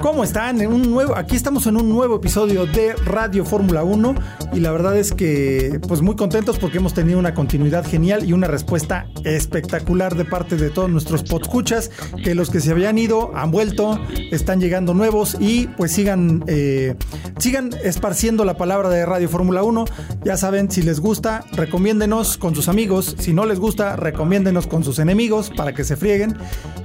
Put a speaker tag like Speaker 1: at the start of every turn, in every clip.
Speaker 1: ¿Cómo están? En un nuevo, aquí estamos en un nuevo episodio de Radio Fórmula 1 y la verdad es que pues muy contentos porque hemos tenido una continuidad genial y una respuesta espectacular de parte de todos nuestros podcuchas, que los que se habían ido han vuelto, están llegando nuevos y pues sigan, eh, sigan esparciendo la palabra de Radio Fórmula 1. Ya saben, si les gusta, recomiéndenos con sus amigos, si no les gusta, recomiéndenos con sus enemigos para que se frieguen.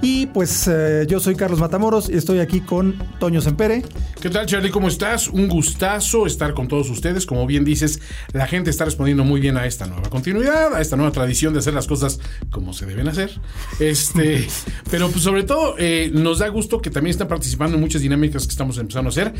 Speaker 1: Y pues eh, yo soy Carlos Matamoros y estoy aquí con Toño Sempere.
Speaker 2: ¿Qué tal, Charlie? ¿Cómo estás? Un gustazo estar con todos ustedes. Como bien dices, la gente está respondiendo muy bien a esta nueva continuidad, a esta nueva tradición de hacer las cosas como se deben hacer. Este, pero pues sobre todo, eh, nos da gusto que también están participando en muchas dinámicas que estamos empezando a hacer.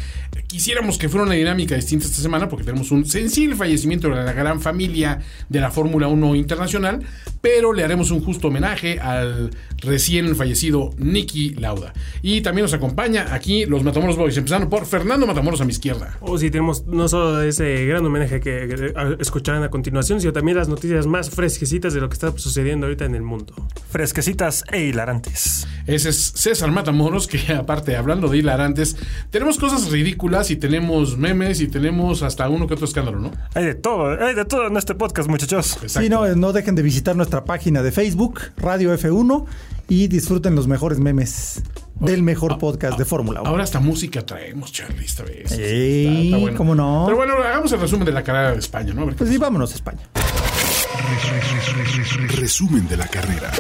Speaker 2: Quisiéramos que fuera una dinámica distinta esta semana porque tenemos un sensible fallecimiento de la gran familia de la Fórmula 1 internacional, pero le haremos un justo homenaje al recién fallecido Nicky Lauda. Y también nos acompaña aquí los Matamoros Boys, empezando por Fernando Matamoros a mi izquierda.
Speaker 3: O si tenemos no solo ese gran homenaje que que escucharán a continuación, sino también las noticias más fresquecitas de lo que está sucediendo ahorita en el mundo.
Speaker 4: Fresquecitas e hilarantes.
Speaker 2: Ese es César Matamoros, que aparte, hablando de hilarantes, tenemos cosas ridículas y tenemos memes y tenemos hasta uno que otro escándalo, ¿no?
Speaker 4: Hay de todo, hay de todo en este podcast, muchachos.
Speaker 2: Exacto.
Speaker 1: Sí, no, no dejen de visitar nuestra página de Facebook, Radio F1, y disfruten los mejores memes del mejor podcast de Fórmula 1.
Speaker 2: Ah, Ahora hasta música traemos, Charlie, esta vez.
Speaker 1: Sí, ¿cómo no?
Speaker 2: Pero bueno, hagamos el resumen de la carrera de España, ¿no? A ver qué
Speaker 1: Pues sí, vámonos a España.
Speaker 5: Resumen de la carrera.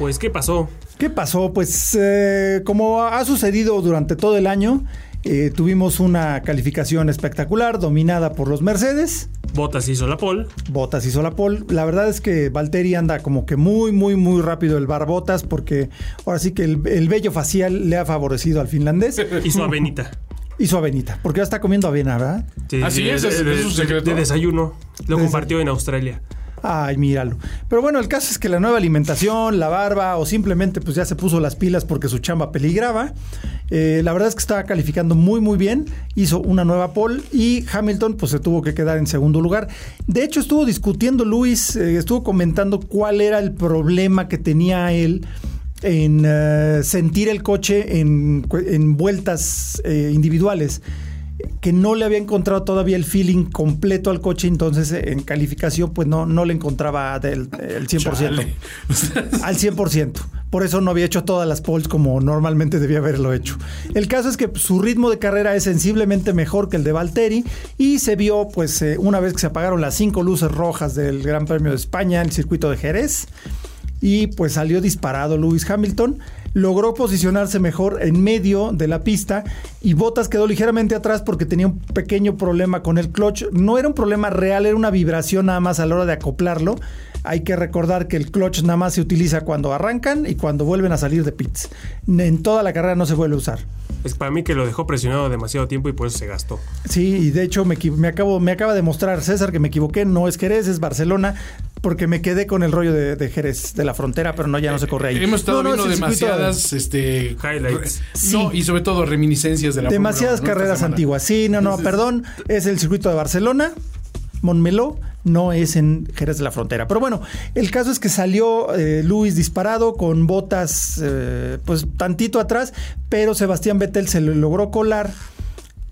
Speaker 3: Pues, ¿qué pasó?
Speaker 1: ¿Qué pasó? Pues eh, como ha sucedido durante todo el año, eh, tuvimos una calificación espectacular dominada por los Mercedes.
Speaker 3: Botas hizo la pole.
Speaker 1: Botas hizo la pole. La verdad es que Valtteri anda como que muy, muy, muy rápido el barbotas porque ahora sí que el, el vello facial le ha favorecido al finlandés
Speaker 3: Hizo avenita.
Speaker 1: y su avenita. Porque ya está comiendo avena, ¿verdad?
Speaker 3: Sí,
Speaker 2: Así
Speaker 3: sí,
Speaker 2: es, es- es un secreto.
Speaker 3: De desayuno. Lo
Speaker 1: Des-
Speaker 3: compartió en Australia.
Speaker 1: Ay, míralo. Pero bueno, el caso es que la nueva alimentación, la barba o simplemente pues ya se puso las pilas porque su chamba peligraba. Eh, la verdad es que estaba calificando muy muy bien, hizo una nueva pole y Hamilton pues se tuvo que quedar en segundo lugar. De hecho estuvo discutiendo Luis, eh, estuvo comentando cuál era el problema que tenía él en eh, sentir el coche en, cu- en vueltas eh, individuales que no le había encontrado todavía el feeling completo al coche, entonces eh, en calificación pues no, no le encontraba del, el 100%.
Speaker 2: Chale.
Speaker 1: Al 100%. Por eso no había hecho todas las polls como normalmente debía haberlo hecho. El caso es que pues, su ritmo de carrera es sensiblemente mejor que el de Valtteri y se vio pues eh, una vez que se apagaron las cinco luces rojas del Gran Premio de España, el circuito de Jerez y pues salió disparado Lewis Hamilton. Logró posicionarse mejor en medio de la pista y Bottas quedó ligeramente atrás porque tenía un pequeño problema con el clutch. No era un problema real, era una vibración nada más a la hora de acoplarlo. Hay que recordar que el clutch nada más se utiliza cuando arrancan y cuando vuelven a salir de pits. En toda la carrera no se vuelve a usar.
Speaker 3: Es para mí que lo dejó presionado demasiado tiempo y por eso se gastó.
Speaker 1: Sí, y de hecho me, equi- me acabo, me acaba de mostrar César que me equivoqué. No es Jerez, es Barcelona, porque me quedé con el rollo de, de Jerez, de la frontera, pero no, ya no se corre ahí.
Speaker 2: Hemos estado
Speaker 1: No, no, es
Speaker 2: viendo
Speaker 1: el circuito de-
Speaker 2: demasiadas este,
Speaker 3: Highlights.
Speaker 2: re- no, y sobre todo reminiscencias de la Fórmula
Speaker 1: Demasiadas
Speaker 2: uno, ¿no? Esta
Speaker 1: carreras
Speaker 2: semana. este,
Speaker 1: antiguas. Sí, no, no, perdón. Es el circuito de Barcelona, Montmeló, no es en Jerez de la Frontera. Pero bueno, el caso es que salió eh, Luis disparado con botas, eh, pues tantito atrás, pero Sebastián Vettel se lo logró colar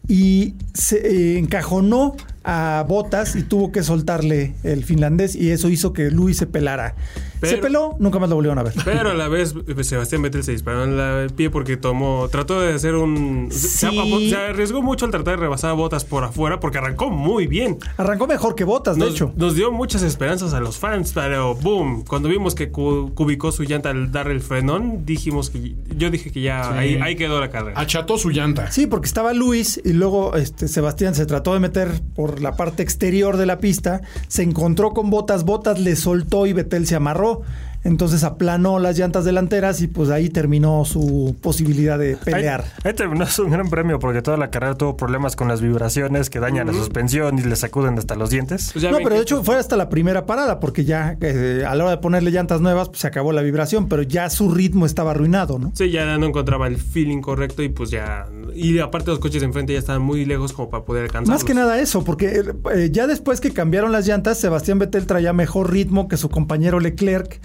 Speaker 1: y se eh, encajonó a botas y tuvo que soltarle el finlandés y eso hizo que Luis se pelara. se
Speaker 3: Pero-
Speaker 1: peló, nunca más lo volvieron a ver.
Speaker 3: Pero a la vez, eh, Sebastián Vettel se disparó en la- el pie porque tomó, trató de hacer un. se- Se,
Speaker 1: Sí.
Speaker 3: apagó- se arriesgó mucho al tratar de rebasar a botas por afuera porque arrancó muy bien.
Speaker 1: Arrancó mejor que botas, de
Speaker 3: Nos,
Speaker 1: hecho.
Speaker 3: nos dio muchas esperanzas a los fans, pero boom, cuando vimos que cu- cubicó su llanta al dar el frenón, dijimos que yo dije que ya ahí, ahí quedó la
Speaker 1: Ah,
Speaker 3: carrera.
Speaker 2: Acható su llanta.
Speaker 1: Sí, porque estaba Luis y luego este, Sebastián se trató de meter por la parte exterior de la pista, se encontró con Botas, Botas le soltó y Betel se amarró. Entonces aplanó las llantas delanteras y pues ahí terminó su posibilidad de pelear.
Speaker 4: Ahí, ahí terminó su gran premio porque toda la carrera tuvo problemas con las vibraciones que dañan la suspensión y le sacuden hasta los dientes.
Speaker 3: Pues ya
Speaker 1: no,
Speaker 3: ven
Speaker 1: pero de
Speaker 3: que-
Speaker 1: hecho fue hasta la primera parada, porque ya eh, a la hora de ponerle llantas nuevas pues, se acabó la vibración, pero ya su ritmo estaba arruinado, ¿no?
Speaker 3: Sí, ya no encontraba el feeling correcto y pues ya. Y aparte, los coches de enfrente ya estaban muy lejos como para poder alcanzar.
Speaker 1: Más que nada eso, porque eh, ya después que cambiaron las llantas, Sebastián Vettel traía mejor ritmo que su compañero Leclerc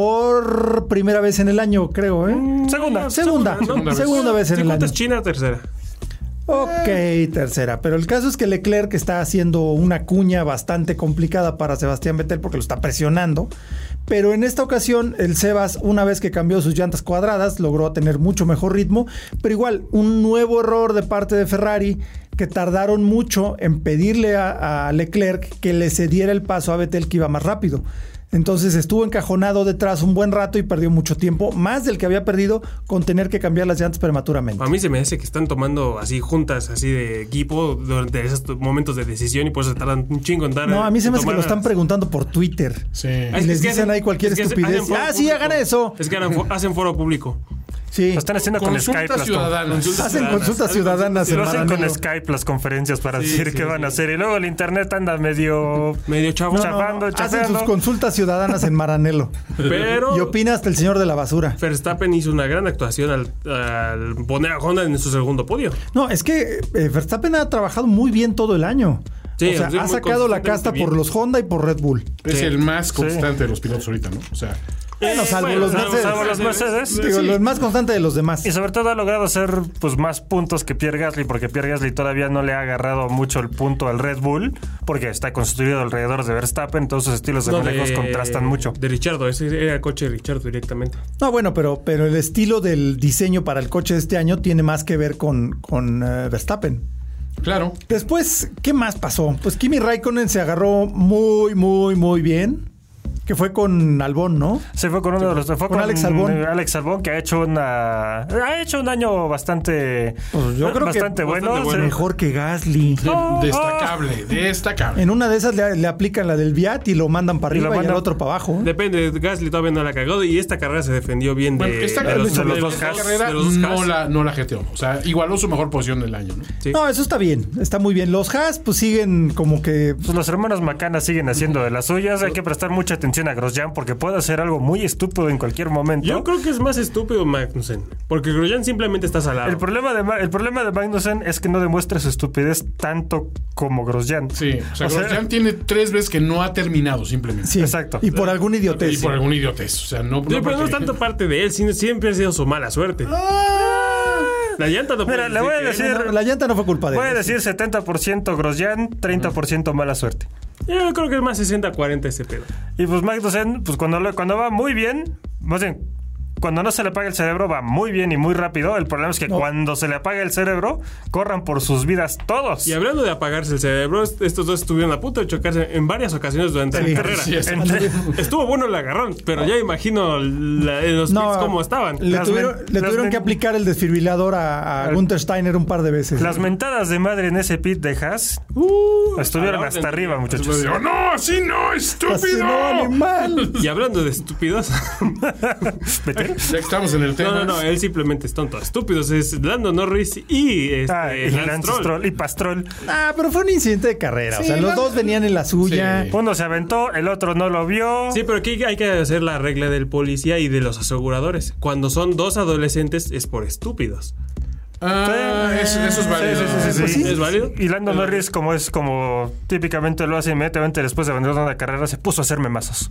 Speaker 1: por primera vez en el año, creo, ¿eh?
Speaker 3: Mm,
Speaker 4: Segunda.
Speaker 1: Segunda,
Speaker 2: Segunda
Speaker 1: segunda, vez
Speaker 2: vez.
Speaker 1: en
Speaker 3: Si
Speaker 1: el año.
Speaker 3: cuentas China, tercera.
Speaker 1: Ok, tercera. Pero el caso es que Leclerc está haciendo una cuña bastante complicada para Sebastián Vettel porque lo está presionando. Pero en esta ocasión, el Sebas, una vez que cambió sus llantas cuadradas, logró tener mucho mejor ritmo. Pero igual, un nuevo error de parte de Ferrari que tardaron mucho en pedirle a, a Leclerc que le cediera el paso a Vettel que iba más rápido. Entonces estuvo encajonado detrás un buen rato y perdió mucho tiempo, más del que había perdido con tener que cambiar las llantas prematuramente.
Speaker 3: A mí se me hace que están tomando así juntas, así de equipo, durante esos t- momentos de decisión y por eso tardan un chingo en dar.
Speaker 1: No, a mí se me hace que lo
Speaker 3: tomar-
Speaker 1: están preguntando por Twitter.
Speaker 2: Sí.
Speaker 1: Y
Speaker 3: Ah, es que-
Speaker 1: les
Speaker 3: es que
Speaker 1: dicen ahí cualquier
Speaker 3: es que hacen-
Speaker 1: estupidez.
Speaker 3: hacen foro
Speaker 1: Ah, sí,
Speaker 3: público.
Speaker 1: hagan eso.
Speaker 3: Es que hagan fo- hacen foro público.
Speaker 1: Sí.
Speaker 4: Lo están haciendo con
Speaker 2: Consulta
Speaker 4: Skype. las con-
Speaker 2: ciudadana.
Speaker 1: Hacen consultas ciudadanas,
Speaker 4: Lo hacen
Speaker 1: hermano.
Speaker 4: con Skype las conferencias para
Speaker 3: Sí,
Speaker 4: decir
Speaker 3: sí,
Speaker 4: qué van a hacer. Y luego el internet anda medio.
Speaker 3: Medio chavo.
Speaker 4: No,
Speaker 3: chavo,
Speaker 4: chafando,
Speaker 1: Hacen sus
Speaker 4: chafeando.
Speaker 1: consultas ciudadanas en Maranelo.
Speaker 3: Pero.
Speaker 1: Y opina hasta el señor de la basura.
Speaker 3: Verstappen hizo una gran actuación al, al poner a Honda en su segundo podio.
Speaker 1: No, es que eh, Verstappen ha trabajado muy bien todo el año.
Speaker 3: Sí,
Speaker 1: o sea,
Speaker 3: sí,
Speaker 1: ha
Speaker 3: muy
Speaker 1: sacado la
Speaker 3: consistentemente
Speaker 1: casta
Speaker 3: bien.
Speaker 1: por los Honda y por Red Bull.
Speaker 2: Es el más constante
Speaker 4: Sí.
Speaker 2: de los pilotos ahorita, ¿no? O sea,
Speaker 1: Bueno, salvo los Mercedes.
Speaker 4: Salvo los Mercedes.
Speaker 1: Digo, lo más constante de los demás.
Speaker 4: Y sobre todo ha logrado hacer pues más puntos que Pierre Gasly, porque Pierre Gasly todavía no le ha agarrado mucho el punto al Red Bull, porque está construido alrededor de Verstappen, entonces sus estilos de
Speaker 3: No,
Speaker 4: manejos
Speaker 3: de-
Speaker 4: contrastan mucho.
Speaker 3: De Richardo, ese era el coche de Richardo directamente.
Speaker 1: No, bueno, pero, pero el estilo del diseño para el coche de este año tiene más que ver con, con eh, Verstappen.
Speaker 2: claro.
Speaker 1: Después, ¿qué más pasó? Pues Kimi Raikkonen se agarró muy, muy, muy bien. Que fue con Albón, ¿no?
Speaker 4: Se fue con uno de los fue
Speaker 1: Con Alex Albon.
Speaker 4: eh, Alex Albon, que ha hecho una ha hecho un año bastante
Speaker 1: Pues yo creo que
Speaker 4: bastante bueno,
Speaker 3: bastante bueno.
Speaker 4: Se-
Speaker 1: Mejor que Gasly.
Speaker 2: De-
Speaker 4: Oh,
Speaker 2: destacable, destacable.
Speaker 1: En una de esas le, le aplican la del Viat y lo mandan para
Speaker 4: Y lo
Speaker 1: arriba y, al
Speaker 4: mandan-
Speaker 1: otro para abajo. ¿eh?
Speaker 3: Depende, Gasly todavía no la cagó y esta carrera se defendió bien de,
Speaker 2: Bueno, esta
Speaker 3: de
Speaker 2: carrera,
Speaker 3: los, de los
Speaker 2: esta
Speaker 3: dos Haas,
Speaker 2: carrera
Speaker 3: de los dos
Speaker 2: no,
Speaker 3: Haas.
Speaker 2: la, no la jeteó. O sea, igualó su mejor posición del año, ¿no?
Speaker 3: Sí.
Speaker 1: No, eso está bien. Está muy bien. Los Haas, pues siguen como que.
Speaker 4: pues los hermanos Macana siguen haciendo de las suyas. Hay que prestar mucha atención a Grosjean porque puede hacer algo muy estúpido en cualquier momento.
Speaker 3: Yo creo que es más estúpido Magnussen, porque Grosjean simplemente está salado.
Speaker 4: El problema, de, Ma- el problema de Magnussen es que no demuestra su estupidez tanto como Grosjean.
Speaker 2: Sí. O sea,
Speaker 4: O sea-
Speaker 2: Grosjean tiene tres veces que no ha terminado simplemente.
Speaker 1: Sí,
Speaker 4: Exacto.
Speaker 1: Y por algún idiotez.
Speaker 2: Y por algún idiotez. O sea, no.
Speaker 3: Sí, pero no es
Speaker 2: porque-
Speaker 3: tanto parte de él, sino siempre ha sido su mala suerte. La llanta no
Speaker 4: Mira,
Speaker 3: puede
Speaker 4: le voy a
Speaker 3: decir
Speaker 4: decir,
Speaker 3: que-
Speaker 1: No, Ah, la llanta no fue culpa de
Speaker 4: voy a
Speaker 1: él.
Speaker 4: decir 70% Grosjean, 30% mala suerte.
Speaker 3: Yo creo que es más 60-40 ese pedo.
Speaker 4: Y pues Magnussen, pues cuando, lo- cuando va muy bien, más bien, cuando no se le apaga el cerebro, va muy bien y muy rápido. El problema es que cuando se le apaga el cerebro, corran por sus vidas todos.
Speaker 3: Y hablando de apagarse el cerebro, est- estos dos estuvieron a punto de chocarse en varias ocasiones durante
Speaker 1: Sí.
Speaker 3: la carrera.
Speaker 2: Sí, es-
Speaker 4: Entre-
Speaker 3: Estuvo bueno el agarrón, pero ya imagino la- los
Speaker 1: No,
Speaker 3: pits cómo estaban.
Speaker 1: Le
Speaker 4: Las
Speaker 1: tuvieron,
Speaker 4: men-
Speaker 1: le
Speaker 4: las
Speaker 1: tuvieron
Speaker 4: men-
Speaker 1: que aplicar el desfibrilador a, a Gunther Steiner un par de veces.
Speaker 4: Las mentadas de madre en ese pit de Haas
Speaker 3: Uh, a
Speaker 4: estuvieron
Speaker 3: la
Speaker 4: hasta
Speaker 3: orden.
Speaker 4: arriba, muchachos.
Speaker 2: Oh, no, así no,
Speaker 1: Así,
Speaker 2: estúpido.
Speaker 1: no, animal.
Speaker 3: Y hablando de estúpidos,
Speaker 4: Vete.
Speaker 2: Ya que estamos en el tema.
Speaker 3: no, no, no, él simplemente es tonto. Estúpidos es Lando Norris y, este,
Speaker 4: Ah, y
Speaker 3: Lance
Speaker 4: Lance
Speaker 3: Stroll.
Speaker 4: Stroll y Pastrol.
Speaker 1: Ah, pero fue un incidente de carrera. o
Speaker 2: Sí,
Speaker 1: sea, los
Speaker 2: la-
Speaker 1: dos venían en la suya.
Speaker 2: Sí.
Speaker 4: Uno se aventó, el otro no lo vio.
Speaker 3: Sí, pero aquí hay que hacer la regla del policía y de los aseguradores. Cuando son dos adolescentes es por estúpidos.
Speaker 2: Ah,
Speaker 3: eh,
Speaker 2: eso, eso es válido.
Speaker 4: Sí, sí,
Speaker 3: Pues
Speaker 4: sí.
Speaker 3: sí. ¿Es válido?
Speaker 4: Y Lando Norris, como es como típicamente lo hace inmediatamente después de abandonar una carrera, se puso a hacerme mazos.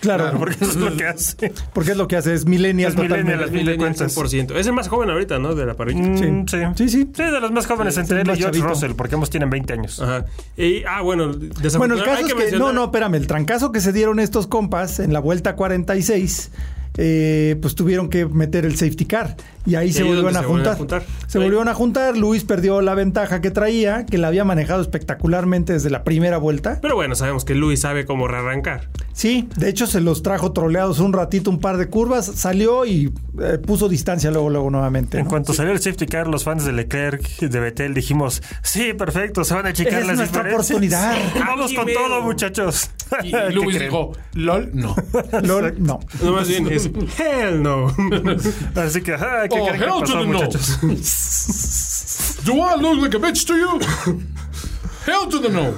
Speaker 1: Claro,
Speaker 4: Porque eso es lo que hace.
Speaker 1: porque es lo que hace, es millennial
Speaker 4: Es millennial,
Speaker 1: totalmente.
Speaker 4: A fin de
Speaker 3: Millennial
Speaker 4: cuentas.
Speaker 3: 100%. Es el más joven ahorita, ¿no? De la parrilla.
Speaker 4: Mm,
Speaker 1: Sí. Sí,
Speaker 4: Sí.
Speaker 1: sí.
Speaker 4: de los más jóvenes,
Speaker 1: Sí,
Speaker 4: entre
Speaker 1: sí,
Speaker 4: él y
Speaker 1: más
Speaker 4: George
Speaker 1: chavito.
Speaker 4: Russell, porque ambos tienen 20 años.
Speaker 3: Ajá. Y, ah, bueno, desafortunadamente.
Speaker 1: Bueno, el
Speaker 3: hay
Speaker 1: caso es que, no,
Speaker 3: mencionar-
Speaker 1: no, espérame, el trancazo que se dieron estos compas en la vuelta 46, eh, pues tuvieron que meter el safety car y ahí se
Speaker 3: ahí es
Speaker 1: volvieron
Speaker 3: donde
Speaker 1: a juntar.
Speaker 3: se volvieron a juntar.
Speaker 1: Se
Speaker 3: Ahí.
Speaker 1: volvieron a juntar, Luis perdió la ventaja que traía, que la había manejado espectacularmente desde la primera vuelta.
Speaker 3: Pero bueno, sabemos que Luis sabe cómo rearrancar.
Speaker 1: Sí, de hecho se los trajo troleados un ratito, un par de curvas, salió y eh, puso distancia luego, luego nuevamente.
Speaker 4: En
Speaker 1: ¿no?
Speaker 4: cuanto salió el safety car, los fans de Leclerc y de Betel dijimos, sí, perfecto, se van a checar
Speaker 1: Es
Speaker 4: las
Speaker 1: nuestra
Speaker 4: diferencias".
Speaker 1: oportunidad.
Speaker 4: Vamos con
Speaker 3: Aquí mero.
Speaker 4: todo, muchachos.
Speaker 2: Y,
Speaker 4: ¿Qué
Speaker 2: y Lewis
Speaker 4: creen?
Speaker 2: dijo, LOL, no.
Speaker 1: Lol, no.
Speaker 3: No, más bien es Hell no.
Speaker 4: Así que, ah, ¿qué
Speaker 2: Oh,
Speaker 4: creen que
Speaker 2: hell to
Speaker 4: pasó,
Speaker 2: the no.
Speaker 4: muchachos?
Speaker 2: Do I look like a bitch to you? Hell to the no.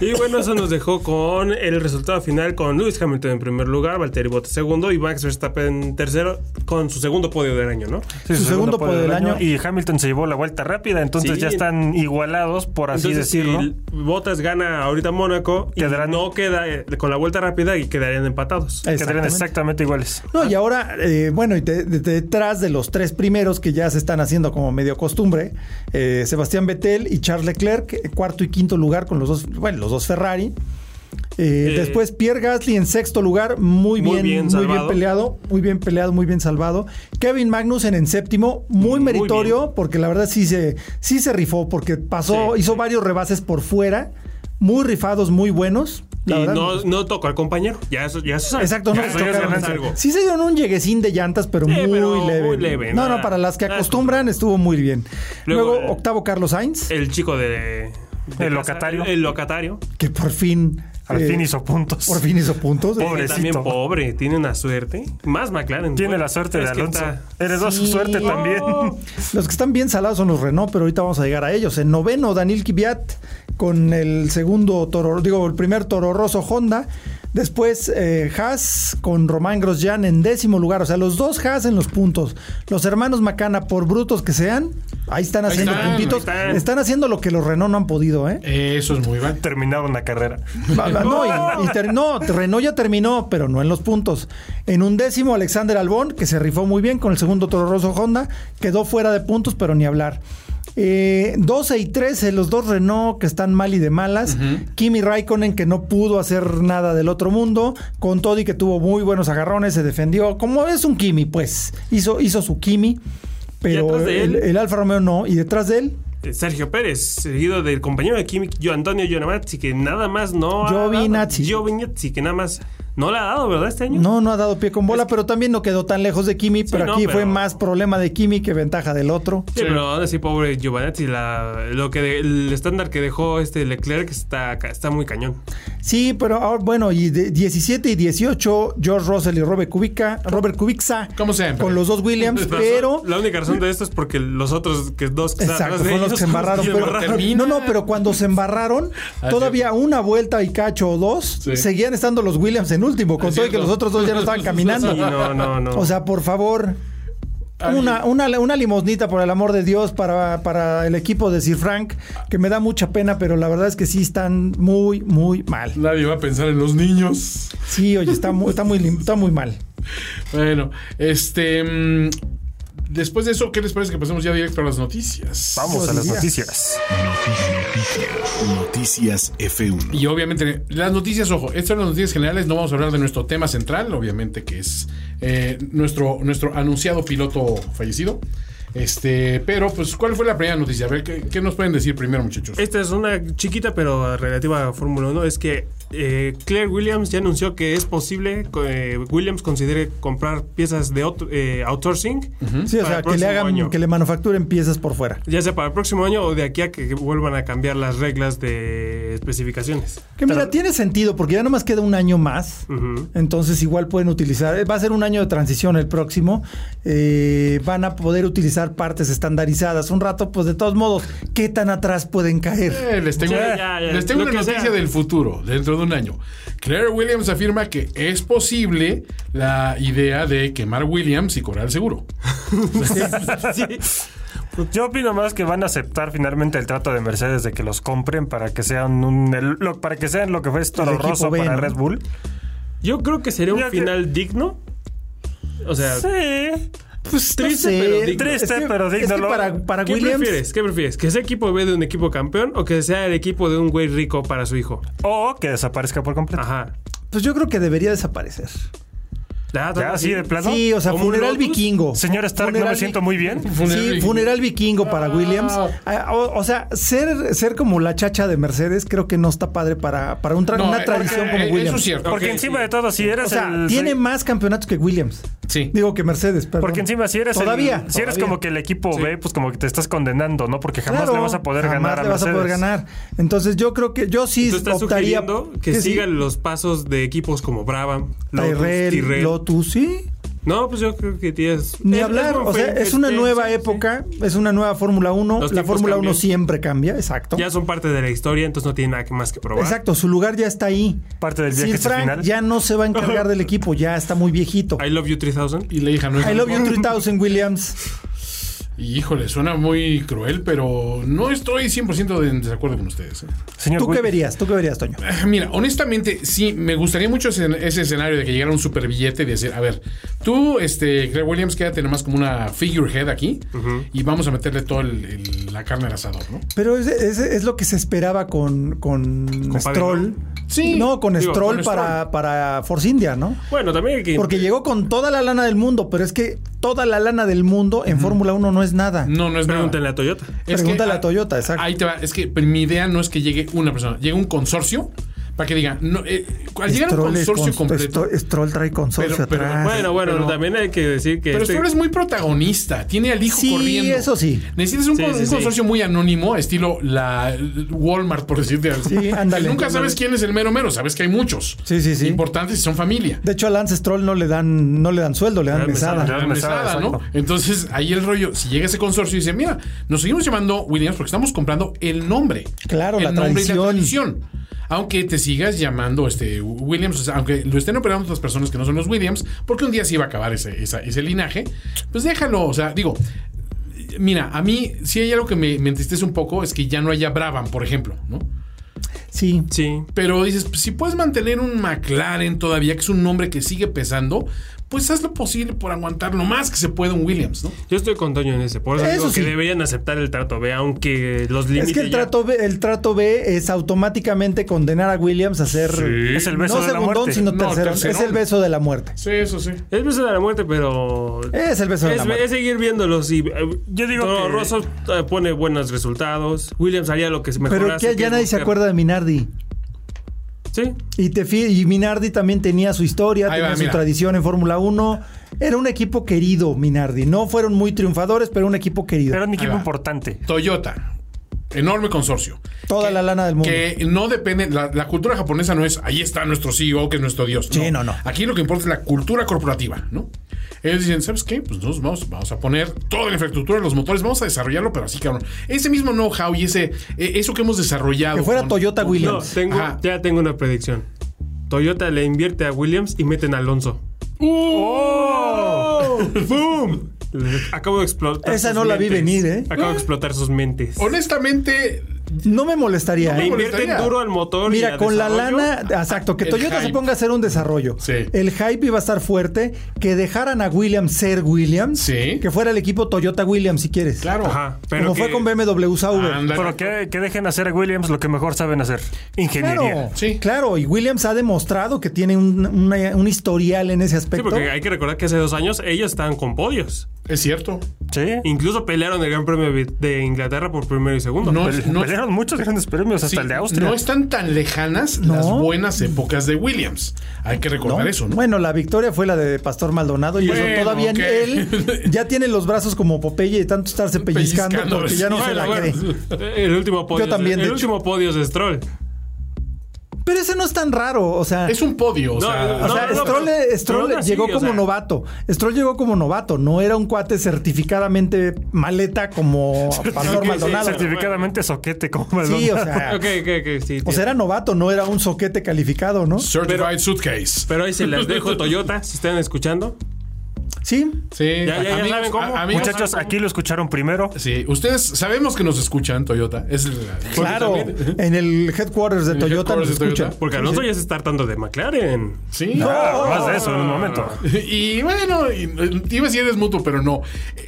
Speaker 3: Y bueno, eso nos dejó con el resultado final con Lewis Hamilton en primer lugar, Valtteri Bottas segundo y Max Verstappen tercero con su segundo podio del año, ¿no?
Speaker 4: Sí,
Speaker 1: Su segundo podio del año.
Speaker 4: Y Hamilton se llevó la vuelta rápida, entonces
Speaker 3: Sí.
Speaker 4: ya están igualados, por así
Speaker 3: Entonces,
Speaker 4: decirlo.
Speaker 3: si Bottas gana ahorita Mónaco, y
Speaker 4: Quedarán-
Speaker 3: no queda eh, con la vuelta rápida y quedarían empatados.
Speaker 4: Quedarían
Speaker 1: Exactamente.
Speaker 4: exactamente iguales.
Speaker 1: No, y ahora, eh, bueno, y te- de- detrás de los tres primeros que ya se están haciendo como medio costumbre, eh, Sebastián Vettel y Charles Leclerc, eh, cuarto y quinto lugar con los dos, bueno, los dos Ferrari. Eh,
Speaker 3: Eh,
Speaker 1: después Pierre Gasly en sexto lugar, muy
Speaker 3: muy
Speaker 1: bien,
Speaker 3: bien
Speaker 1: muy bien
Speaker 3: salvado.
Speaker 1: peleado, muy bien peleado, muy bien salvado. Kevin Magnussen en séptimo, muy
Speaker 3: Muy
Speaker 1: meritorio,
Speaker 3: bien.
Speaker 1: porque la verdad sí se, sí se rifó, porque pasó,
Speaker 3: Sí,
Speaker 1: hizo
Speaker 3: sí.
Speaker 1: varios rebases por fuera, muy rifados, muy buenos. La
Speaker 3: y
Speaker 1: verdad,
Speaker 4: pues.
Speaker 3: no, no tocó al compañero. Ya eso, ya eso sabe.
Speaker 1: Exacto, no
Speaker 3: Ya
Speaker 1: les
Speaker 3: eso ya
Speaker 1: tocaron.
Speaker 3: es algo.
Speaker 1: Sí se dieron un lleguecín de llantas, pero,
Speaker 3: Sí,
Speaker 1: muy,
Speaker 3: pero
Speaker 1: leve.
Speaker 3: muy leve,
Speaker 1: No, no,
Speaker 3: nada.
Speaker 1: para las que
Speaker 3: Nada
Speaker 1: acostumbran estuvo muy bien. Luego,
Speaker 3: Luego, eh,
Speaker 1: octavo Carlos Sainz,
Speaker 3: El chico de. de
Speaker 4: El locatario.
Speaker 3: El locatario.
Speaker 1: que por fin...
Speaker 4: Al
Speaker 1: eh,
Speaker 4: fin hizo puntos.
Speaker 1: Por fin hizo puntos.
Speaker 4: Pobre.
Speaker 3: Que También pobre. Tiene una suerte. Más McLaren.
Speaker 4: Tiene
Speaker 3: Bueno,
Speaker 4: la suerte
Speaker 3: es
Speaker 4: de
Speaker 3: que
Speaker 4: Alonso.
Speaker 3: está-
Speaker 4: Heredó su
Speaker 1: Sí.
Speaker 4: suerte también.
Speaker 3: Oh.
Speaker 1: Los que están bien salados son los Renault, pero ahorita vamos a llegar a ellos. En noveno, Daniel Kiviat con el segundo toro, digo, el primer toro roso Honda. Después eh, Haas con Román Grosjean en décimo lugar. O sea, los dos Haas en los puntos. Los hermanos Macana, por brutos que sean, ahí están haciendo
Speaker 2: están,
Speaker 1: puntitos.
Speaker 3: ahí están.
Speaker 1: están haciendo lo que los Renault no han podido, ¿eh?
Speaker 2: Eso es muy mal.
Speaker 4: Terminaron la carrera.
Speaker 1: Va- va- No, y, y ter- no, Renault ya terminó, pero no en los puntos. En un décimo, Alexander Albón, que se rifó muy bien con el segundo Toro Rosso Honda, quedó fuera de puntos, pero ni hablar. Eh, 12 y 13, los dos Renault que están mal y de malas. Kimi Raikkonen, que no pudo hacer nada del otro mundo. Con Toddy, que tuvo muy buenos agarrones, se defendió. Como es un Kimi, pues. Hizo, hizo su Kimi, pero
Speaker 3: atrás de
Speaker 1: el,
Speaker 3: él?
Speaker 1: el Alfa Romeo no. Y detrás de él,
Speaker 3: Eh, Sergio Pérez, seguido del compañero de Kimi, yo Antonio Giovinazzi, que nada más no. ha
Speaker 1: Giovinazzi.
Speaker 3: dado- Giovinazzi, que nada más no la ha dado, ¿verdad? Este año.
Speaker 1: No, no ha dado pie con bola, pero también no quedó tan lejos de Kimi, pero
Speaker 3: no,
Speaker 1: aquí fue
Speaker 3: pero-
Speaker 1: más problema de Kimi que ventaja del otro.
Speaker 3: Sí, pero aún así, pobre Giovanetti, la, lo que de- el estándar que dejó este Leclerc está, ca- está muy cañón.
Speaker 1: Sí, pero ahora, bueno, y de 17 y 18, George Russell y Robert Kubica, Robert Kubica
Speaker 2: Como siempre.
Speaker 1: con los dos Williams, pero
Speaker 3: La única razón de esto es porque los otros que dos que están
Speaker 1: Exacto,
Speaker 3: atrás de
Speaker 1: fueron los que
Speaker 3: ellos,
Speaker 1: se embarraron.
Speaker 3: se
Speaker 1: pero-
Speaker 3: embarraron.
Speaker 2: termina.
Speaker 1: no, no, pero cuando se embarraron, todavía una vuelta y cacho o dos,
Speaker 2: Sí.
Speaker 1: seguían estando los Williams en último, con
Speaker 2: Es
Speaker 1: todo y que
Speaker 2: cierto.
Speaker 1: los otros dos ya no estaban caminando.
Speaker 3: Sí, no, no, no.
Speaker 1: O sea, por favor. Una, una, una limosnita, por el amor de Dios, para, para el equipo de Sir Frank, que me da mucha pena, pero la verdad es que sí están muy, muy mal.
Speaker 2: Nadie va a pensar en los niños.
Speaker 1: Sí, oye, está muy, está muy, lim- está muy mal.
Speaker 2: Bueno, este. mm, Después de eso, ¿qué les parece que pasemos ya directo a las noticias?
Speaker 4: Vamos a las
Speaker 1: Noticias.
Speaker 4: noticias.
Speaker 5: Noticias. Noticias F1.
Speaker 2: Y obviamente, las noticias, ojo, estas son las noticias generales, no vamos a hablar de nuestro tema central, obviamente, que es eh, nuestro, nuestro anunciado piloto fallecido. Este, pero, pues, ¿cuál fue la primera noticia? A ver, ¿qué, qué nos pueden decir primero, muchachos?
Speaker 3: Esta es una chiquita pero relativa a Fórmula 1. Es que eh, Claire Williams ya anunció que es posible que Williams considere comprar piezas de out- eh, outsourcing.
Speaker 1: Sí, o sea,
Speaker 3: Para el
Speaker 1: que le
Speaker 3: próximo
Speaker 1: hagan,
Speaker 3: año.
Speaker 1: que le manufacturen piezas por fuera.
Speaker 3: Ya sea para el próximo año o de aquí a que vuelvan a cambiar las reglas de especificaciones.
Speaker 1: Que mira, tiene sentido, porque ya nomás queda un año más.
Speaker 3: Ujú.
Speaker 1: Entonces igual pueden utilizar, eh, va a ser un año de transición el próximo, eh, van a poder utilizar partes estandarizadas. Un rato, pues de todos modos, ¿qué tan atrás pueden caer?
Speaker 2: Eh, les tengo,
Speaker 3: Ya, ya, ya,
Speaker 2: les tengo
Speaker 3: lo
Speaker 2: una
Speaker 3: que
Speaker 2: noticia
Speaker 3: sea.
Speaker 2: del futuro, dentro de un año. Claire Williams afirma que es posible la idea de quemar Williams y cobrar el seguro.
Speaker 4: Yo opino más que van a aceptar finalmente el trato de Mercedes de que los compren para que sean un el- lo, para que sean lo que fue Toro
Speaker 1: El Pues equipo
Speaker 4: Rosso
Speaker 1: B,
Speaker 4: para
Speaker 1: ¿no?
Speaker 4: Red Bull.
Speaker 3: Yo creo que sería un
Speaker 4: Ya que-
Speaker 3: final digno. O sea,
Speaker 4: Sí.
Speaker 1: Pues
Speaker 3: triste, pero digno.
Speaker 4: Triste,
Speaker 1: Es que-
Speaker 4: pero digno,
Speaker 1: es que
Speaker 4: ¿no?
Speaker 1: para, para
Speaker 3: ¿qué
Speaker 1: Williams,
Speaker 3: prefieres? ¿Qué prefieres? ¿Que sea equipo B de un equipo campeón o que sea el equipo de un güey rico para su hijo?
Speaker 4: O que desaparezca por completo.
Speaker 3: Ajá.
Speaker 1: pues yo creo que debería desaparecer.
Speaker 3: Ya,
Speaker 4: Ya, así de plano.
Speaker 1: Sí, o sea,
Speaker 3: ¿Como
Speaker 1: funeral
Speaker 3: Lotus?
Speaker 1: vikingo.
Speaker 4: Señor Stark, no
Speaker 1: Funeral
Speaker 4: me
Speaker 1: vi-
Speaker 4: siento muy bien.
Speaker 1: Sí, funeral vikingo para Williams. Ah, O, o sea, ser, ser como la chacha de Mercedes creo que no está padre para, para un tra-
Speaker 2: No,
Speaker 1: una
Speaker 2: eh,
Speaker 1: tradición
Speaker 2: eh,
Speaker 1: como
Speaker 2: eh,
Speaker 1: Williams.
Speaker 2: Eso es cierto.
Speaker 4: Porque
Speaker 2: Ok,
Speaker 4: encima
Speaker 2: sí.
Speaker 4: de todo, si eres
Speaker 1: O sea,
Speaker 4: el-
Speaker 1: tiene
Speaker 4: si-
Speaker 1: más campeonatos que Williams.
Speaker 2: Sí.
Speaker 1: Digo que Mercedes, perdón.
Speaker 4: Porque encima si eres el-
Speaker 1: Todavía.
Speaker 4: si eres
Speaker 1: todavía.
Speaker 4: como que el equipo
Speaker 2: Sí.
Speaker 4: B, pues como que te estás condenando, ¿no? Porque jamás
Speaker 1: Claro,
Speaker 4: le vas a poder
Speaker 1: jamás
Speaker 4: ganar a
Speaker 1: le vas a
Speaker 4: Mercedes.
Speaker 1: poder ganar. Entonces yo creo que yo sí
Speaker 3: Tú estás
Speaker 1: optaría
Speaker 3: sugiriendo que,
Speaker 1: sí.
Speaker 3: sigan los pasos de equipos como Brabham, Lotus,
Speaker 1: Tyrell,
Speaker 3: Tyrrell.
Speaker 1: Lotus, sí.
Speaker 3: No, pues yo creo que tienes.
Speaker 1: Ni
Speaker 3: es-
Speaker 1: hablar,
Speaker 3: es buen
Speaker 1: o sea,
Speaker 3: fe-
Speaker 1: es una
Speaker 3: fe-
Speaker 1: nueva
Speaker 3: sí, sí.
Speaker 1: época, es una nueva Fórmula 1,
Speaker 3: Los
Speaker 1: la
Speaker 3: tiempos
Speaker 1: Fórmula 1
Speaker 3: cambian.
Speaker 1: siempre cambia, exacto.
Speaker 3: Ya son parte de la historia, entonces no tiene nada que más que probar.
Speaker 1: Exacto, su lugar ya está ahí.
Speaker 4: Parte del
Speaker 1: Sir
Speaker 4: viaje
Speaker 1: Frank
Speaker 4: final.
Speaker 1: ya no se va a encargar del equipo, ya está muy viejito.
Speaker 3: I Love You 3000.
Speaker 2: Y la hija no es
Speaker 1: I love you
Speaker 2: tampoco.
Speaker 1: 3000 Williams.
Speaker 2: Híjole, suena muy cruel, pero no estoy 100% de- en desacuerdo con ustedes. ¿eh?
Speaker 4: Señor
Speaker 1: ¿Tú qué
Speaker 4: Will-
Speaker 1: verías? ¿Tú qué verías, Toño?
Speaker 2: Ah, Mira, honestamente, sí, me gustaría mucho ese, ese escenario de que llegara un super billete y decir, a ver, tú, este, Greg Williams, quédate nomás como una figurehead aquí y vamos a meterle toda la carne al asador, ¿no?
Speaker 1: Pero es, es- es lo que se esperaba con, con, Stroll.
Speaker 2: Sí.
Speaker 1: No, con
Speaker 2: Digo,
Speaker 1: Stroll
Speaker 2: con
Speaker 1: para, para Force India, ¿no?
Speaker 3: Bueno, también hay que.
Speaker 1: Porque llegó con toda la lana del mundo, pero es que toda la lana del mundo en Fórmula 1 no es nada.
Speaker 2: No, no es nada.
Speaker 3: Pregúntenle a Toyota.
Speaker 2: Es que-
Speaker 1: Pregúntale
Speaker 2: ah,
Speaker 1: a Toyota, exacto.
Speaker 2: Ahí te va. Es que mi idea no es que llegue una persona, llega un consorcio para que diga, no, eh, al llegar a
Speaker 1: Stroll
Speaker 2: un
Speaker 1: es
Speaker 2: consorcio
Speaker 1: cons-
Speaker 2: completo.
Speaker 1: Stro- Stroll trae consorcio
Speaker 2: Pero- pero-
Speaker 1: atrás.
Speaker 3: Bueno, bueno,
Speaker 2: pero-
Speaker 3: también hay que decir que.
Speaker 2: Pero
Speaker 3: este-
Speaker 2: Stroll es muy protagonista, tiene al hijo
Speaker 1: Sí,
Speaker 2: corriendo.
Speaker 1: eso sí.
Speaker 2: Necesitas un,
Speaker 3: Sí,
Speaker 2: con-
Speaker 3: sí,
Speaker 2: un
Speaker 3: sí.
Speaker 2: consorcio muy anónimo, estilo la Walmart, por decirte algo.
Speaker 1: Sí, ándale.
Speaker 2: Que Nunca
Speaker 1: Ándale.
Speaker 2: sabes quién es el mero mero, sabes que hay muchos.
Speaker 1: Sí, sí, sí.
Speaker 2: Importantes y son familia.
Speaker 1: De hecho, a Lance Stroll no le dan, no le dan sueldo, le dan
Speaker 3: Le dan mesada,
Speaker 1: mesada.
Speaker 3: le
Speaker 2: La
Speaker 4: Mesada,
Speaker 2: mesada, ¿no?
Speaker 4: exacto.
Speaker 2: Entonces, ahí el rollo, si llega ese consorcio y dice, mira, nos seguimos llamando Williams porque estamos comprando el nombre.
Speaker 1: Claro,
Speaker 2: el
Speaker 1: la
Speaker 2: nombre y la
Speaker 1: tradición.
Speaker 2: tradición. Aunque te sigas llamando este Williams, o sea, aunque lo estén operando otras personas que no son los Williams, porque un día se iba a acabar ese, esa- ese linaje, pues déjalo, o sea, digo, mira, a mí si hay algo que me, me entristece un poco es que ya no haya Brabham, por ejemplo, ¿no?
Speaker 1: Sí.
Speaker 3: Sí.
Speaker 2: Pero dices, pues, si puedes mantener un McLaren todavía, que es un nombre que sigue pesando, pues haz lo posible por aguantar lo más que se puede un Williams, ¿no?
Speaker 3: Yo estoy con Toño en ese. Por eso,
Speaker 1: Eso
Speaker 3: digo
Speaker 1: sí.
Speaker 3: que deberían aceptar el trato B, aunque los límites.
Speaker 1: Es que el
Speaker 3: ya-
Speaker 1: trato, B, el trato B es automáticamente condenar a Williams a ser
Speaker 4: Es el beso
Speaker 1: no
Speaker 4: de la
Speaker 1: segundón,
Speaker 4: muerte.
Speaker 1: sino
Speaker 2: No,
Speaker 1: tercero. Es
Speaker 2: tercerón.
Speaker 1: el beso de la muerte.
Speaker 2: Sí, eso sí.
Speaker 3: Es beso de la muerte, pero.
Speaker 1: Es el beso de
Speaker 3: Es,
Speaker 1: la muerte.
Speaker 3: es seguir viéndolos y eh,
Speaker 4: Yo digo
Speaker 3: Toro
Speaker 4: que-
Speaker 3: Rosso eh, pone buenos resultados. Williams haría lo que se mejor
Speaker 1: Pero
Speaker 3: hace,
Speaker 1: que ya
Speaker 3: es
Speaker 1: nadie se
Speaker 3: buscar-
Speaker 1: acuerda de Minardi.
Speaker 3: Sí.
Speaker 1: Y, te fi- y Minardi también tenía su historia,
Speaker 2: Ahí
Speaker 1: tenía
Speaker 2: va,
Speaker 1: su
Speaker 2: mira.
Speaker 1: tradición en Fórmula 1. Era un equipo querido, Minardi. No fueron muy triunfadores, pero un equipo querido.
Speaker 4: Era un equipo
Speaker 2: va.
Speaker 4: importante.
Speaker 2: Toyota, enorme consorcio.
Speaker 1: Toda la lana del mundo.
Speaker 2: Que no depende, la, la cultura japonesa no es, ahí está nuestro CEO, que es nuestro Dios.
Speaker 1: Sí, no, no.
Speaker 2: Aquí lo que importa es la cultura corporativa, ¿no? Ellos dicen, ¿sabes qué? Pues nosotros vamos, vamos a poner toda la infraestructura, los motores, vamos a desarrollarlo, pero así, cabrón. Ese mismo know-how y ese, eh, eso que hemos desarrollado.
Speaker 1: Que fuera Toyota
Speaker 3: No,
Speaker 1: Williams.
Speaker 3: tengo,
Speaker 2: Ajá.
Speaker 3: ya tengo una predicción. Toyota le invierte a Williams y meten a Alonso. ¡Boom! ¡Uh! Acabo de explotar.
Speaker 1: Esa
Speaker 3: sus
Speaker 1: no la vi
Speaker 3: mentes.
Speaker 1: venir, ¿eh?
Speaker 3: Acabo de explotar sus mentes.
Speaker 2: Honestamente,
Speaker 1: No me molestaría.
Speaker 3: Le
Speaker 1: ¿eh?
Speaker 3: invierten
Speaker 2: molestaría.
Speaker 3: duro al motor. y
Speaker 1: Mira,
Speaker 3: a
Speaker 1: con la
Speaker 3: desarrollo.
Speaker 1: lana, exacto, que
Speaker 2: el
Speaker 1: Toyota se
Speaker 2: hype.
Speaker 1: ponga a hacer un desarrollo.
Speaker 2: Sí.
Speaker 1: El hype iba a estar fuerte, que dejaran a Williams ser Williams,
Speaker 2: Sí.
Speaker 1: que fuera el equipo Toyota Williams si quieres.
Speaker 2: claro.
Speaker 3: Ajá, pero
Speaker 1: Como
Speaker 3: que-
Speaker 1: fue con BMW Sauber.
Speaker 2: Ándale.
Speaker 4: Pero que, que dejen hacer a Williams lo que mejor saben hacer. Ingeniería.
Speaker 1: Claro,
Speaker 2: Sí.
Speaker 1: claro, y Williams ha demostrado que tiene un, una- un historial en ese
Speaker 3: Sí,
Speaker 1: aspecto.
Speaker 3: porque hay que recordar que hace dos años ellos estaban con podios.
Speaker 2: Es cierto.
Speaker 4: Sí.
Speaker 3: Incluso pelearon el Gran Premio de Inglaterra por primero y segundo.
Speaker 2: No,
Speaker 4: Pe-
Speaker 2: no-
Speaker 4: pelearon muchos grandes premios,
Speaker 2: Sí,
Speaker 4: hasta el de Austria.
Speaker 2: No están tan lejanas las
Speaker 1: No.
Speaker 2: buenas épocas de Williams. Hay que
Speaker 1: ¿no?
Speaker 2: recordar eso, ¿no?
Speaker 1: Bueno, la victoria fue la de Pastor Maldonado y
Speaker 2: Bueno,
Speaker 1: eso todavía
Speaker 2: ok.
Speaker 1: él ya tiene los brazos como Popeye de tanto estarse pellizcando,
Speaker 2: Pellizcando,
Speaker 1: porque ya no se
Speaker 3: Bueno,
Speaker 1: la cree.
Speaker 3: bueno, El último podio.
Speaker 1: Yo también, de
Speaker 3: el
Speaker 1: hecho.
Speaker 3: último podio es de Stroll.
Speaker 1: Pero ese no es tan raro, o sea,
Speaker 2: Es un podio, o
Speaker 3: No,
Speaker 2: sea,
Speaker 3: no,
Speaker 1: O sea,
Speaker 3: no, no,
Speaker 1: Stroll,
Speaker 3: pero-
Speaker 1: Stroll
Speaker 3: pero aún así,
Speaker 1: llegó
Speaker 3: o
Speaker 1: como
Speaker 3: sea-
Speaker 1: novato. Stroll llegó como novato. No era un cuate certificadamente maleta como Pastor
Speaker 3: Ok, sí,
Speaker 1: Maldonado.
Speaker 4: Certificadamente soquete como
Speaker 1: Sí, o
Speaker 4: Maldonado.
Speaker 1: sea.
Speaker 3: Ok, ok, ok. Sí,
Speaker 1: Ah. O sea, era novato, no era un soquete calificado, ¿no?
Speaker 2: Certified Suitcase.
Speaker 3: Pero ahí se las dejo Toyota, si están escuchando.
Speaker 1: Sí,
Speaker 2: Sí,
Speaker 3: Ya, ya, ya
Speaker 2: amigos,
Speaker 3: saben cómo.
Speaker 2: a- amigos,
Speaker 4: Muchachos,
Speaker 2: ¿saben cómo?
Speaker 4: aquí lo escucharon primero.
Speaker 2: Sí, ustedes sabemos que nos escuchan, Toyota. Es la-
Speaker 1: claro.
Speaker 2: porque también-
Speaker 1: En el headquarters de
Speaker 2: el
Speaker 1: Toyota
Speaker 2: headquarters
Speaker 1: nos
Speaker 2: de Toyota.
Speaker 1: escucha.
Speaker 3: Porque Alonso ya se está hartando de McLaren.
Speaker 2: Sí.
Speaker 4: Ah, más de eso en un momento.
Speaker 2: Y bueno, y- y iba a decir es mutuo, pero no.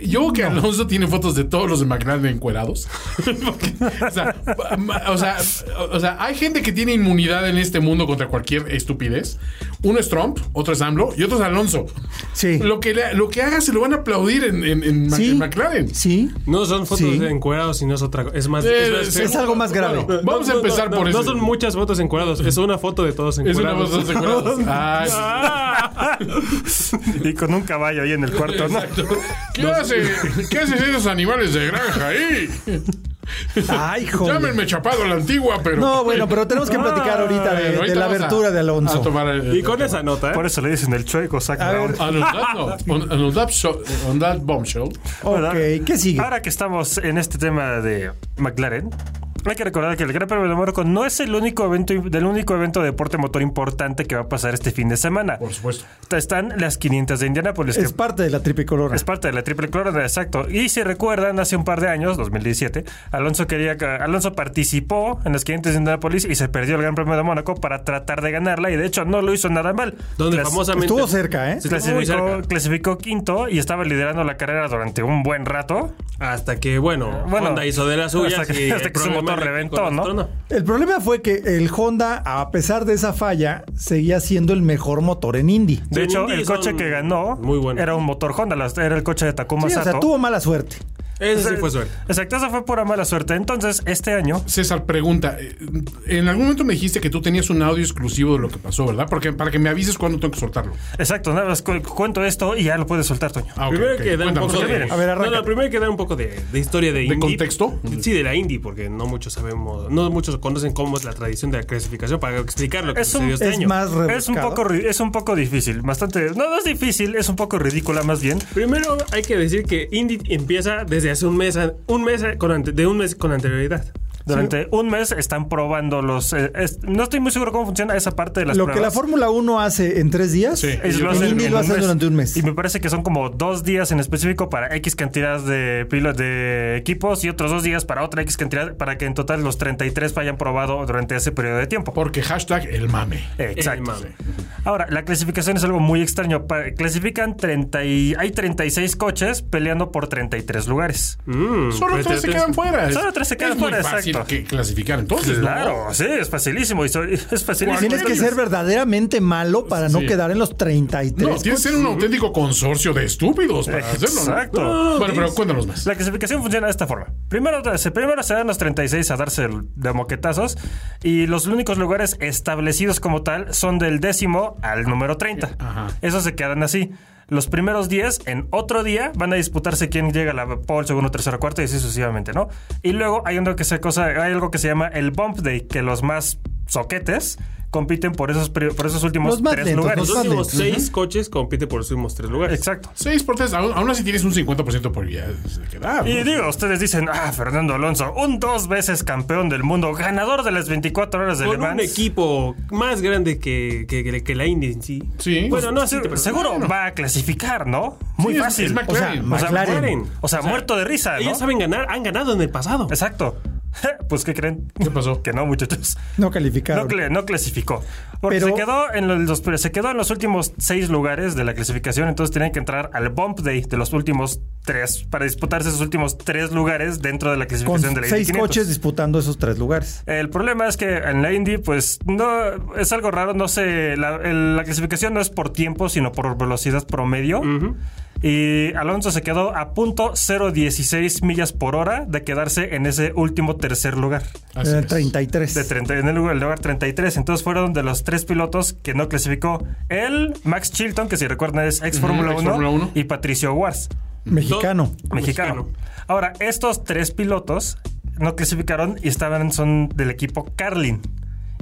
Speaker 2: Yo creo que Alonso tiene fotos de todos los de McLaren encuerados. Porque, o, sea, ma- o sea, o sea, hay gente que tiene inmunidad en este mundo contra cualquier estupidez. Uno es Trump, otro es AMLO y otro es Alonso.
Speaker 1: Sí.
Speaker 2: Lo que, le- lo que haga se lo van a aplaudir en, en- en Ma-
Speaker 1: Sí.
Speaker 2: en McLaren.
Speaker 1: Sí.
Speaker 3: No son fotos
Speaker 1: Sí.
Speaker 3: de encuerados, sino es otra cosa. Es más.
Speaker 2: Eh,
Speaker 3: más
Speaker 2: sí.
Speaker 1: es algo más grave.
Speaker 2: Bueno, vamos
Speaker 3: No,
Speaker 2: a
Speaker 3: no,
Speaker 2: empezar
Speaker 3: no,
Speaker 2: por
Speaker 3: no,
Speaker 2: eso.
Speaker 3: No son muchas fotos encuerados, es una foto de todos
Speaker 2: Es una
Speaker 3: encuerados.
Speaker 2: foto de encuerados. Ay, sí.
Speaker 3: Ah.
Speaker 2: Ah.
Speaker 4: y con un caballo ahí en el cuarto, ¿no?
Speaker 2: ¿Qué, hace- qué hacen esos animales de granja ahí?
Speaker 1: Ay, joder.
Speaker 2: Llámenme chapado a la antigua, pero.
Speaker 1: No, bueno, pero tenemos que platicar ahorita de,
Speaker 2: Bueno,
Speaker 1: de
Speaker 2: ahorita
Speaker 1: la
Speaker 2: vamos a-
Speaker 1: abertura de
Speaker 2: a
Speaker 1: Alonso.
Speaker 2: tomar el-
Speaker 3: Y con esa nota, ¿eh?
Speaker 4: Por eso le dicen el chueco, saca
Speaker 1: A
Speaker 4: la
Speaker 1: ver,
Speaker 4: onda.
Speaker 2: On that, no, on- on that so- on that bombshell.
Speaker 1: Ok, ¿qué sigue?
Speaker 4: Ahora que estamos en este tema de McLaren, hay que recordar que el Gran Premio de Mónaco no es el único evento del único evento de deporte motor importante que va a pasar este fin de semana.
Speaker 2: Por supuesto.
Speaker 4: Están las 500 de Indianápolis, que
Speaker 1: Es parte de la
Speaker 3: Ah.
Speaker 1: tripicolora.
Speaker 4: Es parte de la triple corona, exacto. Y si recuerdan, hace un par de años, 2017, Alonso quería que- Alonso participó en las 500 de Indianapolis y se perdió el Gran Premio de Mónaco para tratar de ganarla y de hecho no lo hizo nada mal.
Speaker 3: Donde
Speaker 4: Clas-
Speaker 3: famosamente.
Speaker 1: Estuvo cerca, ¿eh?
Speaker 3: Sí, estuvo muy
Speaker 4: clasificó,
Speaker 3: cerca.
Speaker 4: clasificó quinto y estaba liderando la carrera durante un buen rato.
Speaker 3: Hasta que, bueno,
Speaker 4: Eh, Bueno,
Speaker 3: Honda hizo de las suyas.
Speaker 4: hasta que-
Speaker 3: y el
Speaker 4: hasta que su
Speaker 3: problema de-
Speaker 4: motor reventó,
Speaker 3: con el
Speaker 4: ¿no?
Speaker 3: trono.
Speaker 1: El problema fue que el Honda, a pesar de esa falla, seguía siendo el mejor motor en Indy.
Speaker 3: Sí,
Speaker 4: De hecho,
Speaker 3: Indy
Speaker 4: el
Speaker 3: son
Speaker 4: coche que ganó
Speaker 3: muy buenos.
Speaker 4: era un motor Honda, las- era el coche de Takuma
Speaker 1: Sí, o sea,
Speaker 4: Sato.
Speaker 1: tuvo mala suerte.
Speaker 3: Eso sí fue suerte.
Speaker 4: Exacto, esa fue pura mala suerte. Entonces, este año
Speaker 2: César, pregunta. eh, En algún momento me dijiste que tú tenías un audio exclusivo de lo que pasó, ¿verdad? Porque para que me avises cuándo tengo que soltarlo.
Speaker 4: Exacto, nada más cu- cuento esto y ya lo puedes soltar, Toño.
Speaker 2: Ah, ok,
Speaker 3: primero
Speaker 2: ok.
Speaker 3: que dar un
Speaker 2: Cuéntanos,
Speaker 3: poco de,
Speaker 2: cuéntanos.
Speaker 1: A ver, arranca.
Speaker 3: No, no, primero hay que dar un poco de, de historia de, indie.
Speaker 2: contexto?
Speaker 3: Sí, de la indie, porque no muchos sabemos, no muchos conocen cómo es la tradición de la clasificación para explicar lo que
Speaker 4: Es un-
Speaker 3: sucedió este
Speaker 1: es
Speaker 3: año.
Speaker 1: más rebuscado.
Speaker 4: Es un, poco, ri- es un poco difícil, bastante. No, no es difícil, es un poco ridícula más bien.
Speaker 3: Primero hay que decir que Indie empieza desde hace un mes, a- un mes a- con ante- de un mes con anterioridad.
Speaker 4: Durante un mes están probando los. eh, es- no estoy muy seguro cómo funciona esa parte de las
Speaker 1: Lo que la
Speaker 4: pruebas.
Speaker 1: Fórmula 1 hace en tres días,
Speaker 2: Sí.
Speaker 4: Es-
Speaker 1: el
Speaker 4: hacen
Speaker 1: Indy
Speaker 4: en
Speaker 1: lo hace durante un mes.
Speaker 4: Y me parece que son como dos días en específico para X cantidad de pilotos de equipos y otros dos días para otra X cantidad, para que en total los 33 hayan probado durante ese periodo de tiempo.
Speaker 2: Porque hashtag el mame.
Speaker 4: Exacto.
Speaker 3: El mame.
Speaker 4: Ahora, la clasificación es algo muy extraño. Pa- Clasifican 30 y, hay 36 coches peleando por 33 lugares.
Speaker 3: Mm,
Speaker 2: Solo
Speaker 3: pues,
Speaker 2: tres se
Speaker 3: te-
Speaker 2: quedan fuera.
Speaker 4: Solo tres se quedan
Speaker 2: es muy
Speaker 4: fuera,
Speaker 2: fácil
Speaker 4: exacto.
Speaker 2: que clasificar entonces, ¿no?
Speaker 4: Claro, sí, es facilísimo. y so- Es facilísimo.
Speaker 1: Tienes que ser verdaderamente malo para no
Speaker 2: Sí.
Speaker 1: quedar en los 33.
Speaker 2: No, tienes que ser un auténtico consorcio de estúpidos para hacerlo. ¿no?
Speaker 4: Exacto.
Speaker 2: Bueno, pero cuéntanos más.
Speaker 4: La clasificación funciona de esta forma. Primero, eh, se- primero se dan los 36 a darse el- de moquetazos y los únicos lugares establecidos como tal son del décimo al número 30.
Speaker 2: Ajá.
Speaker 4: Esos se quedan así. Los primeros 10 en otro día van a disputarse quién llega a la pole, segundo, tercero, cuarto y así sucesivamente, ¿no? Y luego hay, uno que se cosa, hay algo que se llama el bump day, que los más soquetes compiten por esos, pri- por esos últimos
Speaker 1: Los más
Speaker 4: tres
Speaker 1: lentos,
Speaker 4: lugares.
Speaker 3: Los últimos
Speaker 1: Ujú.
Speaker 3: seis coches compiten por los últimos tres lugares.
Speaker 4: Exacto.
Speaker 2: 6 por 3, aún, aún así tienes un 50% de probabilidades de quedar.
Speaker 4: Y
Speaker 2: ¿no?
Speaker 4: digo, ustedes dicen, ah, Fernando Alonso, un dos veces campeón del mundo, ganador de las 24 horas de Le
Speaker 3: Con un
Speaker 4: Mans.
Speaker 3: equipo más grande que, que, que- que la Indy en sí.
Speaker 2: Sí.
Speaker 4: Bueno, no,
Speaker 3: Sí,
Speaker 4: se-
Speaker 3: pero-
Speaker 4: seguro
Speaker 2: bueno.
Speaker 4: va a clasificar, ¿no? Muy
Speaker 2: Sí, es-
Speaker 4: fácil.
Speaker 2: es
Speaker 1: o sea,
Speaker 2: McLaren.
Speaker 1: McLaren.
Speaker 4: mueren. O sea, muerto de risa, ¿no?
Speaker 3: Ellos saben ganar, han ganado en el pasado.
Speaker 4: Exacto. pues, ¿qué creen?
Speaker 2: ¿Qué pasó?
Speaker 4: Que no, muchachos.
Speaker 1: No
Speaker 4: No,
Speaker 1: calificaron.
Speaker 4: cla- no clasificó. Porque
Speaker 1: Pero-
Speaker 4: se, quedó en los, los- pero se quedó en los últimos seis lugares de la clasificación, entonces tenían que entrar al Bump Day de los últimos tres, para disputarse esos últimos tres lugares dentro de la
Speaker 1: con
Speaker 4: clasificación de la Indy
Speaker 1: seis
Speaker 4: 500.
Speaker 1: coches disputando esos tres lugares.
Speaker 4: El problema es que en la Indy, pues, no es algo raro, no sé, la, el- la clasificación no es por tiempo, sino por velocidad promedio. Y Alonso se quedó a punto 0.16 millas por hora de quedarse en ese último tercer lugar,
Speaker 2: Así
Speaker 1: Eh,
Speaker 2: es.
Speaker 1: 33.
Speaker 4: de 30 en el lugar, el lugar 33. Entonces fueron de los tres pilotos que no clasificó. Él, Max Chilton, que si recuerdan es ex Fórmula
Speaker 2: ex
Speaker 4: 1,
Speaker 2: Fórmula 1.
Speaker 4: y Patricio Wars
Speaker 1: Mexicano.
Speaker 4: mexicano. Ahora, estos tres pilotos no clasificaron y estaban son del equipo Carlin.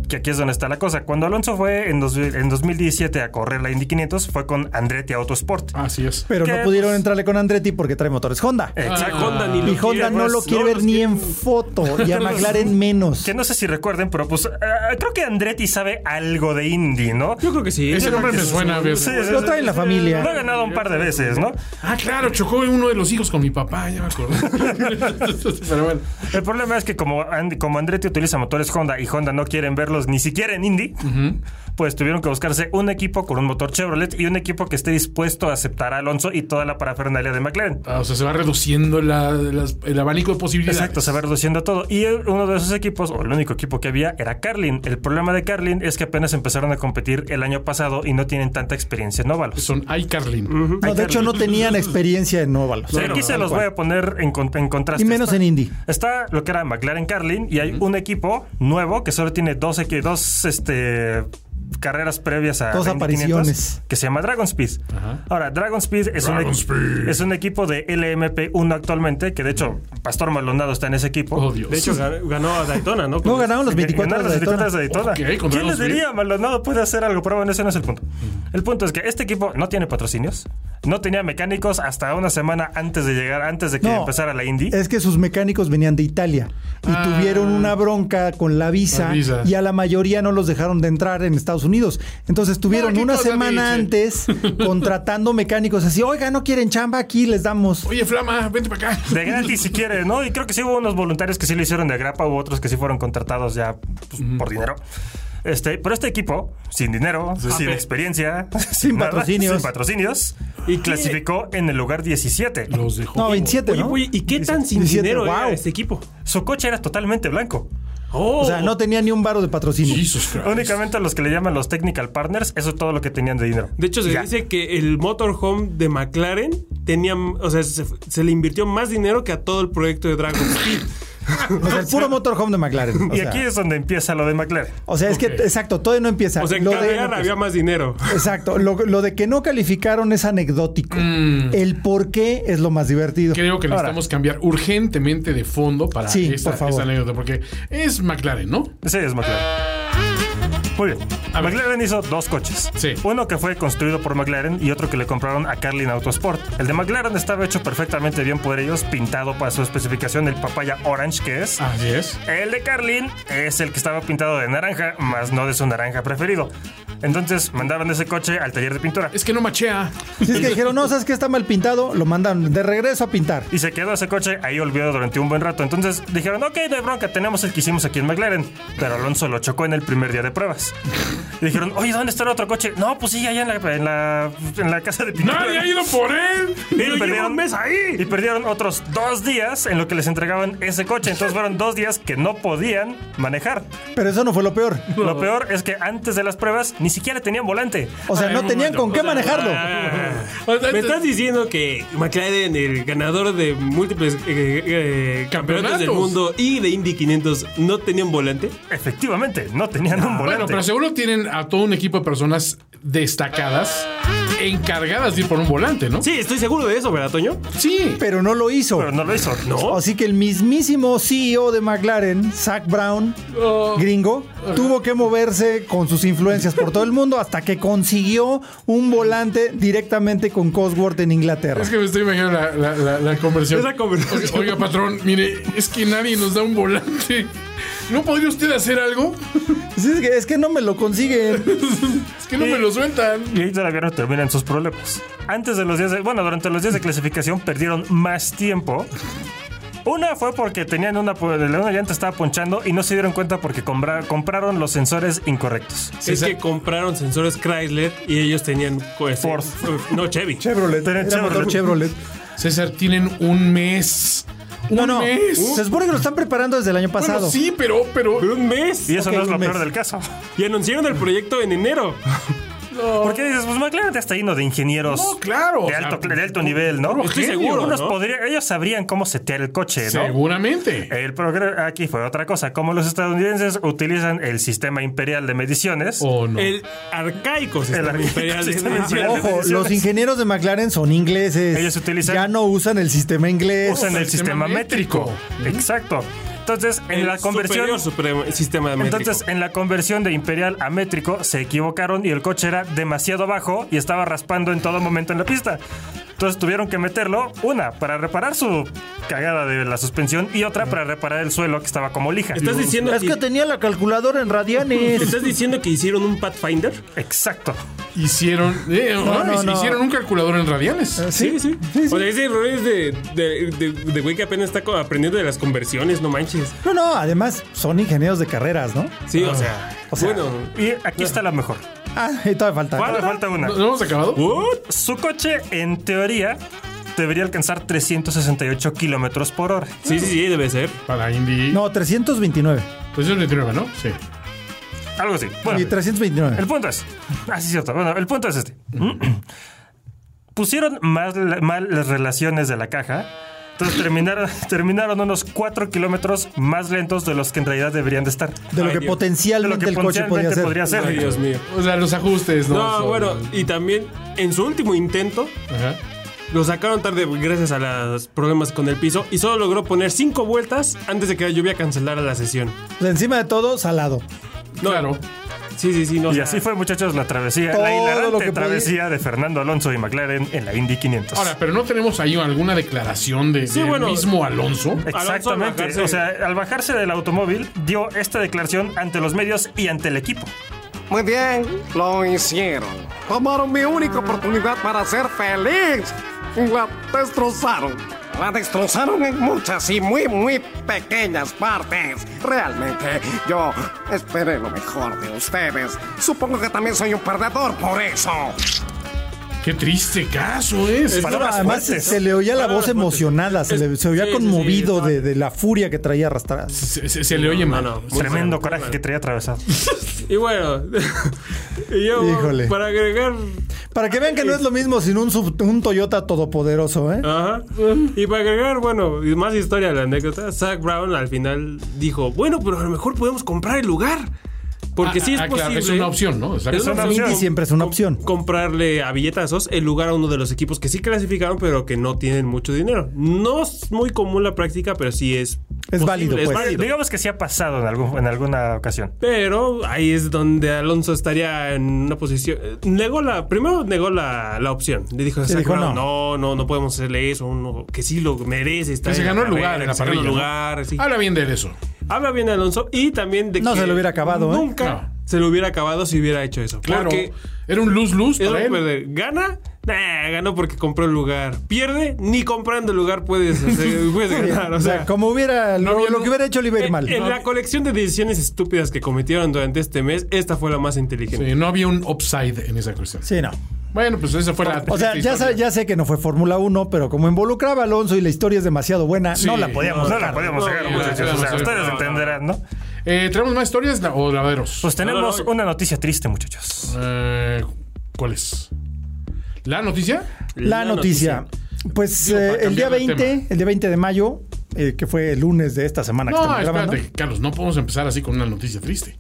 Speaker 4: que aquí es donde está la cosa. Cuando Alonso fue en, dos- en 2017 a correr la Indy 500, fue con Andretti Autosport.
Speaker 3: Ah.
Speaker 2: Así es.
Speaker 1: Pero
Speaker 4: ¿Qué? Eh,
Speaker 1: no pudieron
Speaker 4: Pues-
Speaker 1: entrarle con Andretti porque trae motores Honda.
Speaker 4: Exacto.
Speaker 3: Honda ni
Speaker 1: y
Speaker 3: lo
Speaker 1: Honda
Speaker 3: quiere,
Speaker 1: no
Speaker 3: pues,
Speaker 1: lo quiere
Speaker 3: no
Speaker 1: ver
Speaker 3: los
Speaker 1: ni
Speaker 3: quiere.
Speaker 1: en foto. Y a McLaren menos.
Speaker 4: Que no sé si recuerden, pero pues ah, creo que Andretti sabe algo de Indy, ¿no?
Speaker 3: Yo creo que sí.
Speaker 2: Ese
Speaker 3: Yo creo
Speaker 2: nombre
Speaker 3: que
Speaker 2: me
Speaker 3: sí.
Speaker 2: suena a veces.
Speaker 1: Lo trae en la familia.
Speaker 4: Lo ha ganado un par de veces, ¿no?
Speaker 2: Ah, claro, chocó uno de los hijos con mi papá, ya me acuerdo. Pero bueno.
Speaker 4: El problema es que como, Andy- como Andretti utiliza motores Honda y Honda no quieren verlos ni siquiera en Indy, pues tuvieron que buscarse un equipo con un motor Chevrolet y un equipo que esté dispuesto a aceptar a Alonso y toda la parafernalia de McLaren.
Speaker 2: Ah, o sea, se va reduciendo la- las- el abanico de posibilidades.
Speaker 4: Exacto, se va reduciendo todo. Y el- uno de esos equipos, o el único equipo que había, era Carlin. El problema de Carlin es que apenas empezaron a competir el año pasado y no tienen tanta experiencia en óvalos.
Speaker 2: Son iCarlin.
Speaker 1: No, de hecho, no tenían experiencia en óvalos.
Speaker 4: Sí, aquí se los voy a poner en, con- en contraste.
Speaker 1: Y menos
Speaker 4: Está-
Speaker 1: en Indy.
Speaker 4: Está lo que era McLaren Carlin y hay un equipo nuevo que solo tiene dos, equi- dos este, carreras previas a
Speaker 1: Dos
Speaker 4: la Indy 500,
Speaker 1: apariciones.
Speaker 4: que se llama Dragon Speed. Ahora, Dragon Speed es, un,
Speaker 2: Dragon
Speaker 4: equi-
Speaker 2: Speed.
Speaker 4: es un equipo de LMP1 actualmente, que de hecho Pastor Maldonado está en ese equipo.
Speaker 2: Oh, Dios.
Speaker 3: De hecho, gan- ganó a Daytona, ¿no?
Speaker 1: No ganaron los
Speaker 4: Que
Speaker 1: 24
Speaker 4: ganaron
Speaker 1: horas de Daytona.
Speaker 4: las etiquetas de Daytona.
Speaker 2: Ok, con
Speaker 4: ¿Quién
Speaker 2: Dragon
Speaker 4: les
Speaker 2: Speed.
Speaker 4: diría? Maldonado puede hacer algo, pero bueno, ese no es el punto.
Speaker 2: Mm.
Speaker 4: El punto es que este equipo no tiene patrocinios, no tenía mecánicos hasta una semana antes de llegar, antes de que
Speaker 1: No.
Speaker 4: empezara la Indy.
Speaker 1: Es que sus mecánicos venían de Italia y
Speaker 2: Ah.
Speaker 1: tuvieron una bronca con la visa,
Speaker 2: La visa.
Speaker 1: y a la mayoría no los dejaron de entrar en Estados Unidos. Entonces tuvieron
Speaker 2: No, ¿qué
Speaker 1: una
Speaker 2: cosa
Speaker 1: semana antes
Speaker 2: dice?
Speaker 1: contratando mecánicos así, oiga, no quieren chamba, aquí les damos.
Speaker 2: Oye, Flama, vente para acá.
Speaker 4: De gratis si quiere, ¿no? Y creo que sí hubo unos voluntarios que sí lo hicieron de grapa, hubo otros que sí fueron contratados ya pues,
Speaker 2: Mm.
Speaker 4: por dinero. Este, pero este equipo, sin dinero, sin
Speaker 3: pe-
Speaker 4: experiencia,
Speaker 1: Sin
Speaker 4: nada,
Speaker 1: patrocinios.
Speaker 4: sin patrocinios, y clasificó en el lugar 17.
Speaker 2: Los dejó.
Speaker 1: No, 27,
Speaker 3: Oye,
Speaker 1: ¿no?
Speaker 3: oye, ¿y qué tan sin
Speaker 1: 17,
Speaker 3: dinero
Speaker 1: wow.
Speaker 3: era este equipo?
Speaker 4: Su coche era totalmente blanco.
Speaker 3: Oh,
Speaker 1: O sea, no tenía ni un varo de patrocinio.
Speaker 2: Jesus Christ.
Speaker 4: Únicamente a los que le llaman los technical partners, eso es todo lo que tenían de dinero.
Speaker 3: De hecho, se
Speaker 4: Ya.
Speaker 3: dice que el motorhome de McLaren tenía, o sea, se, se le invirtió más dinero que a todo el proyecto de Dragon Speed.
Speaker 1: O sea, el puro motorhome de McLaren. O
Speaker 4: Y
Speaker 1: sea,
Speaker 4: aquí es donde empieza lo de McLaren.
Speaker 1: o sea, es que,
Speaker 2: Ok.
Speaker 1: exacto, todavía no empieza.
Speaker 3: O sea, en
Speaker 1: Lo de-
Speaker 3: carrera había más dinero.
Speaker 1: Exacto, lo, lo de que no calificaron es anecdótico.
Speaker 3: Mm.
Speaker 1: El por qué es lo más divertido.
Speaker 2: Creo que
Speaker 1: Ahora,
Speaker 2: necesitamos cambiar urgentemente de fondo para
Speaker 1: Sí,
Speaker 2: esta,
Speaker 1: por favor.
Speaker 2: esta anécdota, porque es McLaren, ¿no?
Speaker 4: Sí, es McLaren. Muy bien.
Speaker 2: A ver.
Speaker 4: McLaren hizo dos coches.
Speaker 2: Sí.
Speaker 4: Uno que fue construido por McLaren y otro que le compraron a Carlin Autosport. El de McLaren estaba hecho perfectamente bien por ellos, pintado para su especificación el papaya orange que es.
Speaker 2: Así es.
Speaker 4: El de Carlin es el que estaba pintado de naranja, más no de su naranja preferido. Entonces mandaron ese coche al taller de pintura.
Speaker 2: Es que no machea.
Speaker 1: Si es que dijeron, no, sabes que está mal pintado, lo mandan de regreso a pintar.
Speaker 4: Y se quedó ese coche ahí olvidado durante un buen rato. Entonces dijeron, ok, no hay bronca, tenemos el que hicimos aquí en McLaren. Pero Alonso lo chocó en el primer día de pruebas. Y dijeron, oye, ¿dónde está el otro coche? No, pues sí, allá en la, en la, en la casa de pintura.
Speaker 2: ¡Nadie ha ido por él!
Speaker 4: Y perdieron, y perdieron otros dos días en lo que les entregaban ese coche. Entonces fueron dos días que no podían manejar.
Speaker 1: Pero eso no fue lo peor.
Speaker 4: Lo peor es que antes de las pruebas ni siquiera tenían volante.
Speaker 1: O sea, no tenían con qué manejarlo.
Speaker 3: ah, Me estás diciendo que McLaren, el ganador de múltiples eh, eh, campeonatos del
Speaker 2: Campeonatos.
Speaker 3: mundo y de Indy 500, no tenían volante.
Speaker 4: Efectivamente, no tenían un volante.
Speaker 2: Bueno, pero seguro tienen a todo un equipo de personas destacadas encargadas de ir por un volante, ¿no?
Speaker 3: Sí, estoy seguro de eso, ¿verdad, Toño?
Speaker 2: Sí.
Speaker 1: Pero no lo hizo.
Speaker 4: Pero no lo hizo. No.
Speaker 1: Así que el mismísimo CEO de McLaren, Zach Brown, gringo, tuvo que moverse con sus influencias por todo el mundo hasta que consiguió un volante directamente con Cosworth en Inglaterra.
Speaker 2: Es que me estoy imaginando la, la, la- la conversión.
Speaker 3: Esa conversión.
Speaker 2: Oiga, oiga, patrón, mire, es que nadie nos da un volante. ¿No podría usted hacer algo?
Speaker 1: Sí, Es que, es que no me lo consiguen.
Speaker 2: Es que no me lo sueltan.
Speaker 4: Y ahí todavía no terminan sus problemas. Antes de los días de, bueno, durante los días de clasificación perdieron más tiempo. Una fue porque tenían una, una llanta estaba ponchando y no se dieron cuenta porque compra- compraron los sensores incorrectos.
Speaker 3: es que compraron sensores Chrysler y ellos tenían... pues,
Speaker 4: Ford.
Speaker 3: No, Chevy.
Speaker 1: Chevrolet.
Speaker 4: Era
Speaker 1: era motor
Speaker 4: Chevrolet.
Speaker 1: Chevrolet.
Speaker 2: César, tienen un mes. Un
Speaker 1: No, no.
Speaker 2: mes.
Speaker 1: Se supone que lo están preparando desde el año pasado.
Speaker 2: Bueno, sí, pero, pero.
Speaker 3: Pero un mes.
Speaker 4: Y eso
Speaker 1: Ok,
Speaker 4: no es lo
Speaker 1: un mes.
Speaker 4: peor del caso.
Speaker 3: Y anunciaron el proyecto en enero.
Speaker 4: Porque dices, pues McLaren está lleno de ingenieros.
Speaker 2: No, claro.
Speaker 4: De alto, de alto nivel, ¿no?
Speaker 3: Estoy seguro,
Speaker 4: Unos
Speaker 3: ¿no?
Speaker 4: podría- ellos sabrían cómo setear el coche, ¿no?
Speaker 2: Seguramente.
Speaker 3: Eh,
Speaker 4: El progre- aquí fue otra cosa. Como los estadounidenses utilizan el sistema imperial de mediciones.
Speaker 2: ¿O no?
Speaker 3: El arcaico sistema
Speaker 4: arcaico
Speaker 3: imperial de
Speaker 4: sistema
Speaker 3: mediciones.
Speaker 4: imperial de
Speaker 1: Ojo, los ingenieros de McLaren son ingleses.
Speaker 4: Ellos utilizan-
Speaker 1: Ya no usan el sistema inglés.
Speaker 4: usan el sistema métrico. Exacto. Entonces, en
Speaker 3: El
Speaker 4: la conversión.
Speaker 3: superior supremo- sistema métrico.
Speaker 4: Entonces, en la conversión de imperial a métrico se equivocaron y el coche era demasiado bajo y estaba raspando en todo momento en la pista. Entonces tuvieron que meterlo, una, para reparar su cagada de la suspensión y otra para reparar el suelo que estaba como lija.
Speaker 3: ¿Estás diciendo,
Speaker 6: Es que
Speaker 3: que,
Speaker 6: tenía la calculadora en radianes.
Speaker 3: ¿Estás diciendo que hicieron un Pathfinder?
Speaker 4: Exacto.
Speaker 2: Hicieron, eh,
Speaker 1: No, no,
Speaker 2: ay,
Speaker 1: no.
Speaker 2: hicieron un calculador en radiales.
Speaker 3: Sí, sí. O sea, ese error es de, de, de- de güey que apenas está co- aprendiendo de las conversiones, no manches.
Speaker 1: No, no, además son ingenieros de carreras, ¿no?
Speaker 3: Sí, Ah. o, sea,
Speaker 1: O sea,
Speaker 3: Bueno.
Speaker 4: Y aquí está la mejor.
Speaker 1: Ah, y todavía falta.
Speaker 4: Todavía falta una.
Speaker 2: ¿No, no hemos acabado?
Speaker 3: ¿What?
Speaker 4: Su coche, en teoría, debería alcanzar 368 kilómetros por hora.
Speaker 3: Sí, sí, sí, debe ser.
Speaker 2: Para Indy.
Speaker 1: No, 329.
Speaker 2: Pues es 29, ¿no? Sí.
Speaker 4: Algo así. Bueno,
Speaker 1: Y
Speaker 4: El
Speaker 1: 329.
Speaker 4: punto es. Ah, sí, cierto. Bueno, el punto es este. Pusieron más la- mal las relaciones de la caja. Entonces terminaron, terminaron unos 4 kilómetros más lentos de los que en realidad deberían de estar.
Speaker 1: De lo
Speaker 3: Ay,
Speaker 1: que
Speaker 3: Dios.
Speaker 4: De
Speaker 1: potencialmente el coche podía
Speaker 4: potencialmente
Speaker 1: hacer.
Speaker 4: podría ser.
Speaker 3: Ay, Dios mío.
Speaker 2: O sea, los ajustes, ¿no?
Speaker 3: No,
Speaker 2: Son-
Speaker 3: bueno, y también en su último intento
Speaker 2: Ajá.
Speaker 3: lo sacaron tarde gracias a los problemas con el piso y solo logró poner cinco vueltas antes de que la lluvia cancelara la sesión.
Speaker 1: O sea, encima de todo, salado.
Speaker 3: No,
Speaker 2: Claro.
Speaker 3: Sí, sí, sí. No, o
Speaker 4: Y
Speaker 3: sea,
Speaker 4: así fue, muchachos, la travesía,
Speaker 1: Todo
Speaker 4: la
Speaker 1: lo que
Speaker 4: hilarante
Speaker 1: podía-
Speaker 4: travesía de Fernando Alonso y McLaren en la Indy 500.
Speaker 2: Ahora, pero no tenemos ahí alguna declaración de,
Speaker 3: Sí,
Speaker 2: del
Speaker 3: bueno.
Speaker 2: mismo Alonso.
Speaker 3: Alonso al
Speaker 4: Exactamente.
Speaker 3: bajarse-
Speaker 4: O sea, al bajarse del automóvil, dio esta declaración ante los medios y ante el equipo.
Speaker 7: Muy bien, lo hicieron. Tomaron mi única oportunidad para ser feliz y la destrozaron. La destrozaron en muchas y muy, muy pequeñas partes. Realmente, yo esperé lo mejor de ustedes. Supongo que también soy un perdedor por eso.
Speaker 2: Qué triste caso es.
Speaker 3: Es-
Speaker 4: Palabras
Speaker 1: Además,
Speaker 4: fuertes,
Speaker 1: se le oía la
Speaker 3: Palabras
Speaker 1: voz
Speaker 3: fuertes.
Speaker 1: emocionada, se,
Speaker 3: Es-
Speaker 1: le, se oía
Speaker 3: sí, sí,
Speaker 1: conmovido
Speaker 3: sí,
Speaker 1: de,
Speaker 3: no.
Speaker 1: de la furia que traía arrastrada.
Speaker 2: Se, se- se le oye mal. Ah,
Speaker 3: no, no, muy
Speaker 4: Tremendo
Speaker 3: mal,
Speaker 4: coraje
Speaker 3: muy
Speaker 4: que traía atravesado.
Speaker 3: mal. Y bueno, y yo,
Speaker 1: Híjole.
Speaker 3: para agregar
Speaker 1: Para que vean que no es lo mismo sin un, sub- un Toyota todopoderoso, ¿eh?
Speaker 3: Ajá. Y para agregar, bueno, y más historia a la anécdota, Zach Brown al final dijo, bueno, pero a lo mejor podemos comprar el lugar. Porque
Speaker 2: Ah,
Speaker 3: sí es
Speaker 2: ah, claro,
Speaker 3: posible.
Speaker 2: es una opción, ¿no? Exacto.
Speaker 4: Es una
Speaker 1: opción. Indy siempre es una
Speaker 3: Com-
Speaker 1: opción.
Speaker 3: Comprarle a billetazos el lugar a uno de los equipos que sí clasificaron, pero que no tienen mucho dinero. No es muy común la práctica, pero sí es.
Speaker 1: Es válido,
Speaker 3: es
Speaker 1: pues.
Speaker 3: válido.
Speaker 4: Digamos que sí ha pasado en, algún, en alguna ocasión.
Speaker 3: Pero ahí es donde Alonso estaría en una posición. eh, Negó la. Primero negó la, la opción. Le dijo, a
Speaker 1: Sí,
Speaker 3: Zac
Speaker 1: dijo,
Speaker 3: Brown,
Speaker 1: no.
Speaker 3: no. no, no, podemos hacerle eso. Uno que sí lo merece. está
Speaker 2: Que se
Speaker 3: en
Speaker 2: ganó el
Speaker 3: carrera,
Speaker 2: lugar en la
Speaker 3: que se ganó
Speaker 2: parrilla.
Speaker 3: el
Speaker 2: ¿no?
Speaker 3: lugar, sí.
Speaker 2: Habla bien de él eso.
Speaker 3: Habla bien de Alonso y también de
Speaker 1: No
Speaker 3: que
Speaker 1: se lo hubiera acabado, ¿eh?
Speaker 3: Nunca se lo hubiera acabado si hubiera hecho eso.
Speaker 2: Claro.
Speaker 3: Porque
Speaker 2: Era un luz-luz
Speaker 3: es
Speaker 2: para
Speaker 3: un
Speaker 2: él.
Speaker 3: perder. ¿Gana? Nah, ganó porque compró el lugar. ¿Pierde? Ni comprando el lugar puedes, hacer- puedes ganar. O
Speaker 1: O
Speaker 3: sea,
Speaker 1: sea, como hubiera
Speaker 2: no Eh,
Speaker 1: lo,
Speaker 2: había
Speaker 1: lo
Speaker 2: lu-
Speaker 1: que hubiera hecho le iba a ir
Speaker 3: en,
Speaker 1: mal. Ah,
Speaker 3: en la colección de decisiones estúpidas que cometieron durante este mes, esta fue la más inteligente.
Speaker 2: Sí, no había un upside en esa cuestión.
Speaker 1: Sí, no.
Speaker 2: Bueno, pues esa fue la.
Speaker 1: O sea,
Speaker 2: triste
Speaker 1: ya,
Speaker 2: historia.
Speaker 1: sa- ya sé que no fue Fórmula 1, pero como involucraba a Alonso y la historia es demasiado buena,
Speaker 2: Sí.
Speaker 1: no la podíamos.
Speaker 4: No la podíamos
Speaker 3: No,
Speaker 4: sacar,
Speaker 3: ya,
Speaker 4: muchachos.
Speaker 2: ya, ya,
Speaker 4: O sea,
Speaker 2: ya,
Speaker 4: ustedes
Speaker 2: no, no.
Speaker 4: entenderán, ¿no?
Speaker 2: Eh, ¿Tenemos más historias la- o laderos?
Speaker 4: Pues tenemos
Speaker 3: No, no.
Speaker 4: una noticia triste, muchachos.
Speaker 2: Eh, ¿Cuál es? ¿La noticia?
Speaker 1: La noticia. Pues eh,
Speaker 2: para
Speaker 1: el día
Speaker 2: cambiar de
Speaker 1: 20,
Speaker 2: tema.
Speaker 1: el día 20 de mayo, eh, que fue el lunes de esta semana que
Speaker 2: No,
Speaker 1: estamos grabando.
Speaker 2: espérate, Carlos, no podemos empezar así con una noticia triste.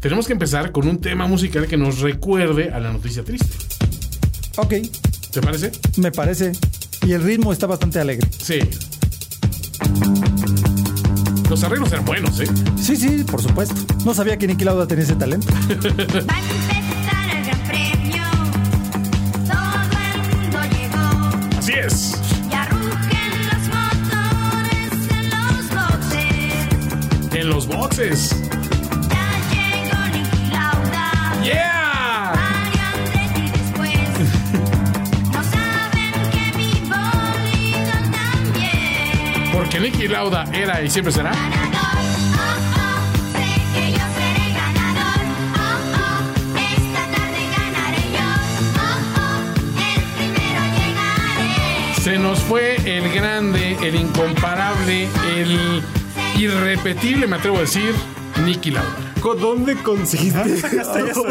Speaker 2: Tenemos que empezar con un tema musical que nos recuerde a la noticia triste.
Speaker 1: Ok,
Speaker 2: ¿Te parece?
Speaker 1: me parece. Y el ritmo está bastante alegre.
Speaker 2: Sí. Los arreglos eran buenos, ¿eh?
Speaker 1: Sí, sí, por supuesto. No sabía que Niki Lauda tenía ese talento.
Speaker 8: Va a empezar el gran premio, todo el mundo llegó,
Speaker 2: Así es.
Speaker 8: y arrugen los motores en los boxes,
Speaker 2: En los boxes.
Speaker 8: ya llegó Niki Lauda,
Speaker 2: ¡Yeah!
Speaker 8: Mario Andretti después, no saben que mi bolido también,
Speaker 2: Porque Nicky Lauda era y siempre será.
Speaker 8: ganador, oh oh, sé que yo seré ganador, oh oh, esta tarde ganaré yo, oh oh, el primero llegaré.
Speaker 2: Se nos fue el grande, el incomparable, el irrepetible, me atrevo a decir, Nicky Lauda.
Speaker 3: ¿Dónde conseguiste?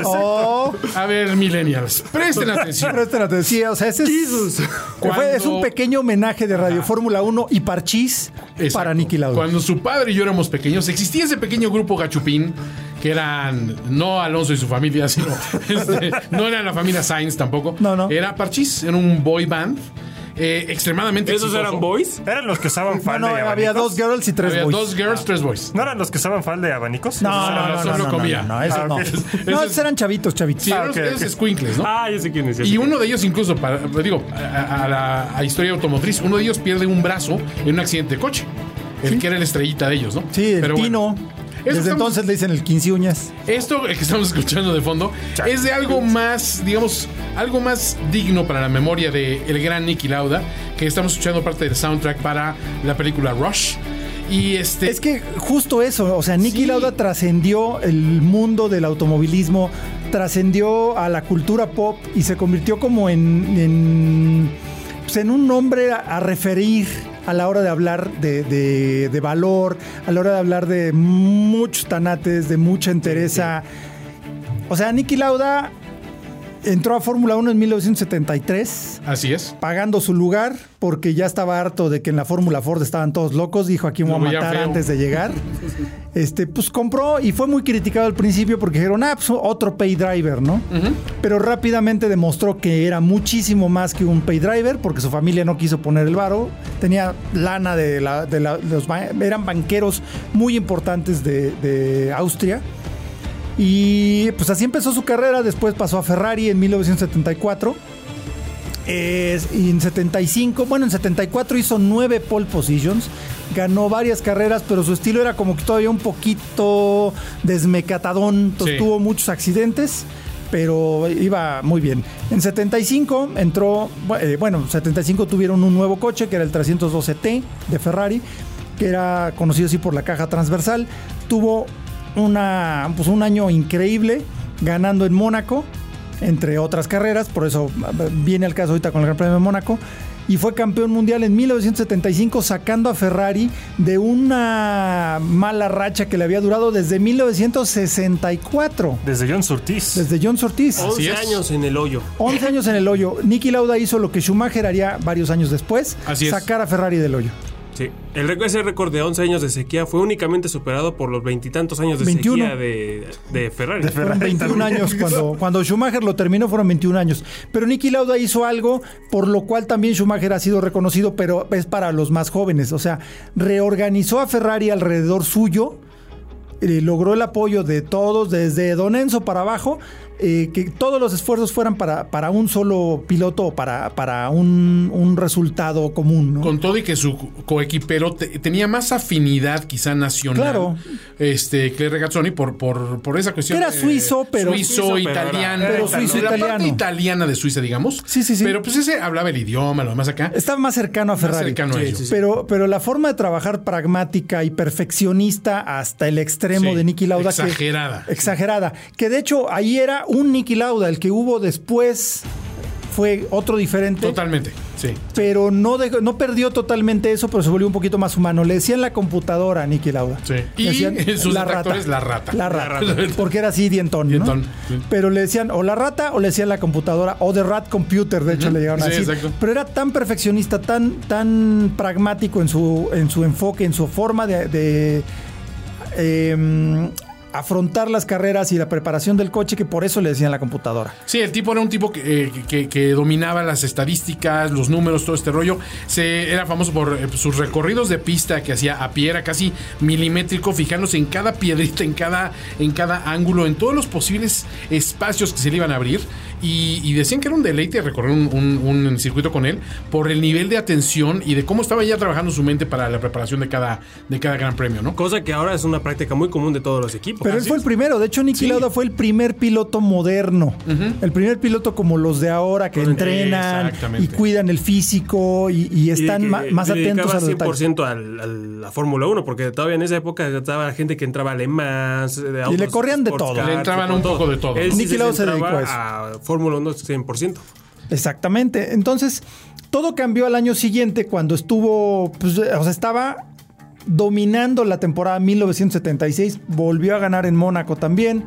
Speaker 1: Oh,
Speaker 2: A ver, millennials, presten atención.
Speaker 1: presten atención. Sí, o sea, ese es, que fue- es un
Speaker 2: Cuando-
Speaker 1: pequeño homenaje de Radio Fórmula 1 y Parchís
Speaker 2: Exacto.
Speaker 1: para Niki Lauda.
Speaker 2: Cuando su padre y yo éramos pequeños, existía ese pequeño grupo gachupín que eran no Alonso y su familia, sino este, no era la familia Sainz tampoco.
Speaker 1: No, no.
Speaker 2: Era Parchis, era un boy band. eh, extremadamente
Speaker 3: ¿Esos
Speaker 2: exitoso.
Speaker 3: eran boys?
Speaker 4: ¿Eran los que
Speaker 1: No,
Speaker 4: usaban
Speaker 1: no,
Speaker 4: falda y
Speaker 1: había
Speaker 4: abanicos?
Speaker 1: dos girls y tres
Speaker 2: Había
Speaker 1: boys.
Speaker 2: dos girls, tres boys.
Speaker 4: ¿No eran los que usaban falda y abanicos?
Speaker 1: No,
Speaker 2: no,
Speaker 1: no, no,
Speaker 2: solo
Speaker 1: no, no,
Speaker 2: comía.
Speaker 1: no, no, esos
Speaker 4: Ah,
Speaker 1: no.
Speaker 4: ok.
Speaker 1: No,
Speaker 2: Esos-
Speaker 1: esos eran chavitos, chavitos.
Speaker 2: Sí, eran
Speaker 4: ok,
Speaker 2: unos-
Speaker 4: ok.
Speaker 2: esos squinkles, ¿no?
Speaker 3: Ah, yo sé quién es. ya sé
Speaker 2: Y
Speaker 3: quién
Speaker 2: uno de ellos incluso, para, digo, a, a la a historia automotriz, uno de ellos pierde un brazo en un accidente de coche. El que era la estrellita de ellos, ¿no?
Speaker 1: Sí, el
Speaker 2: Pero
Speaker 1: Tino.
Speaker 2: bueno. Eso
Speaker 1: Desde
Speaker 2: estamos-
Speaker 1: entonces le dicen el 15 uñas.
Speaker 2: Esto que estamos escuchando de fondo es de algo más, digamos, algo más digno para la memoria de el gran Nicky Lauda, que estamos escuchando parte del soundtrack para la película Rush. Y este
Speaker 1: Es que justo eso, o sea, Nicky
Speaker 2: Sí.
Speaker 1: Lauda trascendió el mundo del automovilismo, trascendió a la cultura pop y se convirtió como en, en, pues, en un nombre a, a referir a la hora de hablar de, de- de valor, a la hora de hablar de muchos tanates, de mucha entereza. O sea, Nicky Lauda entró a Fórmula 1 en 1973
Speaker 2: así es.
Speaker 1: pagando su lugar porque ya estaba harto de que en la Fórmula Ford estaban todos locos, dijo aquí me voy
Speaker 2: Luego
Speaker 1: a
Speaker 2: ya
Speaker 1: matar
Speaker 2: feo.
Speaker 1: antes de llegar. Este, pues compró y fue muy criticado al principio porque dijeron, ah, pues otro pay driver, ¿no? Pero rápidamente demostró que era muchísimo más que un pay driver porque su familia no quiso poner el varo, tenía lana de, la, de la- de los, ba- eran banqueros muy importantes de, de Austria. Y pues así empezó su carrera, después pasó a Ferrari en 1974. Es- y en 75, bueno, en 74 hizo nueve pole positions, ganó varias carreras, pero su estilo era como que todavía un poquito desmecatadón, entonces
Speaker 2: Sí.
Speaker 1: tuvo muchos accidentes, pero iba muy bien. En 75 entró, bu- eh, bueno, en 75 tuvieron un nuevo coche que era el 312T de Ferrari, que era conocido así por la caja transversal, tuvo una, pues un año increíble ganando en Mónaco entre otras carreras, por eso eh, viene al caso ahorita con el Gran Premio de Mónaco. Y fue campeón mundial en 1975 sacando a Ferrari de una mala racha que le había durado desde 1964,
Speaker 4: Desde John Surtees.
Speaker 1: desde John Sortiz.
Speaker 3: es. 11
Speaker 2: es.
Speaker 3: años en el hoyo.
Speaker 1: 11 años en el hoyo. Nicky Lauda hizo lo que Schumacher haría varios años después,
Speaker 2: Así es.
Speaker 1: sacar a Ferrari del hoyo.
Speaker 3: Sí. El récord, ese récord de 11 años de sequía fue únicamente superado por los veintitantos años de
Speaker 1: 21.
Speaker 3: sequía de, de Ferrari.
Speaker 1: Fueron 21 años cuando, cuando Schumacher lo terminó, fueron 21 años. Pero Niki Lauda hizo algo por lo cual también Schumacher ha sido reconocido, pero es para los más jóvenes. O sea, reorganizó a Ferrari alrededor suyo. eh, logró el apoyo de todos, desde Don Enzo para abajo, eh, que todos los esfuerzos fueran para, para un solo piloto o para, para un, un resultado común. ¿no?
Speaker 2: Con todo y que su coequipero te- tenía más afinidad quizá nacional.
Speaker 1: Claro.
Speaker 2: Este, Claire Regazzoni por, por, por esa cuestión.
Speaker 1: Que era
Speaker 2: eh,
Speaker 1: suizo, pero-
Speaker 3: Suizo,
Speaker 2: Suizo,
Speaker 3: pero
Speaker 2: italiano.
Speaker 3: era-
Speaker 1: Pero suizo,
Speaker 2: de la parte
Speaker 1: italiano.
Speaker 2: italiana de Suiza, digamos.
Speaker 1: Sí, sí, sí.
Speaker 2: Pero pues ese hablaba el idioma, lo demás acá.
Speaker 1: Está más cercano a
Speaker 2: Más
Speaker 1: Ferrari.
Speaker 2: cercano a
Speaker 3: Sí,
Speaker 2: ellos.
Speaker 3: sí, sí.
Speaker 1: Pero, pero la forma de trabajar pragmática y perfeccionista hasta el extremo
Speaker 2: Sí,
Speaker 1: de Nicky Lauda. que-
Speaker 2: exagerada.
Speaker 1: exagerada. Que de hecho ahí era un Nicky Lauda, el que hubo después fue otro diferente.
Speaker 2: Totalmente. Sí.
Speaker 1: Pero no, dejó- no perdió totalmente eso, pero se volvió un poquito más humano. Le decían la computadora a Nicky Lauda.
Speaker 2: Sí.
Speaker 1: Le
Speaker 2: Y
Speaker 1: decían,
Speaker 2: sus detractores, la rata".
Speaker 1: La
Speaker 2: La
Speaker 1: rata.
Speaker 2: rata.
Speaker 1: Porque era así dientón. ¿no?
Speaker 2: Dientón, sí.
Speaker 1: Pero le decían o la rata o le decían la computadora o The Rat Computer, de hecho le llegaron a
Speaker 2: Sí,
Speaker 1: decir.
Speaker 2: exacto.
Speaker 1: Pero era tan perfeccionista, tan, tan pragmático en su, en su enfoque, en su forma de, de, eh, afrontar las carreras y la preparación del coche que por eso le decían la computadora.
Speaker 2: Sí, el tipo era un tipo que, eh, que- que dominaba las estadísticas, los números, todo este rollo. Se, era famoso por eh, sus recorridos de pista que hacía a pie, era casi milimétrico, fijándose en cada piedrita, en cada, en cada ángulo, en todos los posibles espacios que se le iban a abrir. Y, y decían que era un deleite recorrer un, un- un circuito con él por el nivel de atención y de cómo estaba ya trabajando su mente para la preparación de cada, de cada gran premio, ¿no?
Speaker 3: Cosa que ahora es una práctica muy común de todos los equipos.
Speaker 1: Pero él fue el primero. De hecho, Nicky Lauda fue el primer piloto moderno. El primer piloto como los de ahora que entrenan
Speaker 2: Exactamente.
Speaker 1: y cuidan el físico y, y
Speaker 3: Y de
Speaker 1: están
Speaker 3: que
Speaker 1: ma- más
Speaker 3: dedicaba
Speaker 1: atentos a los detalles.
Speaker 3: 100% al- al- a la Fórmula 1, porque todavía en esa época estaba gente que entraba alemán, eh, de autos,
Speaker 1: le corrían de
Speaker 3: sports
Speaker 1: todo.
Speaker 3: cars,
Speaker 2: Le entraban un poco de todo.
Speaker 3: Él sí
Speaker 1: Niki Lauda se
Speaker 3: centraba
Speaker 1: dedicó
Speaker 3: a Fórmula 1 100%.
Speaker 1: Exactamente. Entonces, todo cambió al año siguiente cuando estuvo, pues, o sea, estaba dominando la temporada 1976. Volvió a ganar en Mónaco también,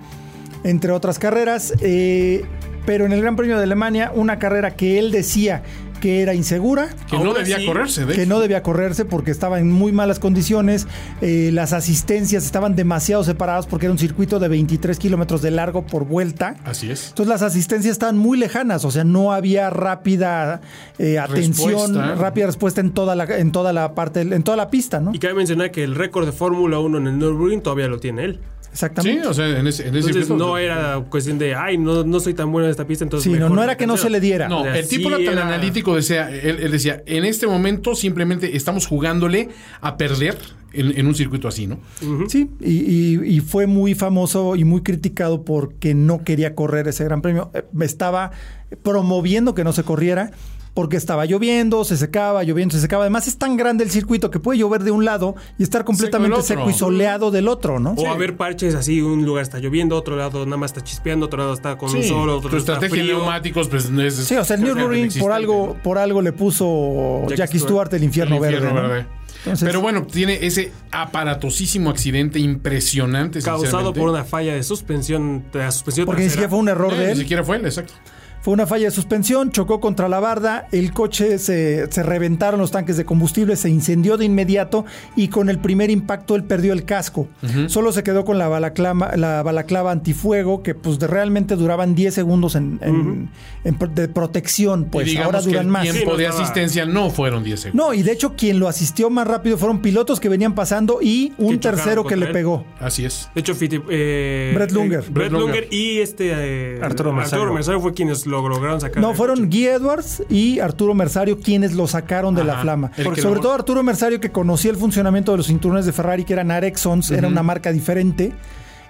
Speaker 1: entre otras carreras. Eh, pero en el Gran Premio de Alemania, una carrera que él decía que era insegura,
Speaker 2: Que
Speaker 3: Aún
Speaker 2: no debía
Speaker 3: así,
Speaker 2: correrse, de
Speaker 1: que
Speaker 2: hecho.
Speaker 1: no debía correrse porque estaba en muy malas condiciones, eh, las asistencias estaban demasiado separadas porque era un circuito de 23 kilómetros de largo por vuelta.
Speaker 2: Así es.
Speaker 1: Entonces las asistencias estaban muy lejanas, o sea, no había rápida eh, atención,
Speaker 2: Respuesta.
Speaker 1: rápida respuesta en toda la en toda la parte, en toda la pista, ¿no?
Speaker 3: Y cabe mencionar que el récord de Fórmula 1 en el Nürburgring todavía lo tiene él.
Speaker 2: Sí,
Speaker 1: Exactamente.
Speaker 2: o sea, en ese, en ese
Speaker 3: Entonces
Speaker 2: circuito-
Speaker 3: pues, no era cuestión de, ay, no, no soy tan bueno en esta pista, entonces...
Speaker 1: Sí, no,
Speaker 3: mejor
Speaker 1: no
Speaker 3: me
Speaker 1: era que no
Speaker 3: cancelo".
Speaker 1: se le diera.
Speaker 2: pues No,
Speaker 3: O sea,
Speaker 2: el tipo
Speaker 3: sí
Speaker 2: era tan
Speaker 3: era-
Speaker 2: analítico, decía, él, él decía, en este momento simplemente estamos jugándole a perder en, en un circuito así, ¿no?
Speaker 1: Sí, y, y- y fue muy famoso y muy criticado porque no quería correr ese gran premio. Eh, Estaba promoviendo que no se corriera porque estaba lloviendo, se secaba, lloviendo, se secaba. Además es tan grande el circuito que puede llover de un lado y estar completamente
Speaker 2: del otro. Oh.
Speaker 1: seco y soleado del otro, ¿no?
Speaker 3: O haber parches así, un lugar está lloviendo, otro lado nada más está chispeando, otro lado está con un sol, otro
Speaker 2: tu
Speaker 3: lado está
Speaker 2: estrategia de
Speaker 3: frío.
Speaker 2: neumáticos, pues es.
Speaker 1: Sí, o sea, el
Speaker 2: es
Speaker 1: Nürburgring por
Speaker 2: inexistente.
Speaker 1: algo, por algo le puso
Speaker 3: Jackie
Speaker 1: Jackie
Speaker 3: Stewart.
Speaker 1: Stewart el infierno,
Speaker 2: El infierno
Speaker 1: verde. ¿no?
Speaker 2: verde.
Speaker 1: Entonces-
Speaker 2: Pero bueno, tiene ese aparatosísimo accidente impresionante.
Speaker 3: Causado
Speaker 2: sinceramente.
Speaker 3: por una falla de suspensión, de la suspensión
Speaker 1: Porque ni
Speaker 3: trasera.
Speaker 1: siquiera fue un error
Speaker 2: Eh,
Speaker 1: de
Speaker 2: Ni
Speaker 1: él.
Speaker 2: siquiera fue él, exacto.
Speaker 1: Fue una falla de suspensión, chocó contra la barda, el coche se, se reventaron los tanques de combustible, se incendió de inmediato y con el primer impacto él perdió el casco. Solo se quedó con la balaclava, la balaclava antifuego que pues de- realmente duraban 10 segundos en, en- en pro- de protección,
Speaker 2: y
Speaker 1: pues
Speaker 2: digamos
Speaker 1: ahora
Speaker 2: que
Speaker 1: duran
Speaker 2: el
Speaker 1: más.
Speaker 2: tiempo
Speaker 3: Sí, no
Speaker 2: de
Speaker 3: estaba-
Speaker 2: asistencia no fueron 10 segundos.
Speaker 1: No, y de hecho quien lo asistió más rápido fueron pilotos que venían pasando y un
Speaker 3: chocaron
Speaker 1: tercero que
Speaker 3: contra
Speaker 1: le
Speaker 3: él.
Speaker 1: pegó.
Speaker 2: Así es.
Speaker 3: De hecho, Fiti- eh,
Speaker 1: Brett Lunger.
Speaker 3: eh, Brett Lunger y este. eh,
Speaker 4: Arturo Merzario.
Speaker 3: Merzario fue quienes lo lograron sacar.
Speaker 1: No,
Speaker 3: del
Speaker 1: fueron
Speaker 3: coche.
Speaker 1: Guy Edwards y Arturo Mersario quienes lo sacaron de la flama.
Speaker 2: el
Speaker 1: Porque
Speaker 2: que
Speaker 1: sobre
Speaker 2: lo-
Speaker 1: todo Arturo Mersario que conocía el funcionamiento de los cinturones de Ferrari que eran Arexons, era una marca diferente.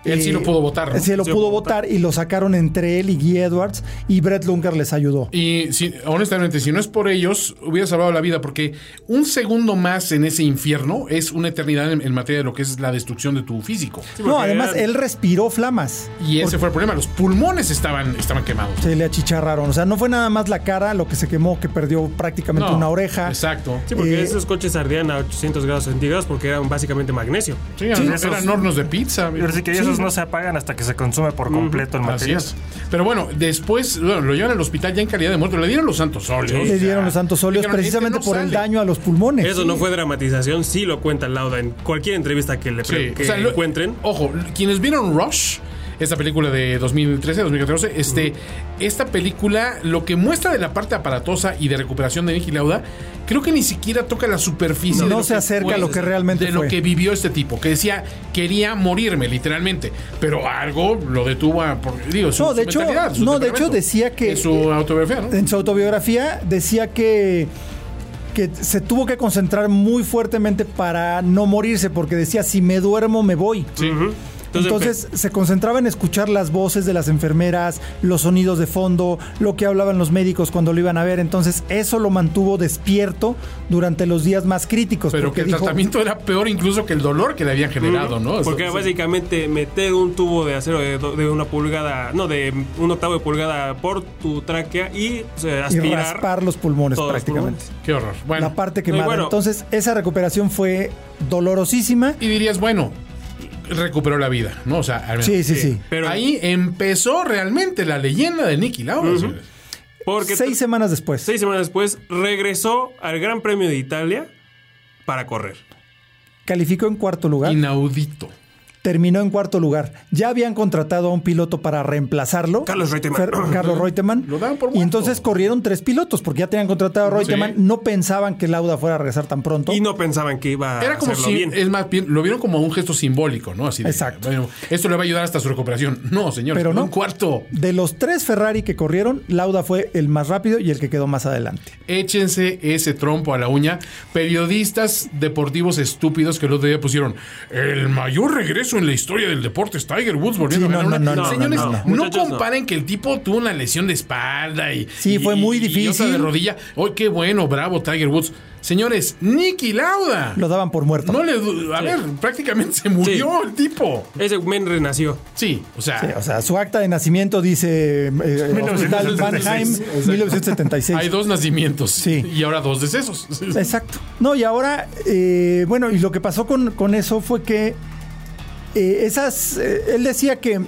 Speaker 2: Él sí lo pudo votar, ¿no?
Speaker 1: Él sí lo
Speaker 3: Sí
Speaker 1: pudo
Speaker 3: lo pudo
Speaker 1: votar y lo sacaron entre él y Guy Edwards y Brett Lunger les ayudó.
Speaker 2: Y si- honestamente, si no es por ellos, hubiera salvado la vida, porque un segundo más en ese infierno es una eternidad en, en materia de lo que es la destrucción de tu físico.
Speaker 3: Sí,
Speaker 1: no,
Speaker 3: porque
Speaker 1: además
Speaker 3: eran-
Speaker 1: él respiró flamas.
Speaker 2: Y ese fue el problema. Los pulmones estaban, estaban quemados.
Speaker 1: Se le achicharraron. O sea, no fue nada más la cara lo que se quemó, que perdió prácticamente
Speaker 2: No,
Speaker 1: una oreja.
Speaker 2: Exacto.
Speaker 3: Sí, porque
Speaker 1: eh,
Speaker 3: esos coches ardían a 800 grados centígrados porque eran básicamente magnesio.
Speaker 2: Sí, eran,
Speaker 4: esos-
Speaker 2: eran hornos de pizza.
Speaker 4: Pero sí que esos no se apagan hasta que se consume por completo el
Speaker 2: Así
Speaker 4: material.
Speaker 2: es. Pero bueno, después bueno, lo llevan al hospital ya en calidad de muerto. Le dieron los santos óleos.
Speaker 1: Le dieron los santos óleos
Speaker 2: Dijeron, "Este
Speaker 1: precisamente
Speaker 2: no
Speaker 1: por el
Speaker 2: sale".
Speaker 1: daño a los pulmones.
Speaker 3: Eso no fue dramatización, sí lo cuenta Lauda en cualquier entrevista que le pre-
Speaker 2: Sí,
Speaker 3: que
Speaker 2: o sea, lo-
Speaker 3: encuentren.
Speaker 2: Ojo, quienes vieron Rush, esta película de 2013, 2014, este, esta película lo que muestra de la parte aparatosa y de recuperación de Niki Lauda, creo que ni siquiera toca la superficie.
Speaker 1: No,
Speaker 2: de
Speaker 1: no
Speaker 2: lo
Speaker 1: se
Speaker 2: que
Speaker 1: acerca
Speaker 2: fue,
Speaker 1: a lo que realmente
Speaker 2: De
Speaker 1: fue.
Speaker 2: lo que vivió este tipo, que decía, quería morirme, literalmente, pero algo lo detuvo a, por- digo, su,
Speaker 1: No, de
Speaker 2: su
Speaker 1: hecho-
Speaker 2: mentalidad, su
Speaker 1: no, de
Speaker 2: temperamento.
Speaker 1: hecho decía que-
Speaker 2: En su autobiografía, ¿no?
Speaker 1: en su autobiografía decía que que se tuvo que concentrar muy fuertemente para no morirse porque decía si me duermo me voy.
Speaker 3: Entonces, pues,
Speaker 1: Entonces se concentraba en escuchar las voces de las enfermeras, los sonidos de fondo, lo que hablaban los médicos cuando lo iban a ver. Entonces eso lo mantuvo despierto durante los días más críticos.
Speaker 2: Pero que
Speaker 1: porque
Speaker 2: el
Speaker 1: dijo,
Speaker 2: tratamiento era peor incluso que el dolor que le habían generado, ¿no? O sea,
Speaker 3: Porque era básicamente meter un tubo de acero de, do- de una pulgada, no, de un octavo de pulgada por tu tráquea y o sea,
Speaker 1: y
Speaker 3: aspirar.
Speaker 1: raspar los pulmones
Speaker 3: todos los
Speaker 1: prácticamente.
Speaker 3: pulmones.
Speaker 2: Qué horror. Bueno.
Speaker 1: La parte quemada.
Speaker 3: bueno.
Speaker 1: Entonces esa recuperación fue dolorosísima.
Speaker 2: y dirías, bueno, recuperó la vida, ¿no? O sea, al menos-
Speaker 1: Sí, sí, sí.
Speaker 3: Pero-
Speaker 2: ahí empezó realmente la leyenda de Nicky Lauda. señores.
Speaker 3: Porque
Speaker 1: Seis semanas después.
Speaker 3: seis semanas después regresó al Gran Premio de Italia para correr.
Speaker 1: Calificó en cuarto lugar.
Speaker 2: Inaudito.
Speaker 1: terminó en cuarto lugar. Ya habían contratado a un piloto para reemplazarlo.
Speaker 3: Carlos Reutemann.
Speaker 1: Carlos Reutemann.
Speaker 2: Lo daban por
Speaker 1: y
Speaker 2: muerto.
Speaker 1: entonces corrieron tres pilotos porque ya tenían contratado a Reutemann.
Speaker 2: Sí.
Speaker 1: No pensaban que Lauda fuera a regresar tan pronto.
Speaker 3: Y no pensaban que iba a
Speaker 2: Era como
Speaker 3: hacerlo
Speaker 2: si,
Speaker 3: bien.
Speaker 2: es más, bien, lo vieron como un gesto simbólico, ¿no? Así de,
Speaker 1: Exacto.
Speaker 2: bueno, esto le va a ayudar hasta su recuperación. No, señor,
Speaker 1: Pero no.
Speaker 2: un cuarto.
Speaker 1: De los tres Ferrari que corrieron, Lauda fue el más rápido y el que quedó más adelante.
Speaker 2: Échense ese trompo a la uña. Periodistas deportivos estúpidos que el otro día pusieron el mayor regreso en la historia del deporte es Tiger Woods volviendo
Speaker 1: Sí,
Speaker 2: a
Speaker 1: no,
Speaker 2: ganar
Speaker 1: no,
Speaker 2: una.
Speaker 1: no, no,
Speaker 2: Señores,
Speaker 1: no,
Speaker 2: no,
Speaker 1: no.
Speaker 3: Muchachos, no.
Speaker 2: comparen que el tipo tuvo una lesión de espalda y.
Speaker 1: Sí,
Speaker 2: y-
Speaker 1: fue muy
Speaker 2: y- y otra
Speaker 1: difícil.
Speaker 2: de rodilla. Hoy qué bueno, bravo Tiger Woods. Señores, Nicky Lauda.
Speaker 1: Lo daban por muerto.
Speaker 2: No le. du- A ver, prácticamente se murió
Speaker 3: Sí.
Speaker 2: el tipo.
Speaker 3: Ese men renació.
Speaker 2: Sí, o sea.
Speaker 1: Sí, o sea, su acta de nacimiento dice eh, Hospital
Speaker 4: 1976.
Speaker 1: Mannheim, 1976.
Speaker 2: hay dos nacimientos.
Speaker 1: Sí.
Speaker 2: Y ahora dos decesos.
Speaker 1: Exacto. No, y ahora, eh, bueno, y lo que pasó con, con eso fue que eh, esas, eh, él decía que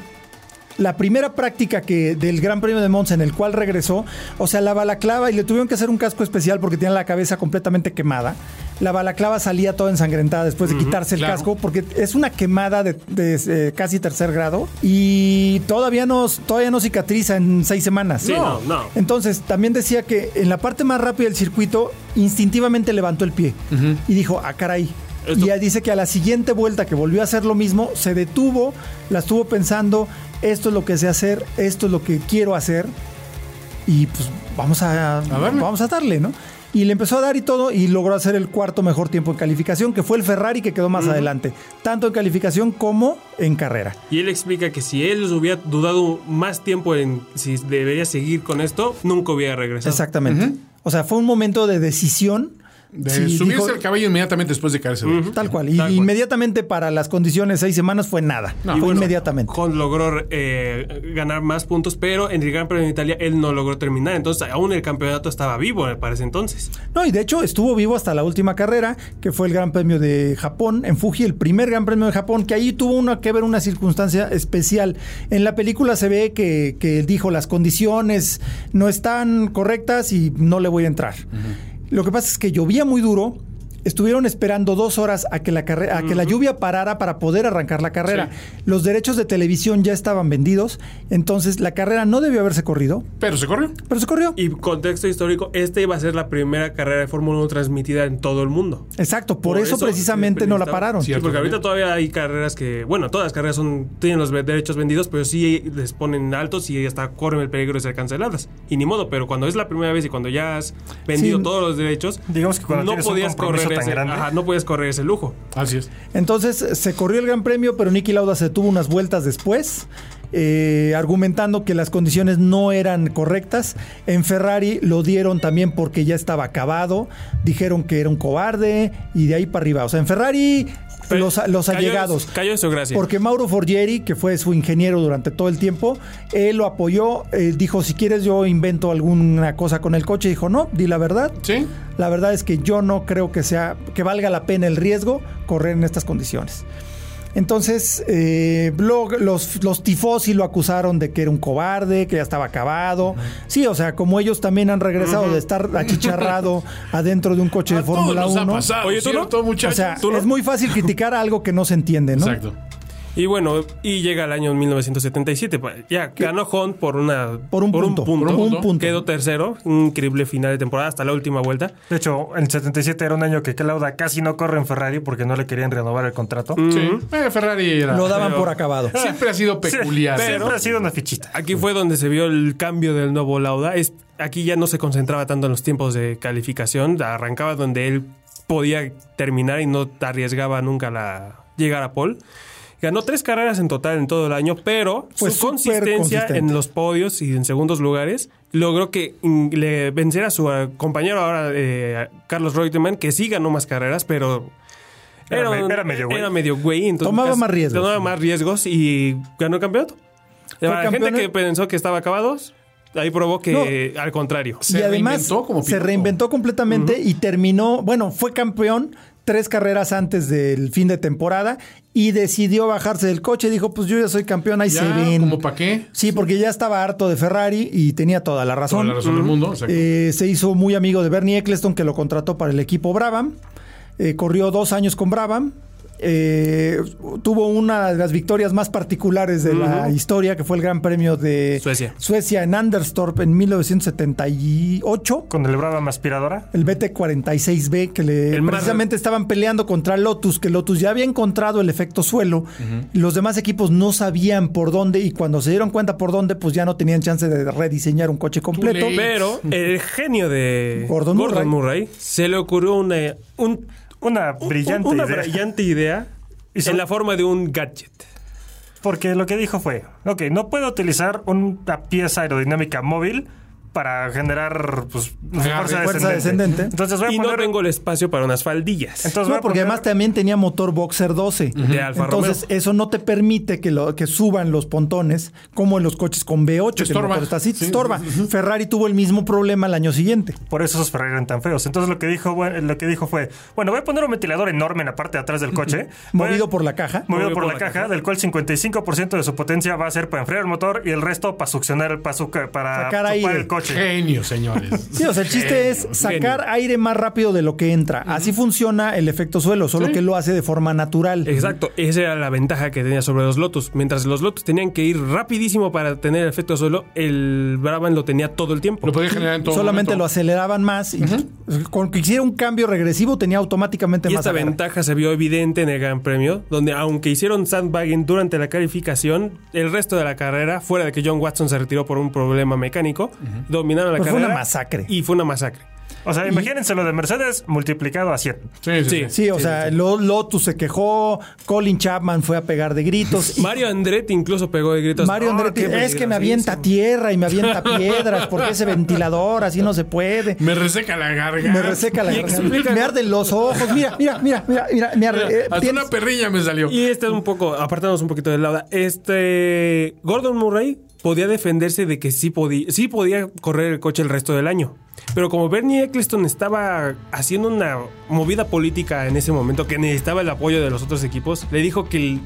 Speaker 1: la primera práctica que del Gran Premio de Monza en el cual regresó, o sea, la balaclava y le tuvieron que hacer un casco especial porque tenía la cabeza completamente quemada. La balaclava salía toda ensangrentada después de quitarse el
Speaker 2: claro.
Speaker 1: casco porque es una quemada de, de, eh, casi tercer grado y todavía no, todavía no cicatriza en seis semanas.
Speaker 3: Sí, no, no.
Speaker 1: Entonces, también decía que en la parte más rápida del circuito, instintivamente levantó el pie y dijo, ah, caray.
Speaker 3: Esto-
Speaker 1: Y ya dice que a la siguiente vuelta que volvió a hacer lo mismo, se detuvo, la estuvo pensando, esto es lo que sé hacer, esto es lo que quiero hacer, y pues vamos a,
Speaker 2: darle.
Speaker 1: vamos a darle, ¿no? Y le empezó a dar y todo, y logró hacer el cuarto mejor tiempo en calificación, que fue el Ferrari que quedó más adelante, tanto en calificación como en carrera.
Speaker 3: Y él explica que si él hubiera dudado más tiempo en si debería seguir con esto, nunca hubiera regresado.
Speaker 1: Exactamente. O sea, fue un momento de decisión.
Speaker 2: De
Speaker 1: Sí,
Speaker 2: subirse
Speaker 1: dijo-
Speaker 2: al caballo inmediatamente después de caerse. del-
Speaker 1: Tal cual. Y
Speaker 3: Tal cual.
Speaker 1: inmediatamente para las condiciones seis semanas fue nada.
Speaker 3: Y
Speaker 1: fue
Speaker 3: bueno,
Speaker 1: inmediatamente.
Speaker 3: Con logró eh, ganar más puntos, pero en el Gran Premio de Italia él no logró terminar. Entonces, aún el campeonato estaba vivo para ese entonces.
Speaker 1: No, y de hecho estuvo vivo hasta la última carrera, que fue el Gran Premio de Japón en Fuji, el primer Gran Premio de Japón, que ahí tuvo una que ver una circunstancia especial. En la película se ve que, que dijo las condiciones no están correctas y no le voy a entrar. Lo que pasa es que llovía muy duro. Estuvieron esperando dos horas a que la, carre- a que la lluvia parara para poder arrancar la carrera. Los derechos de televisión ya estaban vendidos, entonces la carrera no debió haberse corrido,
Speaker 2: Pero se corrió.
Speaker 1: pero se corrió.
Speaker 3: Y contexto histórico, esta iba a ser la primera carrera de Fórmula 1 transmitida en todo el mundo.
Speaker 1: Exacto, por, eso, eh, precisamente no la pararon.
Speaker 3: Sí, porque ahorita todavía hay carreras que, bueno, todas las carreras son, tienen los ve- derechos vendidos, pero sí les ponen altos y hasta corren el peligro de ser canceladas. Y ni modo, pero cuando es la primera vez y cuando ya has vendido
Speaker 1: Sí.
Speaker 3: todos los derechos,
Speaker 4: Digamos que cuando
Speaker 3: no
Speaker 4: tienes un
Speaker 3: podías
Speaker 4: compromiso
Speaker 3: correr
Speaker 4: tan
Speaker 3: ese,
Speaker 4: grande.
Speaker 3: ajá, no podías correr ese lujo.
Speaker 2: Así es.
Speaker 1: Entonces se corrió el Gran Premio, pero Nicky Lauda se tuvo unas vueltas después, eh, argumentando que las condiciones no eran correctas. En Ferrari lo dieron también porque ya estaba acabado, dijeron que era un cobarde y de ahí para arriba. O sea, en Ferrari los, los
Speaker 3: Cayó-
Speaker 1: allegados.
Speaker 3: Cayó eso, gracias.
Speaker 1: Porque Mauro Forgieri, que fue su ingeniero durante todo el tiempo, él lo apoyó, eh, dijo, si quieres yo invento alguna cosa con el coche, dijo, no, di la verdad.
Speaker 2: Sí.
Speaker 1: La verdad es que yo no creo que sea que valga la pena el riesgo correr en estas condiciones. Entonces, eh, lo- los, los tifosi lo acusaron de que era un cobarde, que ya estaba acabado. Sí, o sea, como ellos también han regresado de estar achicharrado adentro de un coche
Speaker 2: A
Speaker 1: de Fórmula
Speaker 2: todos nos ha
Speaker 1: 1.
Speaker 2: pasado,
Speaker 3: Oye, ¿tú no?
Speaker 2: ¿cierto,
Speaker 1: O
Speaker 2: muchachos?
Speaker 1: sea,
Speaker 2: ¿Tú no?
Speaker 1: es muy fácil criticar algo que no se entiende, ¿no?
Speaker 2: Exacto.
Speaker 3: Y bueno, y llega el año 1977. pues, Ya ganó Hunt por una
Speaker 1: Por un punto, por un punto.
Speaker 3: Quedó tercero. un Increíble final de temporada hasta la última vuelta.
Speaker 4: De hecho, el 77 era un año que Lauda casi no corre en Ferrari porque no le querían renovar el contrato.
Speaker 3: Mm.
Speaker 2: Sí. Eh, Ferrari era-
Speaker 1: Lo daban
Speaker 3: Pero-
Speaker 1: por acabado.
Speaker 2: siempre ha sido peculiar.
Speaker 4: Sí, siempre ha sido una fichita.
Speaker 3: Aquí fue donde se vio el cambio del nuevo Lauda. Es, aquí ya no se concentraba tanto en los tiempos de calificación. Arrancaba donde él podía terminar y no arriesgaba nunca la llegar a Paul. Ganó tres carreras en total en todo el año, pero
Speaker 1: Fue
Speaker 3: su
Speaker 1: súper
Speaker 3: consistencia
Speaker 1: consistente.
Speaker 3: en los podios y en segundos lugares logró que mm, le venciera a su eh, compañero ahora, eh, Carlos Reutemann, que sí ganó más carreras, pero
Speaker 4: Era
Speaker 3: un-
Speaker 4: me- era medio güey.
Speaker 3: Era medio güey. entonces
Speaker 1: Tomaba más riesgos.
Speaker 3: Tomaba más riesgos y ganó el campeonato. La gente
Speaker 1: campeón-
Speaker 3: que pensó que estaba acabado, ahí probó que al contrario.
Speaker 2: Se
Speaker 1: y además
Speaker 2: reinventó como
Speaker 1: se
Speaker 2: piloto.
Speaker 1: reinventó completamente y terminó, bueno, fue campeón tres carreras antes del fin de temporada y decidió bajarse del coche. Dijo, pues yo ya soy campeón, ahí se
Speaker 2: Ya,
Speaker 1: ven.
Speaker 2: ¿Como para qué?
Speaker 1: Sí, porque ya estaba harto de Ferrari y tenía toda la razón.
Speaker 2: Toda la razón del mundo. exacto.
Speaker 1: Eh, se hizo muy amigo de Bernie Eccleston, que lo contrató para el equipo Brabham. Eh, corrió dos años con Brabham. Eh, tuvo una de las victorias más particulares de la historia, que fue el Gran Premio de
Speaker 3: Suecia.
Speaker 1: en Anderstorp en 1978.
Speaker 4: Con el Brabham aspiradora.
Speaker 1: El BT-46B, que le,
Speaker 3: El más-
Speaker 1: precisamente estaban peleando contra Lotus, que Lotus ya había encontrado el efecto suelo. Los demás equipos no sabían por dónde, y cuando se dieron cuenta por dónde, pues ya no tenían chance de rediseñar un coche completo.
Speaker 2: late.
Speaker 3: Pero el genio de
Speaker 1: Gordon
Speaker 3: Murray. se le ocurrió una, un-
Speaker 4: Una
Speaker 3: un-
Speaker 4: brillante
Speaker 3: una
Speaker 4: idea.
Speaker 3: brillante idea
Speaker 4: Hizo-
Speaker 3: en la forma de un gadget.
Speaker 4: Porque lo que dijo fue, ok, no puedo utilizar una pieza aerodinámica móvil, para generar pues, fuerza,
Speaker 1: Fuerza descendente.
Speaker 4: Entonces voy a
Speaker 3: Y no
Speaker 4: poner...
Speaker 3: tengo el espacio para unas faldillas.
Speaker 4: entonces voy
Speaker 1: No,
Speaker 4: a
Speaker 1: porque
Speaker 4: poner-
Speaker 1: además también tenía motor Boxer 12.
Speaker 3: De Alfa
Speaker 1: Entonces, eso no te permite que, lo, que suban los pontones como en los coches con V8. que el
Speaker 2: estorba.
Speaker 1: motor está así, te
Speaker 2: Sí.
Speaker 1: estorba. Ferrari tuvo el mismo problema el año siguiente.
Speaker 4: Por eso esos Ferrari eran tan feos. Entonces lo que dijo, bueno, lo que dijo fue, bueno, voy a poner un ventilador enorme en la parte de atrás del coche. Voy a-
Speaker 1: Movido por la caja.
Speaker 4: movido por, la, caja, del cual 55% de su potencia va a ser para enfriar el motor y el resto para succionar el para, suca- para
Speaker 1: Sacar
Speaker 4: chupar
Speaker 1: aire.
Speaker 4: el coche.
Speaker 2: Genio, señores.
Speaker 1: Sí, o sea, el chiste es sacar aire más rápido de lo que entra. Así funciona el efecto suelo, solo que lo hace de forma natural.
Speaker 3: Exacto, esa era la ventaja que tenía sobre los Lotus. Mientras los Lotus tenían que ir rapidísimo para tener el efecto suelo, el Brabant lo tenía todo el tiempo.
Speaker 2: Lo podía generar en todo
Speaker 1: Solamente lo
Speaker 2: momento.
Speaker 1: aceleraban más y con que hiciera un cambio regresivo tenía automáticamente
Speaker 3: Y
Speaker 1: más
Speaker 3: esta
Speaker 1: agarre.
Speaker 3: ventaja se vio evidente en el Gran Premio, donde aunque hicieron sandbagging durante la calificación, el resto de la carrera, fuera de que John Watson se retiró por un problema mecánico, dominaron la
Speaker 1: Pues fue
Speaker 3: carrera.
Speaker 1: una masacre.
Speaker 3: Y fue una masacre.
Speaker 4: O sea, imagínense lo de Mercedes multiplicado a 100.
Speaker 2: Sí, sí, sí.
Speaker 1: Sí, o sea, Lo- Lotus se quejó, Colin Chapman fue a pegar de gritos. y
Speaker 3: Mario Andretti incluso pegó de gritos.
Speaker 1: Mario
Speaker 3: "Ah,
Speaker 1: Andretti,
Speaker 3: qué
Speaker 1: es que me avienta
Speaker 3: peligrosísimo".
Speaker 1: tierra y me avienta piedras, porque ese ventilador así no se puede.
Speaker 2: Me reseca la garganta.
Speaker 1: Me reseca la
Speaker 3: Y
Speaker 1: garganta,
Speaker 3: explica-
Speaker 1: me arden los ojos. Mira, mira, mira, mira, mira, me arde- eh,
Speaker 2: Hasta
Speaker 1: tienes-
Speaker 2: una perrilla me salió.
Speaker 3: Y este es un poco, apartándonos un poquito del lauda, este Gordon Murray podía defenderse de que sí podía, sí podía correr el coche el resto del año. Pero como Bernie Eccleston estaba haciendo una movida política en ese momento que necesitaba el apoyo de los otros equipos, le dijo que l-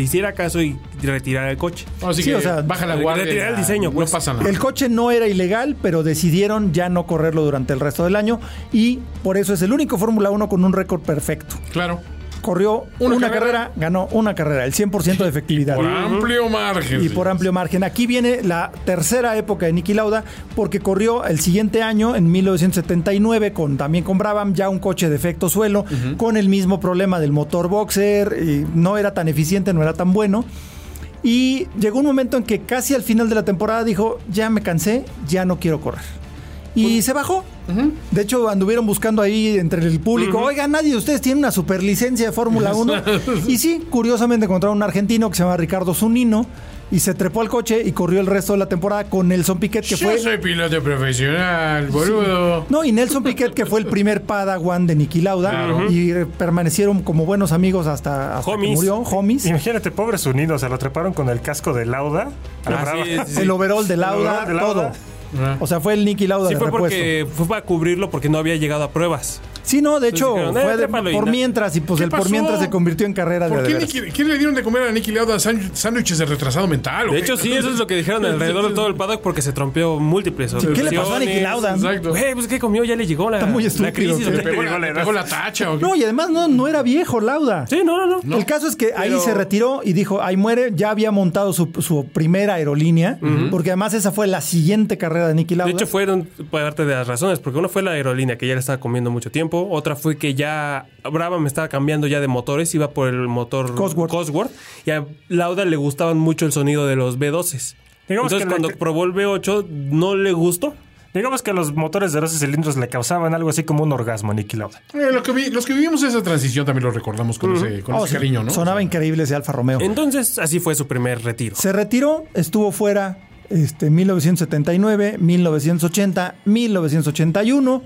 Speaker 3: hiciera caso y retirara el coche.
Speaker 2: Así
Speaker 1: Sí,
Speaker 2: que
Speaker 1: o sea,
Speaker 2: baja la guardia.
Speaker 3: retirar el diseño,
Speaker 2: No
Speaker 3: pues.
Speaker 2: pasa nada.
Speaker 1: El coche no era ilegal, pero decidieron ya no correrlo durante el resto del año y por eso es el único Fórmula 1 con un récord perfecto.
Speaker 2: Claro.
Speaker 1: Corrió una,
Speaker 2: Una
Speaker 1: carrera,
Speaker 2: carrera.
Speaker 1: ganó una carrera, el 100% de efectividad.
Speaker 2: Por amplio margen.
Speaker 1: y por amplio margen. Aquí viene la tercera época de Niki Lauda, porque corrió el siguiente año, en 1979, con, también con Brabham, ya un coche de efecto suelo, con el mismo problema del motor boxer, y no era tan eficiente, no era tan bueno. Y llegó un momento en que casi al final de la temporada dijo, ya me cansé, ya no quiero correr. Y se bajó. De hecho, anduvieron buscando ahí entre el público, oiga, nadie de ustedes tiene una superlicencia de Fórmula 1. y sí, curiosamente encontraron un argentino que se llama Ricardo Zunino y se trepó al coche y corrió el resto de la temporada con Nelson Piquet, que
Speaker 2: Yo
Speaker 1: fue...
Speaker 2: soy piloto profesional, boludo.
Speaker 1: No, y Nelson Piquet, que fue el primer padawan de Niki Lauda,
Speaker 2: Claro.
Speaker 1: y eh, permanecieron como buenos amigos hasta, hasta que
Speaker 3: Homies.
Speaker 1: murió, homies.
Speaker 4: Imagínate, pobres unidos, se lo treparon con el casco de Lauda. al
Speaker 3: Ah,
Speaker 4: Brabham.
Speaker 3: sí, sí, sí.
Speaker 1: El overall de
Speaker 4: overall
Speaker 1: Lauda,
Speaker 4: de Lauda.
Speaker 1: todo. O sea, fue el Niki Lauda
Speaker 3: Sí,
Speaker 1: de
Speaker 3: fue
Speaker 1: repuesto.
Speaker 3: porque fue para cubrirlo porque no había llegado a pruebas.
Speaker 1: Sí, no, de hecho,
Speaker 3: dijeron, "Eh,
Speaker 1: fue de-
Speaker 3: trépalo y
Speaker 1: por
Speaker 3: na-
Speaker 1: mientras y pues
Speaker 2: ¿Qué
Speaker 1: el por
Speaker 2: pasó?
Speaker 1: mientras se convirtió en carrera de
Speaker 2: ¿Por
Speaker 1: de
Speaker 2: qué,
Speaker 1: veras.
Speaker 2: Nicky- ¿Quién le dieron de comer a Nicky Lauda sánd- sándwiches de retrasado mental? o
Speaker 3: De
Speaker 2: qué?
Speaker 3: hecho, sí, eso es lo que dijeron alrededor de todo el paddock porque se trompeó múltiples.
Speaker 1: ¿Qué le pasó a Niki
Speaker 3: ocasiones.
Speaker 1: Lauda?
Speaker 2: Exacto.
Speaker 3: Güey, pues ¿qué comió? Ya le llegó la,
Speaker 1: Está muy
Speaker 3: la
Speaker 1: estúpido,
Speaker 3: crisis.
Speaker 1: ¿qué?
Speaker 3: ¿o
Speaker 2: ¿Le
Speaker 3: qué?
Speaker 2: pegó, la,
Speaker 4: Híjole,
Speaker 2: le pegó la tacha o qué?
Speaker 1: No, y además no, no era viejo Lauda.
Speaker 3: Sí, no, no, no.
Speaker 1: El caso es que ahí
Speaker 3: Pero-
Speaker 1: se retiró y dijo, ahí muere, ya había montado su, su primera aerolínea, porque además esa fue la siguiente carrera de Niki Lauda.
Speaker 3: De hecho, fueron parte de las razones, porque una fue la aerolínea, que ya le estaba comiendo mucho tiempo. Otra fue que ya Brabham me estaba cambiando ya de motores, iba por el motor
Speaker 1: Cosworth.
Speaker 3: y a Lauda le gustaban mucho el sonido de los B12.
Speaker 4: Digamos
Speaker 3: Entonces,
Speaker 4: que
Speaker 3: cuando
Speaker 4: la-
Speaker 3: probó el B8, no le gustó.
Speaker 4: Digamos que los motores de 12 cilindros le causaban algo así como un orgasmo a Niki Lauda.
Speaker 2: Eh, lo que vi- los que vivimos esa transición también lo recordamos con ese, con
Speaker 1: Oh,
Speaker 2: ese
Speaker 1: sí,
Speaker 2: cariño, ¿no?
Speaker 1: Sonaba increíble ese Alfa Romeo.
Speaker 3: Entonces, así fue su primer retiro.
Speaker 1: Se retiró, estuvo fuera este, 1979, 1980, 1981,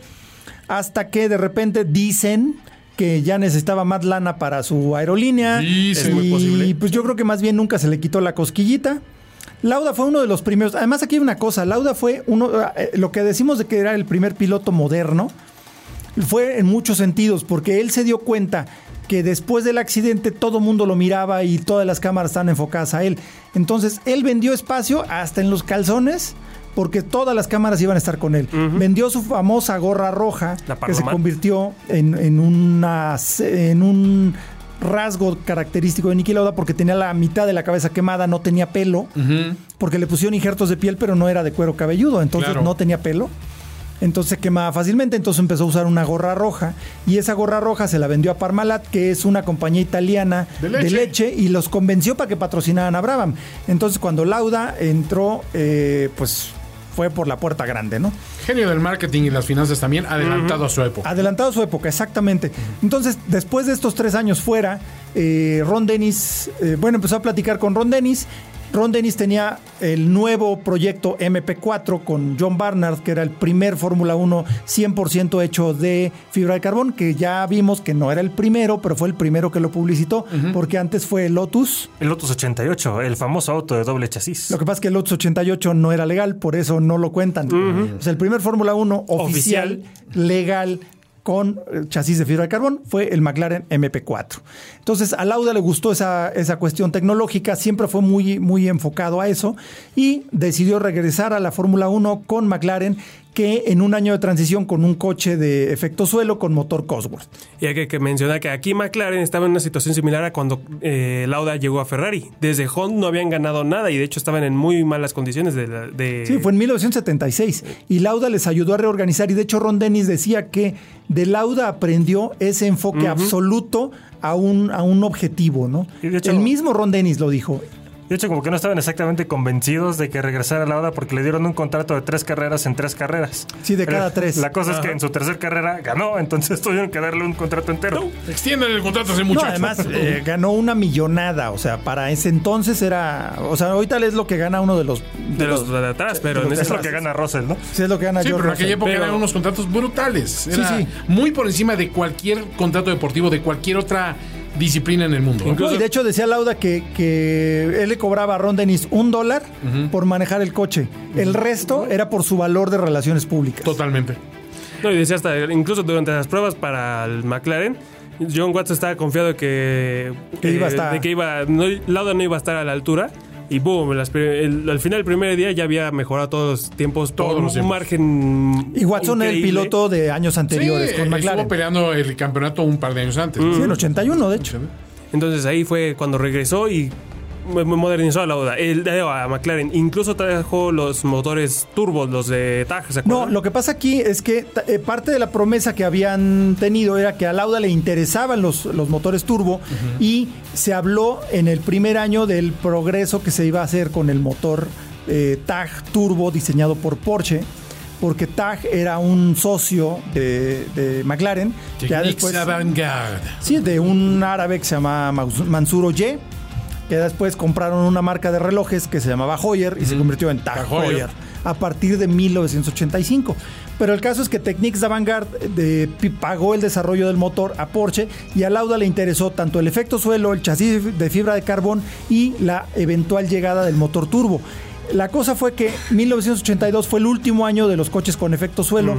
Speaker 1: hasta que de repente dicen que ya necesitaba más lana para su aerolínea.
Speaker 2: Dicen. Es muy
Speaker 1: y
Speaker 2: posible.
Speaker 1: pues yo creo que más bien nunca se le quitó la cosquillita. Lauda fue uno de los primeros. Además, aquí hay una cosa. Lauda fue uno. eh, Lo que decimos de que era el primer piloto moderno fue en muchos sentidos, porque él se dio cuenta que después del accidente todo mundo lo miraba y todas las cámaras estaban enfocadas a él. Entonces él vendió espacio hasta en los calzones. Porque todas las cámaras iban a estar con él. Vendió su famosa gorra roja,
Speaker 3: La
Speaker 1: que se
Speaker 3: paloma.
Speaker 1: convirtió en, en una, en un rasgo característico de Niki Lauda, porque tenía la mitad de la cabeza quemada, no tenía pelo, porque le pusieron injertos de piel, pero no era de cuero cabelludo, entonces
Speaker 2: Claro.
Speaker 1: no tenía pelo. Entonces se quemaba fácilmente, entonces empezó a usar una gorra roja y esa gorra roja se la vendió a Parmalat, que es una compañía italiana de
Speaker 2: De
Speaker 1: leche,
Speaker 2: leche.
Speaker 1: y los convenció para que patrocinaran a Brabham. Entonces cuando Lauda entró, eh, pues fue por la puerta grande, ¿no?
Speaker 2: Genio del marketing y las finanzas también, adelantado a su época.
Speaker 1: Adelantado a su época, exactamente. Entonces, después de estos tres años fuera, eh, Ron Dennis, eh, bueno, empezó a platicar con Ron Dennis. Ron Dennis tenía el nuevo proyecto MP4 con John Barnard, que era el primer Fórmula 1 100% hecho de fibra de carbón, que ya vimos que no era el primero, pero fue el primero que lo publicitó, porque antes fue Lotus.
Speaker 4: El Lotus 88, el famoso auto de doble chasis.
Speaker 1: Lo que pasa es que el Lotus 88 no era legal, por eso no lo cuentan. O sea, el primer Fórmula 1 oficial, legal, con eh, chasis de fibra de carbón, fue el McLaren MP4. Entonces, a Lauda le gustó esa, esa cuestión tecnológica, siempre fue muy, muy enfocado a eso y decidió regresar a la Fórmula 1 con McLaren, que en un año de transición con un coche de efecto suelo con motor Cosworth.
Speaker 3: Y hay que, que mencionar que aquí McLaren estaba en una situación similar a cuando eh, Lauda llegó a Ferrari. Desde Honda no habían ganado nada y de hecho estaban en muy malas condiciones de... la- de-
Speaker 1: Sí, fue en 1976. Y Lauda les ayudó a reorganizar. Y de hecho, Ron Dennis decía que de Lauda aprendió ese enfoque absoluto a un, a un objetivo, ¿no?
Speaker 4: Y de hecho-
Speaker 1: El mismo Ron Dennis lo dijo.
Speaker 4: De hecho, como que no estaban exactamente convencidos de que regresara a Lauda porque le dieron un contrato de tres carreras en tres carreras.
Speaker 1: Sí, de
Speaker 4: Pero
Speaker 1: cada tres.
Speaker 4: La cosa es que en su tercer carrera ganó, entonces tuvieron que darle un contrato entero.
Speaker 2: Extienden el contrato hace
Speaker 1: No,
Speaker 2: mucho.
Speaker 1: además eh, ganó una millonada, o sea, para ese entonces era, o sea, ahorita es lo que gana uno de los
Speaker 3: de los de atrás, pero en
Speaker 4: es
Speaker 3: ese
Speaker 4: lo que gana Russell, ¿no?
Speaker 1: sí, es lo que gana
Speaker 2: Sí,
Speaker 1: George
Speaker 2: pero en aquella
Speaker 1: Russell.
Speaker 2: época
Speaker 3: pero-
Speaker 2: eran unos contratos brutales. Era
Speaker 1: sí.
Speaker 2: muy por encima de cualquier contrato deportivo, de cualquier otra disciplina en el mundo. ¿no?
Speaker 1: No, y de hecho decía Lauda que, que él le cobraba a Ron Dennis un dólar por manejar el coche. El resto era por su valor de relaciones públicas.
Speaker 2: Totalmente.
Speaker 3: No, y decía hasta, incluso durante las pruebas para el McLaren, John Watts estaba confiado de que, eh,
Speaker 1: Que iba a estar-
Speaker 3: de que iba, no, Lauda no iba a estar a la altura. Y boom, las pri- el- al final del primer día ya había mejorado todos los tiempos,
Speaker 2: Todos
Speaker 3: por un
Speaker 2: los tiempos.
Speaker 3: margen.
Speaker 1: Y Watson era el
Speaker 3: increíble.
Speaker 1: piloto de años anteriores
Speaker 2: Sí,
Speaker 1: con
Speaker 2: estuvo
Speaker 1: McLaren. Mm.
Speaker 2: peleando el campeonato un par de años antes. ¿no?
Speaker 1: Sí, en 81, de hecho.
Speaker 3: Entonces ahí fue cuando regresó y mo- mo- modernizó a Lauda, el, a McLaren. Incluso trajo los motores turbos, los de Taj, ¿se
Speaker 1: No,
Speaker 3: acuerdan?
Speaker 1: lo que pasa aquí es que ta- eh, parte de la promesa que habían tenido era que a Lauda le interesaban los, los motores turbo y se habló en el primer año del progreso que se iba a hacer con el motor eh, TAG turbo diseñado por Porsche, porque TAG era un socio de, de McLaren. Ya
Speaker 2: Techniques
Speaker 1: después,
Speaker 2: Avant-Garde.
Speaker 1: Sí, de un árabe que se llamaba Maus- Mansur Oye, que después compraron una marca de relojes que se llamaba Hoyer y se convirtió en Tag
Speaker 2: Tag Heuer.
Speaker 1: Heuer a partir de 1985. Pero el caso es que Technics d'Avantgarde de- pi- pagó el desarrollo del motor a Porsche y a Lauda le interesó tanto el efecto suelo, el chasis de fibra de carbón y la eventual llegada del motor turbo. La cosa fue que 1982 fue el último año de los coches con efecto suelo.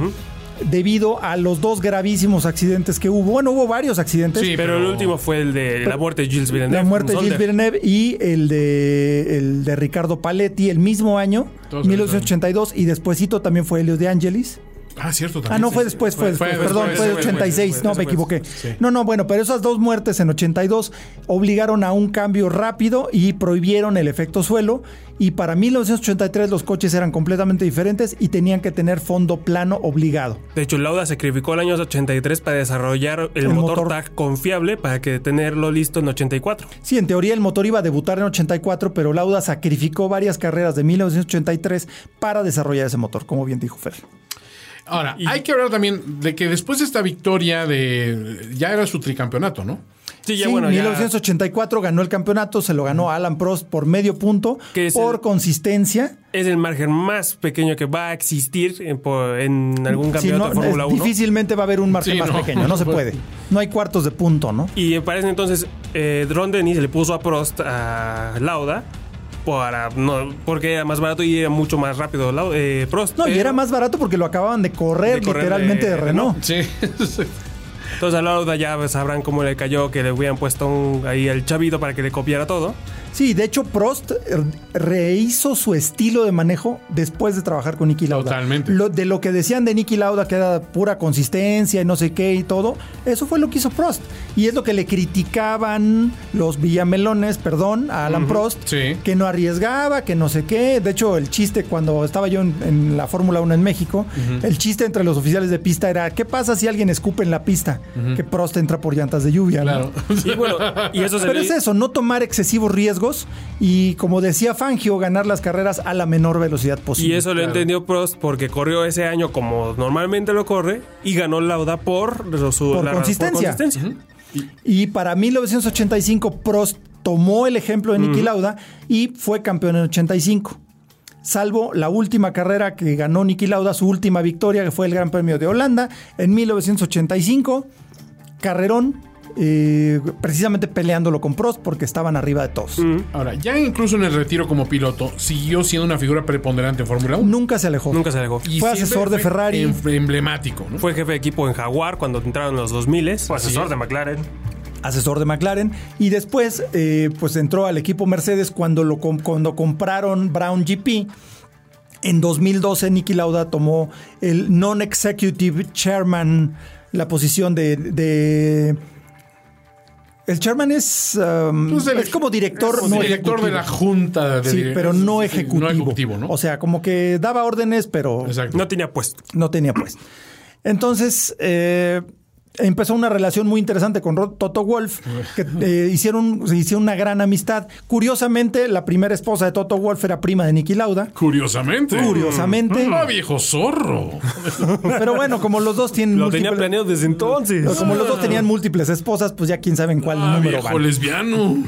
Speaker 1: Debido a los dos gravísimos accidentes que hubo. Bueno, hubo varios accidentes.
Speaker 2: Sí,
Speaker 3: pero, el último fue el de la muerte de Gilles Villeneuve.
Speaker 1: La muerte de
Speaker 3: en
Speaker 1: Gilles
Speaker 3: Zolder.
Speaker 1: Villeneuve y el de, el de Ricardo Paletti el mismo año,
Speaker 2: Todos
Speaker 1: 1982, y despuésito también fue Helios de Angelis.
Speaker 2: Ah, cierto.
Speaker 1: Ah,
Speaker 2: también,
Speaker 1: no,
Speaker 2: sí,
Speaker 1: fue
Speaker 2: sí.
Speaker 1: después, fue después, perdón,
Speaker 2: después,
Speaker 1: fue de
Speaker 2: después,
Speaker 1: 86,
Speaker 2: después,
Speaker 1: no, me
Speaker 2: después.
Speaker 1: equivoqué.
Speaker 2: Sí.
Speaker 1: No, no, bueno, pero esas dos muertes en 82 obligaron a un cambio rápido y prohibieron el efecto suelo, y para 1983 los coches eran completamente diferentes y tenían que tener fondo plano obligado.
Speaker 3: De hecho, Lauda sacrificó el año 83 para desarrollar el,
Speaker 1: El
Speaker 3: motor,
Speaker 1: motor.
Speaker 3: TAG confiable para que tenerlo listo en 84.
Speaker 1: Sí, en teoría el motor iba a debutar en 84, pero Lauda sacrificó varias carreras de 1983 para desarrollar ese motor, como bien dijo Fer.
Speaker 2: Ahora, hay que hablar también de que después de esta victoria de... Ya era su tricampeonato, ¿no?
Speaker 3: Sí, ya
Speaker 1: sí,
Speaker 3: bueno, ya-
Speaker 1: 1984 ganó el campeonato, se lo ganó a Alan Prost por medio punto,
Speaker 3: Que es
Speaker 1: por
Speaker 3: el-
Speaker 1: consistencia.
Speaker 3: es el margen más pequeño que va a existir en, por- en algún
Speaker 1: Si no,
Speaker 3: campeonato de Fórmula
Speaker 1: es-
Speaker 3: 1.
Speaker 1: Difícilmente va a haber un margen
Speaker 2: Sí,
Speaker 1: más
Speaker 2: no.
Speaker 1: pequeño, no se puede. No hay cuartos de punto, ¿no?
Speaker 3: Pues Y parece entonces, eh, Ron Dennis le puso a Prost a Lauda para, no, porque era más barato y era mucho más rápido Lau- eh, Prost.
Speaker 1: No, y
Speaker 3: pero-
Speaker 1: era más barato porque lo acababan de correr,
Speaker 3: De correr eh,
Speaker 1: literalmente
Speaker 3: de-
Speaker 1: de, Renault.
Speaker 2: Sí.
Speaker 3: Entonces a Lauda ya sabrán cómo le cayó que le hubieran puesto un- ahí el chavito para que le copiara todo.
Speaker 1: Sí, de hecho Prost eh, rehizo su estilo de manejo después de trabajar con Nicky Lauda.
Speaker 2: Totalmente.
Speaker 1: Lo- de lo que decían de Nicky Lauda, que era pura consistencia y no sé qué y todo, eso fue lo que hizo Prost. Y es lo que le criticaban los villamelones, perdón, a Alan Prost,
Speaker 2: Sí.
Speaker 1: que no arriesgaba, que no sé qué. De hecho, el chiste cuando estaba yo en, en la Fórmula 1 en México, el chiste entre los oficiales de pista era, ¿qué pasa si alguien escupe en la pista? Que Prost entra por llantas de lluvia. ¿no?
Speaker 2: Claro.
Speaker 3: Y bueno, y eso se
Speaker 1: Pero
Speaker 3: le-
Speaker 1: es eso, no tomar excesivos riesgos y, como decía Fangio, ganar las carreras a la menor velocidad posible.
Speaker 3: Y eso lo entendió Prost porque corrió ese año como normalmente lo corre y ganó Lauda por su
Speaker 1: Por
Speaker 3: la-
Speaker 1: consistencia.
Speaker 3: consistencia.
Speaker 1: Y para 1985, Prost tomó el ejemplo de Niki Lauda y fue campeón en 85. Salvo la última carrera que ganó Niki Lauda, su última victoria, que fue el Gran Premio de Holanda en 1985. Carrerón, eh, precisamente peleándolo con Prost porque estaban arriba de todos.
Speaker 2: Ahora, ya incluso en el retiro como piloto, siguió siendo una figura preponderante en Fórmula 1.
Speaker 1: Nunca se alejó.
Speaker 3: Nunca se alejó.
Speaker 2: Y
Speaker 1: Fue
Speaker 2: siempre
Speaker 1: asesor de Ferrari.
Speaker 2: em- Emblemático, ¿no?
Speaker 3: Fue jefe de equipo en Jaguar cuando entraron los 2000.
Speaker 4: Fue asesor de McLaren.
Speaker 1: asesor de McLaren, y después eh, pues entró al equipo Mercedes cuando, lo, com- cuando compraron Brown GP. En 2012 Niki Lauda tomó el non-executive chairman, la posición de... de- el chairman es, um,
Speaker 2: Pues el-
Speaker 1: es como director,
Speaker 2: es como
Speaker 1: no
Speaker 2: director de la
Speaker 1: ejecutivo.
Speaker 2: junta de
Speaker 1: Sí,
Speaker 2: dire-
Speaker 1: pero no
Speaker 2: sí,
Speaker 1: ejecutivo.
Speaker 2: No ejecutivo, ¿no?
Speaker 1: O sea, como que daba órdenes, pero
Speaker 2: Exacto.
Speaker 3: No tenía puesto.
Speaker 1: no tenía pues. Entonces eh, empezó una relación muy interesante con Ro- Toto Wolf, que eh, hicieron, se hicieron una gran amistad. Curiosamente, la primera esposa de Toto Wolf era prima de Niki Lauda.
Speaker 2: Curiosamente.
Speaker 1: Curiosamente.
Speaker 2: Ah, viejo zorro.
Speaker 1: Pero bueno, como los dos tienen
Speaker 3: Lo tenía
Speaker 1: múltiples-
Speaker 3: planeado desde entonces.
Speaker 1: Como los dos tenían múltiples esposas, pues ya quién sabe en cuál
Speaker 2: Ah,
Speaker 1: número
Speaker 2: viejo
Speaker 1: van.
Speaker 2: lesbiano.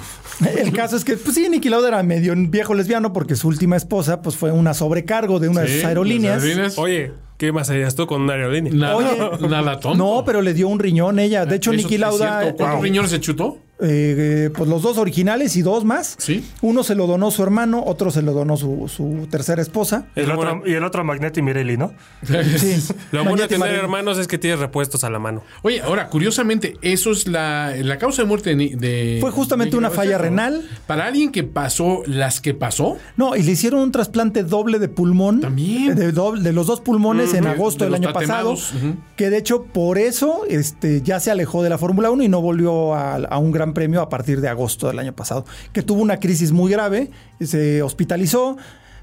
Speaker 1: El caso es que, pues sí, Niki Lauda era medio un viejo lesbiano porque su última esposa pues fue una sobrecargo de una de
Speaker 2: Sí,
Speaker 1: sus Pues, aerolíneas.
Speaker 2: ¿Eh? las aerolíneas.
Speaker 3: Oye, ¿qué más harías tú con una aerolínea?
Speaker 2: Nada,
Speaker 1: Oye.
Speaker 2: nada tonto.
Speaker 1: No, pero le dio un riñón ella. De hecho,
Speaker 2: Eso
Speaker 1: Niki
Speaker 2: es
Speaker 1: Lauda...
Speaker 2: cierto. ¿Cuántos
Speaker 1: eh,
Speaker 2: riñones se chutó?
Speaker 1: eh, eh, pues los dos originales y dos más.
Speaker 2: Sí.
Speaker 1: Uno se lo donó su hermano, otro se lo donó su, su tercera esposa.
Speaker 4: El
Speaker 3: Lo
Speaker 4: otro,
Speaker 3: bueno-
Speaker 4: y el otro Magneto y Mirelli, ¿no?
Speaker 1: Sí.
Speaker 3: Lo bueno de
Speaker 1: Magnete
Speaker 3: tener
Speaker 1: Marín.
Speaker 3: hermanos es que tienes repuestos a la mano.
Speaker 2: Oye, ahora, curiosamente, eso es la, la causa de muerte de, Ni- de-
Speaker 1: Fue justamente
Speaker 2: de-
Speaker 1: una
Speaker 2: de-
Speaker 1: falla
Speaker 2: ¿no?
Speaker 1: renal.
Speaker 2: Para alguien que pasó las que pasó,
Speaker 1: No, y le hicieron un trasplante doble de pulmón.
Speaker 2: También.
Speaker 1: De, doble- de los dos pulmones en agosto
Speaker 2: de
Speaker 1: del
Speaker 2: los
Speaker 1: año pasado.
Speaker 2: tatemados, ujú.
Speaker 1: Que de hecho, por eso este, ya se alejó de la Fórmula 1 y no volvió a, a un gran premio a partir de agosto del año pasado. Que tuvo una crisis muy grave, se hospitalizó.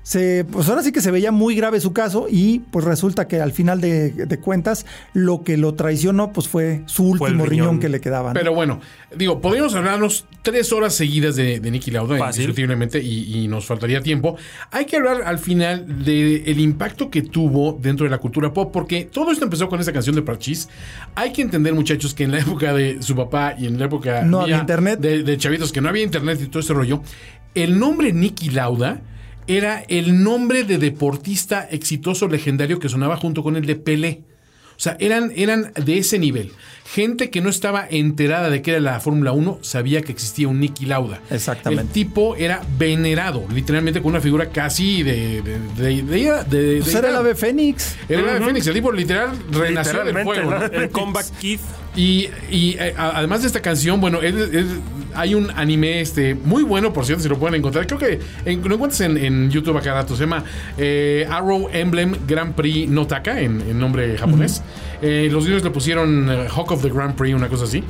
Speaker 1: Se, pues ahora sí que se veía muy grave su caso y pues resulta que al final de, de cuentas lo que lo traicionó pues fue su
Speaker 3: Fue el
Speaker 1: último riñón.
Speaker 3: riñón.
Speaker 1: que le quedaba. ¿no?
Speaker 2: pero bueno, digo, podríamos hablarnos tres horas seguidas de, de Nicky Lauda,
Speaker 3: Fácil.
Speaker 2: indiscutiblemente, y, y nos faltaría tiempo. Hay que hablar al final del el impacto que tuvo dentro de la cultura pop, porque todo esto empezó con esa canción de Parchís. Hay que entender, muchachos, que en la época de su papá y en la época
Speaker 1: No había internet.
Speaker 2: De, de chavitos, que no había internet y todo ese rollo, el nombre Nicky Lauda era el nombre de deportista exitoso legendario que sonaba junto con el de Pelé. O sea, eran, eran de ese nivel. Gente que no estaba enterada de que era la Fórmula 1 sabía que existía un Nicky Lauda.
Speaker 1: Exactamente.
Speaker 2: El tipo era venerado, literalmente con una figura casi de... de, de, de- de-
Speaker 1: Pues
Speaker 2: de-
Speaker 1: era el ave Fénix.
Speaker 2: Era el ave Fénix, el tipo literal renació del
Speaker 4: Literalmente,
Speaker 2: fuego. ¿no?
Speaker 4: ¿no?
Speaker 3: El Comeback Kid.
Speaker 2: Y, y, eh, a- además de esta canción, bueno, él- él- hay un anime este muy bueno, por cierto, si lo pueden encontrar. Creo que en- lo encuentras en, en YouTube acá rato. Se llama eh, Arrow Emblem Grand Prix Notaka, en, en nombre japonés. Eh, los niños le pusieron eh, Hawk of the Grand Prix, una cosa así.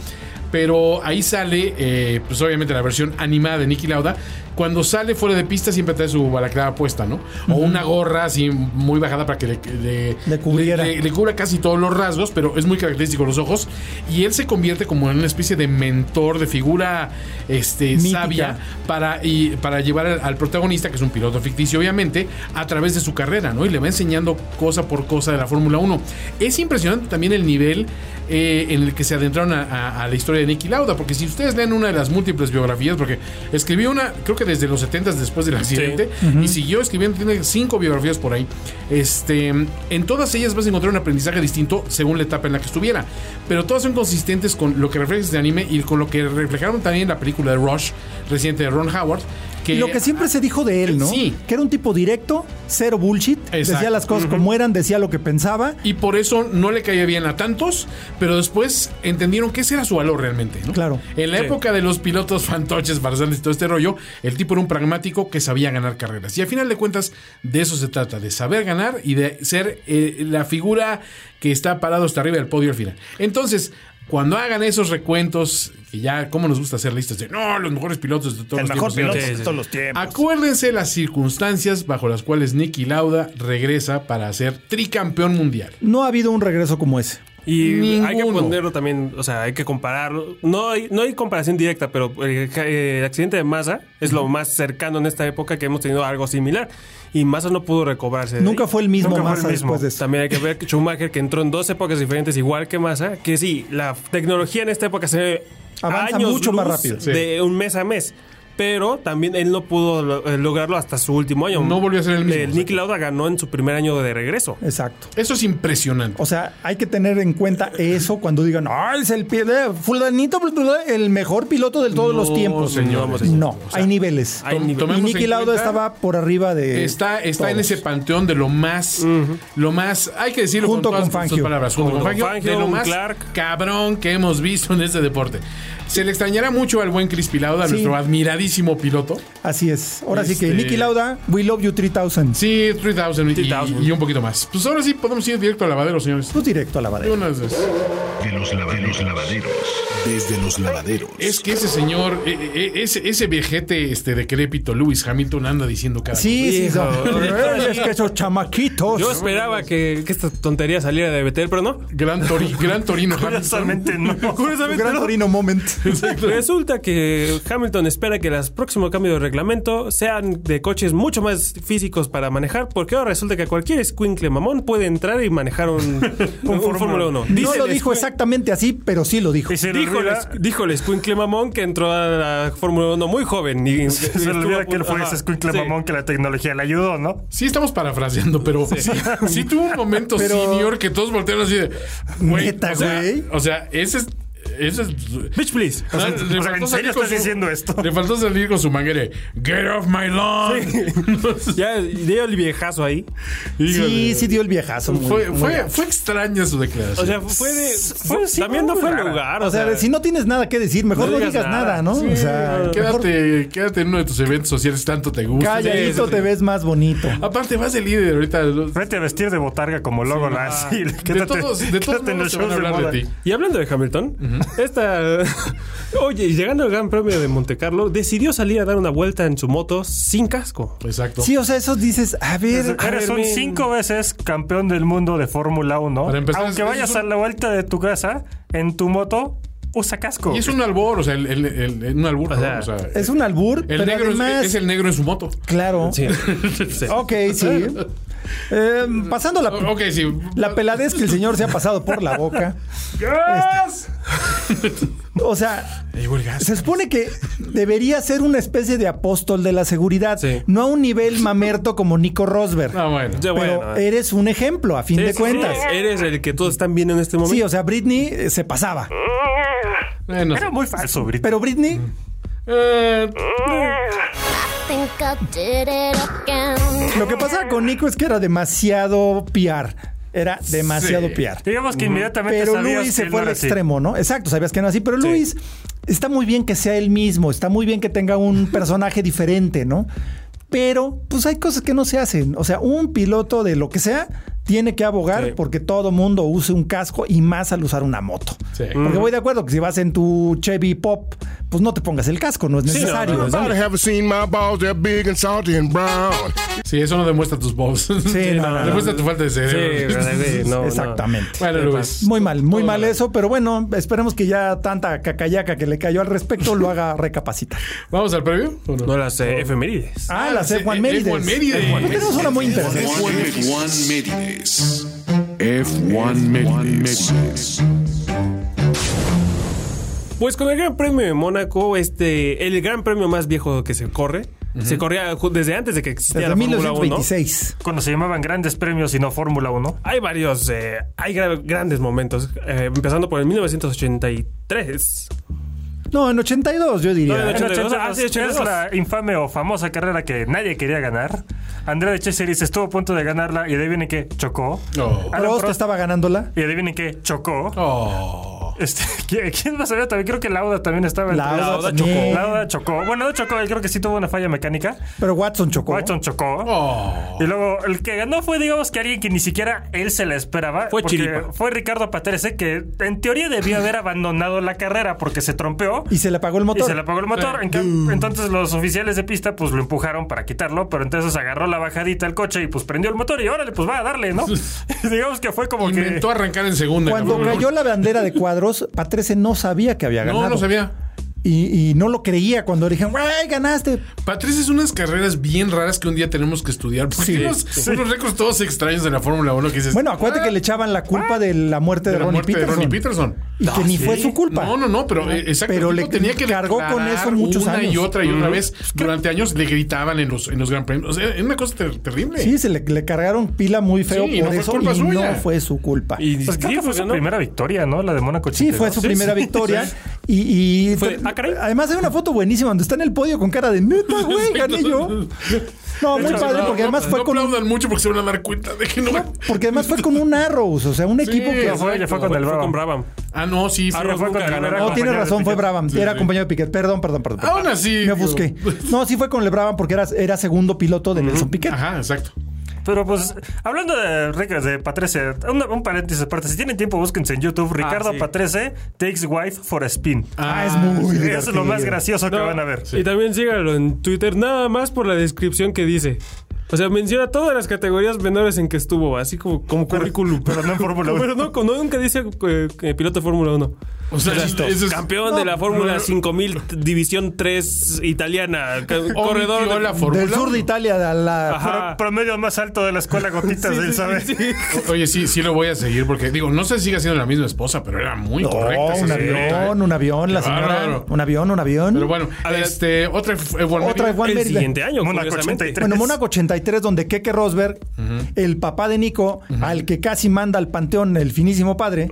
Speaker 2: Pero ahí sale, eh, pues obviamente la versión animada de Nicky Lauda. Cuando sale fuera de pista siempre trae su balaclava puesta, ¿no? O una gorra así muy bajada para que le, le-
Speaker 1: Le cubriera.
Speaker 2: le- le- le cubra casi todos los rasgos, pero es muy característico los ojos. Y él se convierte como en una especie de mentor, de figura este,
Speaker 1: Mítica.
Speaker 2: sabia para, y, para llevar al, al protagonista, que es un piloto ficticio, obviamente, a través de su carrera, ¿no? Y le va enseñando cosa por cosa de la Fórmula 1. Es impresionante también el nivel eh, en el que se adentraron a, a- a la historia de Nicky Lauda, porque si ustedes leen una de las múltiples biografías, porque escribió una, creo que desde los 70 después del accidente, y siguió escribiendo, tiene cinco biografías por ahí. Este, en todas ellas vas a encontrar un aprendizaje distinto según la etapa en la que estuviera, pero todas son consistentes con lo que refleja este anime y con lo que reflejaron también en la película de Rush, reciente de Ron Howard. Que
Speaker 1: Y lo que siempre se dijo de él, ¿no?
Speaker 2: Sí.
Speaker 1: Que era un tipo directo, cero bullshit,
Speaker 2: Exacto.
Speaker 1: decía las cosas como eran, decía lo que pensaba.
Speaker 2: Y por eso no le caía bien a tantos, pero después entendieron que ese era su valor realmente, ¿no?
Speaker 1: Claro.
Speaker 2: En la
Speaker 3: Sí.
Speaker 2: época de los pilotos fantoches, farsantes y todo este rollo, el tipo era un pragmático que sabía ganar carreras. Y al final de cuentas, de eso se trata, de saber ganar y de ser eh, la figura que está parado hasta arriba del podio al final. Entonces, cuando hagan esos recuentos, que ya, ¿cómo nos gusta hacer listas de no, los mejores pilotos de todos
Speaker 4: El
Speaker 2: los
Speaker 4: mejor
Speaker 2: tiempos"?
Speaker 4: piloto
Speaker 3: sí,
Speaker 4: de
Speaker 3: sí.
Speaker 4: todos los tiempos.
Speaker 2: Acuérdense las circunstancias bajo las cuales Nicky Lauda regresa para ser tricampeón mundial.
Speaker 1: No ha habido un regreso como ese.
Speaker 3: Y hay que
Speaker 2: Ninguno.
Speaker 3: ponerlo también, o sea, hay que compararlo. No hay, no hay comparación directa, pero el, ca- eh, el accidente de Massa es lo más cercano en esta época que hemos tenido algo similar. Y Massa no pudo recobrarse. de
Speaker 1: Nunca
Speaker 3: ahí.
Speaker 1: fue el mismo
Speaker 4: Nunca fue el
Speaker 1: Massa
Speaker 4: mismo.
Speaker 1: después de eso.
Speaker 3: También hay que ver que Schumacher, que entró en dos épocas diferentes, igual que Massa, que sí, la tecnología en esta época se ve
Speaker 1: Avanza
Speaker 3: años
Speaker 1: mucho más
Speaker 3: luz
Speaker 1: rápido.
Speaker 3: De un mes a mes. Pero también él no pudo lo- eh, lograrlo hasta su último año.
Speaker 2: No volvió a ser el mismo.
Speaker 3: Eh, Nick Lauda ganó en su primer año de regreso.
Speaker 1: Exacto.
Speaker 2: Eso es impresionante.
Speaker 1: O sea, hay que tener en cuenta eso cuando digan, ah, es el pie de fulanito, bla, bla, bla, el mejor piloto de todos los
Speaker 2: No,
Speaker 1: tiempos.
Speaker 2: señores.
Speaker 1: no,
Speaker 2: O sea,
Speaker 1: hay niveles.
Speaker 3: Hay
Speaker 2: Tom-
Speaker 3: nivel.
Speaker 2: Tomemos
Speaker 1: Y Nicky
Speaker 2: en
Speaker 1: Lauda
Speaker 2: cuenta-
Speaker 1: estaba por arriba de.
Speaker 2: Está, está en
Speaker 1: todos.
Speaker 2: ese panteón de lo más, lo más, hay que decirlo
Speaker 1: Junto
Speaker 2: con
Speaker 1: con
Speaker 2: todas sus
Speaker 1: Fangio.
Speaker 2: palabras, junto con
Speaker 3: Junto con
Speaker 2: Fangio,
Speaker 3: Fangio,
Speaker 2: de lo
Speaker 3: con
Speaker 2: más
Speaker 3: Clark.
Speaker 2: cabrón que hemos visto en este deporte. Se le extrañará mucho al buen Crispy Lauda,
Speaker 1: Sí.
Speaker 2: nuestro admiradísimo piloto.
Speaker 1: Así es. Ahora sí que
Speaker 2: Este-
Speaker 1: Nicky Lauda, We Love You 3000.
Speaker 2: Sí, 3000 y,
Speaker 3: 3000.
Speaker 2: y un poquito más. Pues ahora sí podemos ir directo al lavadero, señores.
Speaker 1: Tú directo a la madera.
Speaker 2: Unas veces.
Speaker 5: De los lavaderos. Desde los lavaderos.
Speaker 2: Es que ese señor, e- e- e- ese, ese viejete este, decrépito, Lewis Hamilton, anda diciendo cada cosa.
Speaker 1: Sí, sí,
Speaker 3: Hijo.
Speaker 1: son- es que esos chamaquitos.
Speaker 3: Yo esperaba que, que esta tontería saliera de Betel, pero no.
Speaker 2: Gran, Tori- gran Torino Hamilton.
Speaker 4: Curiosamente no.
Speaker 1: Un gran orino moment.
Speaker 3: Resulta que Hamilton espera que los próximos cambios de reglamento sean de coches mucho más físicos para manejar, porque ahora resulta que cualquier escuincle mamón puede entrar y manejar un, un Fórmula 1.
Speaker 1: no lo dijo exactamente así, pero sí lo dijo.
Speaker 4: Y se le
Speaker 3: Dijo el,
Speaker 4: olvida-
Speaker 3: es- dijo el escuincle mamón que entró a la Fórmula 1 muy joven. Y,
Speaker 4: se le olvida que él fue ese escuincle mamón que la tecnología le ayudó, ¿no?
Speaker 2: Sí, estamos parafraseando, pero sí, sí tuvo un momento
Speaker 1: Pero-
Speaker 2: senior que todos voltearon así de. güey,
Speaker 1: Neta,
Speaker 2: o sea,
Speaker 1: güey.
Speaker 2: O sea, ese es. Ese es
Speaker 3: Bitch, please.
Speaker 2: Ah,
Speaker 4: sea,
Speaker 2: le
Speaker 4: o sea, ¿en
Speaker 2: faltó
Speaker 4: serio
Speaker 2: salir
Speaker 4: estás
Speaker 2: con su-
Speaker 4: diciendo esto?
Speaker 2: Le faltó salir con su manguera. de, Get off my lawn.
Speaker 3: Ya dio el viejazo ahí.
Speaker 1: Sí, sí dio el viejazo. muy-
Speaker 2: fue,
Speaker 1: muy
Speaker 2: fue,
Speaker 1: gacho.
Speaker 2: fue extraña su declaración.
Speaker 3: O sea, fue de.
Speaker 4: Fue- sí,
Speaker 3: también
Speaker 4: fue
Speaker 3: no fue el
Speaker 4: rara.
Speaker 3: lugar.
Speaker 1: O sea, si no tienes nada que decir, mejor no digas, nada, ¿no? o sea, mejor
Speaker 2: quédate, quédate en uno de tus eventos sociales, tanto te gusta.
Speaker 1: calladito te ves más bonito.
Speaker 2: Aparte, vas de líder ahorita. los-
Speaker 4: Vete a vestir de botarga como logo la así.
Speaker 2: de todos, de todos modos se van a hablar de ti.
Speaker 3: Y hablando de Hamilton, esta. Oye, y llegando al Gran Premio de Monte Carlo, decidió salir a dar una vuelta en su moto sin casco.
Speaker 2: Exacto.
Speaker 1: Sí, o sea, eso dices, a ver,
Speaker 3: A ver,
Speaker 4: Eres un
Speaker 3: mi-
Speaker 4: cinco veces campeón del mundo de Fórmula 1.
Speaker 2: Para empezar,
Speaker 4: Aunque
Speaker 2: es-
Speaker 4: vayas
Speaker 2: es un-
Speaker 4: a la vuelta de tu casa, en tu moto, usa casco.
Speaker 2: Y es un albor, o sea, el, el- el- el- un albur.
Speaker 3: O sea,
Speaker 2: ¿no? O sea,
Speaker 1: es un albur, pero
Speaker 2: el negro es-
Speaker 1: además,
Speaker 2: es, el negro en su moto.
Speaker 1: claro.
Speaker 3: Sí.
Speaker 1: Ok, sí. Eh, pasando la,
Speaker 2: O- Ok, sí.
Speaker 1: la peladez que el señor se ha pasado por la boca. Este, o sea, se supone que debería ser una especie de apóstol de la seguridad,
Speaker 3: Sí.
Speaker 1: no a un nivel mamerto como Nico Rosberg.
Speaker 2: Ah, bueno.
Speaker 3: Ya,
Speaker 1: Pero
Speaker 3: bueno. eh.
Speaker 1: eres un ejemplo, a fin
Speaker 3: Sí,
Speaker 1: de
Speaker 3: sí,
Speaker 1: cuentas.
Speaker 3: sí, Eres el que todos están viendo en este momento.
Speaker 1: Sí, o sea, Britney eh, se pasaba.
Speaker 2: Eh, no sé.
Speaker 4: Era muy falso, Brit.
Speaker 1: Pero Britney,
Speaker 2: Eh,
Speaker 8: Think I did it again.
Speaker 1: lo que pasaba con Nico es que era demasiado PR. Era demasiado
Speaker 2: Sí.
Speaker 1: PR.
Speaker 4: Digamos que inmediatamente
Speaker 1: Pero
Speaker 4: sabías
Speaker 1: Luis
Speaker 4: que
Speaker 1: se
Speaker 4: él
Speaker 1: fue
Speaker 4: no
Speaker 1: al
Speaker 4: era así.
Speaker 1: extremo, ¿no? Exacto, sabías que no era así. Pero Luis está muy bien que sea él mismo, está muy bien que tenga un personaje diferente, ¿no? Pero, pues hay cosas que no se hacen. O sea, un piloto de lo que sea tiene que abogar
Speaker 3: Sí.
Speaker 1: porque todo mundo use un casco y más al usar una moto.
Speaker 2: Sí.
Speaker 1: Porque voy de acuerdo que si vas en tu Chevy Pop, pues no te pongas el casco, no es
Speaker 3: no,
Speaker 1: necesario.
Speaker 3: no, no, no.
Speaker 9: I haven't seen my balls that big and salty and brown.
Speaker 2: sí, eso no demuestra tus balls.
Speaker 1: Sí, no, no, no.
Speaker 2: demuestra tu falta de
Speaker 3: Sí,
Speaker 2: cerebro.
Speaker 3: sí, no, no.
Speaker 1: Exactamente.
Speaker 2: Bueno, pues, Luis.
Speaker 1: Muy mal, muy mal eso, pero bueno, esperemos que ya tanta cacayaca que le cayó al respecto lo haga recapacitar.
Speaker 2: ¿Vamos al previo? ¿O no?
Speaker 3: No las eh, efemérides.
Speaker 1: Ah, las
Speaker 2: sí,
Speaker 1: F1
Speaker 2: eh,
Speaker 1: Mérides.
Speaker 2: F1 Mérides.
Speaker 1: Pues tenemos una muy interesante.
Speaker 10: F1 Medides.
Speaker 9: F1 Medides.
Speaker 3: Pues con el Gran Premio de Mónaco, este, el Gran Premio más viejo que se corre, se corría ju- desde antes de que existiera
Speaker 1: Desde
Speaker 3: la Fórmula 1.
Speaker 1: 1926.
Speaker 4: Cuando se llamaban grandes premios y no Fórmula 1.
Speaker 3: Hay varios, eh, hay gra- grandes momentos, eh, empezando por el 1983.
Speaker 1: No, en 82 yo diría.
Speaker 3: No, en 82, ah, sí,
Speaker 4: es
Speaker 3: 82.
Speaker 4: la infame o famosa carrera que nadie quería ganar. Andrea de Cheseris estuvo a punto de ganarla y de ahí viene que chocó.
Speaker 2: No.
Speaker 4: Alan
Speaker 1: Prost
Speaker 4: Prost-
Speaker 1: estaba ganándola.
Speaker 4: Y adivinen qué, chocó.
Speaker 2: Oh.
Speaker 4: Este, ¿quién, quién más había también? Creo que Lauda también estaba. entre-
Speaker 1: Lauda también.
Speaker 4: chocó. Lauda chocó. Bueno, no chocó, él creo que sí tuvo una falla mecánica.
Speaker 1: Pero Watson chocó.
Speaker 4: Watson chocó.
Speaker 2: Oh.
Speaker 4: Y luego el que ganó fue, digamos, que alguien que ni siquiera él se la esperaba.
Speaker 3: Fue
Speaker 4: porque
Speaker 3: Chiripa.
Speaker 4: Fue Ricardo Patrese, que en teoría debió haber abandonado la carrera porque se trompeó.
Speaker 1: Y se le apagó el
Speaker 4: Y
Speaker 1: motor.
Speaker 4: se le apagó el motor. En cam- Entonces los oficiales de pista pues lo empujaron para quitarlo, pero entonces agarró la bajadita al coche y pues prendió el motor y órale, pues va a darle, ¿no? Digamos que fue como que...
Speaker 2: Inventó arrancar en segunda.
Speaker 1: Cuando
Speaker 2: cabrón.
Speaker 1: cayó la bandera de cuadros, Patrese no sabía que había
Speaker 2: No,
Speaker 1: ganado.
Speaker 2: no sabía.
Speaker 1: Y, y no lo creía cuando le dijeron, güey, ganaste.
Speaker 2: Patricia es unas carreras bien raras que un día tenemos que estudiar. Porque
Speaker 1: Sí,
Speaker 2: hay unos, unos récords todos extraños de la Fórmula 1 que dices.
Speaker 1: Bueno, acuérdate
Speaker 2: "Ah,
Speaker 1: que le echaban la culpa de la muerte de,
Speaker 2: de la
Speaker 1: Ronnie,
Speaker 2: muerte de
Speaker 1: Peterson,
Speaker 2: Ronnie Peterson. Ah,
Speaker 1: Y que ni fue su culpa.
Speaker 2: No, no, no, pero eh, exacto.
Speaker 1: Pero
Speaker 2: el
Speaker 1: le
Speaker 2: tipo tenía que
Speaker 1: cargó con
Speaker 2: declarar
Speaker 1: eso muchos
Speaker 2: una
Speaker 1: años.
Speaker 2: y otra y otra vez. Durante años le gritaban en los, en los Gran Premios. O sea, es una cosa ter- terrible.
Speaker 1: Sí, se le, le cargaron pila muy feo
Speaker 2: Sí, y
Speaker 1: por
Speaker 2: no fue
Speaker 1: eso
Speaker 2: culpa
Speaker 1: y
Speaker 2: suya.
Speaker 1: no fue su culpa.
Speaker 3: Y
Speaker 4: Pues creo
Speaker 3: sí,
Speaker 4: que fue su
Speaker 3: funcionó.
Speaker 4: primera victoria, ¿no? La de Mónaco.
Speaker 1: Sí, fue su
Speaker 4: 82.
Speaker 1: primera
Speaker 4: Sí,
Speaker 1: victoria.
Speaker 4: sí.
Speaker 1: Y, y-
Speaker 3: Fue- ah, caray.
Speaker 1: además hay una foto buenísima donde está en el podio con cara de neta, güey, gané yo. No, muy
Speaker 2: No,
Speaker 1: padre,
Speaker 2: no,
Speaker 1: porque además
Speaker 2: no,
Speaker 1: fue
Speaker 2: no
Speaker 1: con un,
Speaker 2: aplaudan mucho porque se van a dar cuenta de que no.
Speaker 1: porque además fue con un Arrows, o sea, un equipo que
Speaker 4: Ya fue, ya fue con el
Speaker 3: Fue con
Speaker 4: Bravo.
Speaker 3: Brabham.
Speaker 2: Ah, no, sí.
Speaker 3: Arrow
Speaker 2: fue-
Speaker 3: fue con
Speaker 4: nunca
Speaker 3: el
Speaker 4: ganó.
Speaker 3: Brabham.
Speaker 1: No, tienes
Speaker 4: compañero de
Speaker 1: razón, fue
Speaker 4: Piquet.
Speaker 1: Brabham.
Speaker 2: Sí, Ah,
Speaker 1: era
Speaker 2: sí.
Speaker 1: compañero de Piquet. Perdón, perdón, perdón. perdón.
Speaker 2: Aún así.
Speaker 1: Me ofusqué. No, sí fue con Lebraban porque era, era segundo piloto de Nelson Piquet.
Speaker 2: Ajá, exacto.
Speaker 4: Pero pues, hablando de récords de Patrese, un, un paréntesis aparte. Si tienen tiempo, búsquense en YouTube. Ricardo
Speaker 3: sí.
Speaker 4: Patrese takes wife for a spin.
Speaker 1: Ah, es muy
Speaker 4: Eso es
Speaker 1: divertido.
Speaker 4: lo más gracioso que
Speaker 3: No,
Speaker 4: van a ver.
Speaker 3: Y también síganlo en Twitter, nada más por la descripción que dice. O sea, menciona todas las categorías menores en que estuvo, así como, como currículum.
Speaker 4: pero no en Fórmula uno.
Speaker 3: Pero no, como nunca dice eh, eh, piloto de Fórmula 1.
Speaker 2: O sea, eso es-
Speaker 3: Campeón de la Fórmula 5000, División 3 italiana. ca-
Speaker 2: Omitió
Speaker 3: corredor de
Speaker 2: la
Speaker 1: Del
Speaker 2: Fórmula
Speaker 1: sur de Italia a la
Speaker 3: Ajá.
Speaker 4: Pro- promedio más alto de la escuela gotitas del saber.
Speaker 2: O- Oye, sí, sí lo voy a seguir porque digo, no sé si sigue siendo la misma esposa, pero era muy
Speaker 1: No,
Speaker 2: correcta. esa
Speaker 1: un
Speaker 2: señorita,
Speaker 1: avión,
Speaker 2: ¿eh?
Speaker 1: un avión, la
Speaker 2: Qué
Speaker 1: señora.
Speaker 2: bárbaro.
Speaker 1: Un avión, un avión.
Speaker 2: Pero bueno, este, otra F1
Speaker 1: Otra
Speaker 2: Mérida.
Speaker 1: F1
Speaker 3: El
Speaker 1: Mérida.
Speaker 3: siguiente año,
Speaker 4: Mónaco
Speaker 3: curiosamente.
Speaker 4: 83.
Speaker 1: Bueno, Mónaco 83, donde Keke Rosberg, el papá de Nico, al que casi manda al panteón el finísimo padre.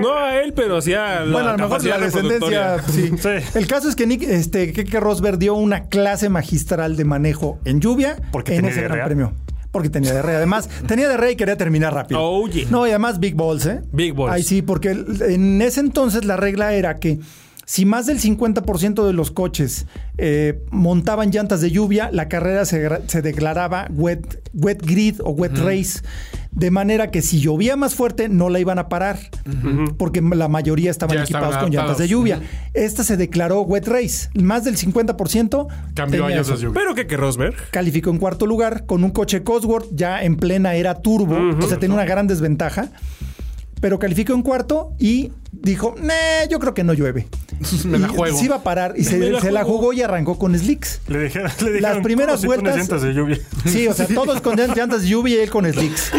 Speaker 3: No a él, pero sí a la
Speaker 1: bueno, a lo mejor
Speaker 3: capacidad
Speaker 1: la descendencia.
Speaker 3: reproductoria.
Speaker 1: sí.
Speaker 4: Sí.
Speaker 1: El caso es que Nick, este, Keke Rosberg dio una clase magistral de manejo en lluvia
Speaker 4: Porque
Speaker 1: en
Speaker 4: tenía
Speaker 1: ese gran
Speaker 4: diarrea.
Speaker 1: premio. Porque tenía diarrea. Además, tenía diarrea y quería terminar rápido.
Speaker 3: Oh, yeah.
Speaker 1: No, y además Big Balls, ¿eh?
Speaker 3: Big balls.
Speaker 1: Ahí sí, porque el- en ese entonces la regla era que si más del 50% de los coches eh, montaban llantas de lluvia, la carrera se, gra- se declaraba wet, wet grid o wet race. De manera que si llovía más fuerte, no la iban a parar, porque la mayoría estaban
Speaker 2: Ya
Speaker 1: equipados
Speaker 2: estaban
Speaker 1: con llantas de
Speaker 2: adaptados.
Speaker 1: lluvia. Esta se declaró wet race. Más del 50%
Speaker 2: Cambió a
Speaker 1: tenía
Speaker 2: Jazz
Speaker 1: eso.
Speaker 2: Azul.
Speaker 3: Pero que que Rosberg.
Speaker 1: Calificó en cuarto lugar con un coche Cosworth ya en plena era turbo, o sea, tenía una gran desventaja. Pero calificó en cuarto y dijo, "Nah, yo creo que no llueve."
Speaker 2: Me la
Speaker 1: Y
Speaker 2: juego.
Speaker 1: Se iba a parar y se,
Speaker 3: Me
Speaker 1: se
Speaker 3: la
Speaker 1: la,
Speaker 3: juego.
Speaker 1: jugó y arrancó con slicks.
Speaker 4: Le dijeron, le dijeron,
Speaker 1: Las primeras
Speaker 4: "¿Cómo si pones
Speaker 1: vueltas-
Speaker 4: llantas de lluvia.
Speaker 1: Sí, o sea, todos con llantas de lluvia y él con slicks.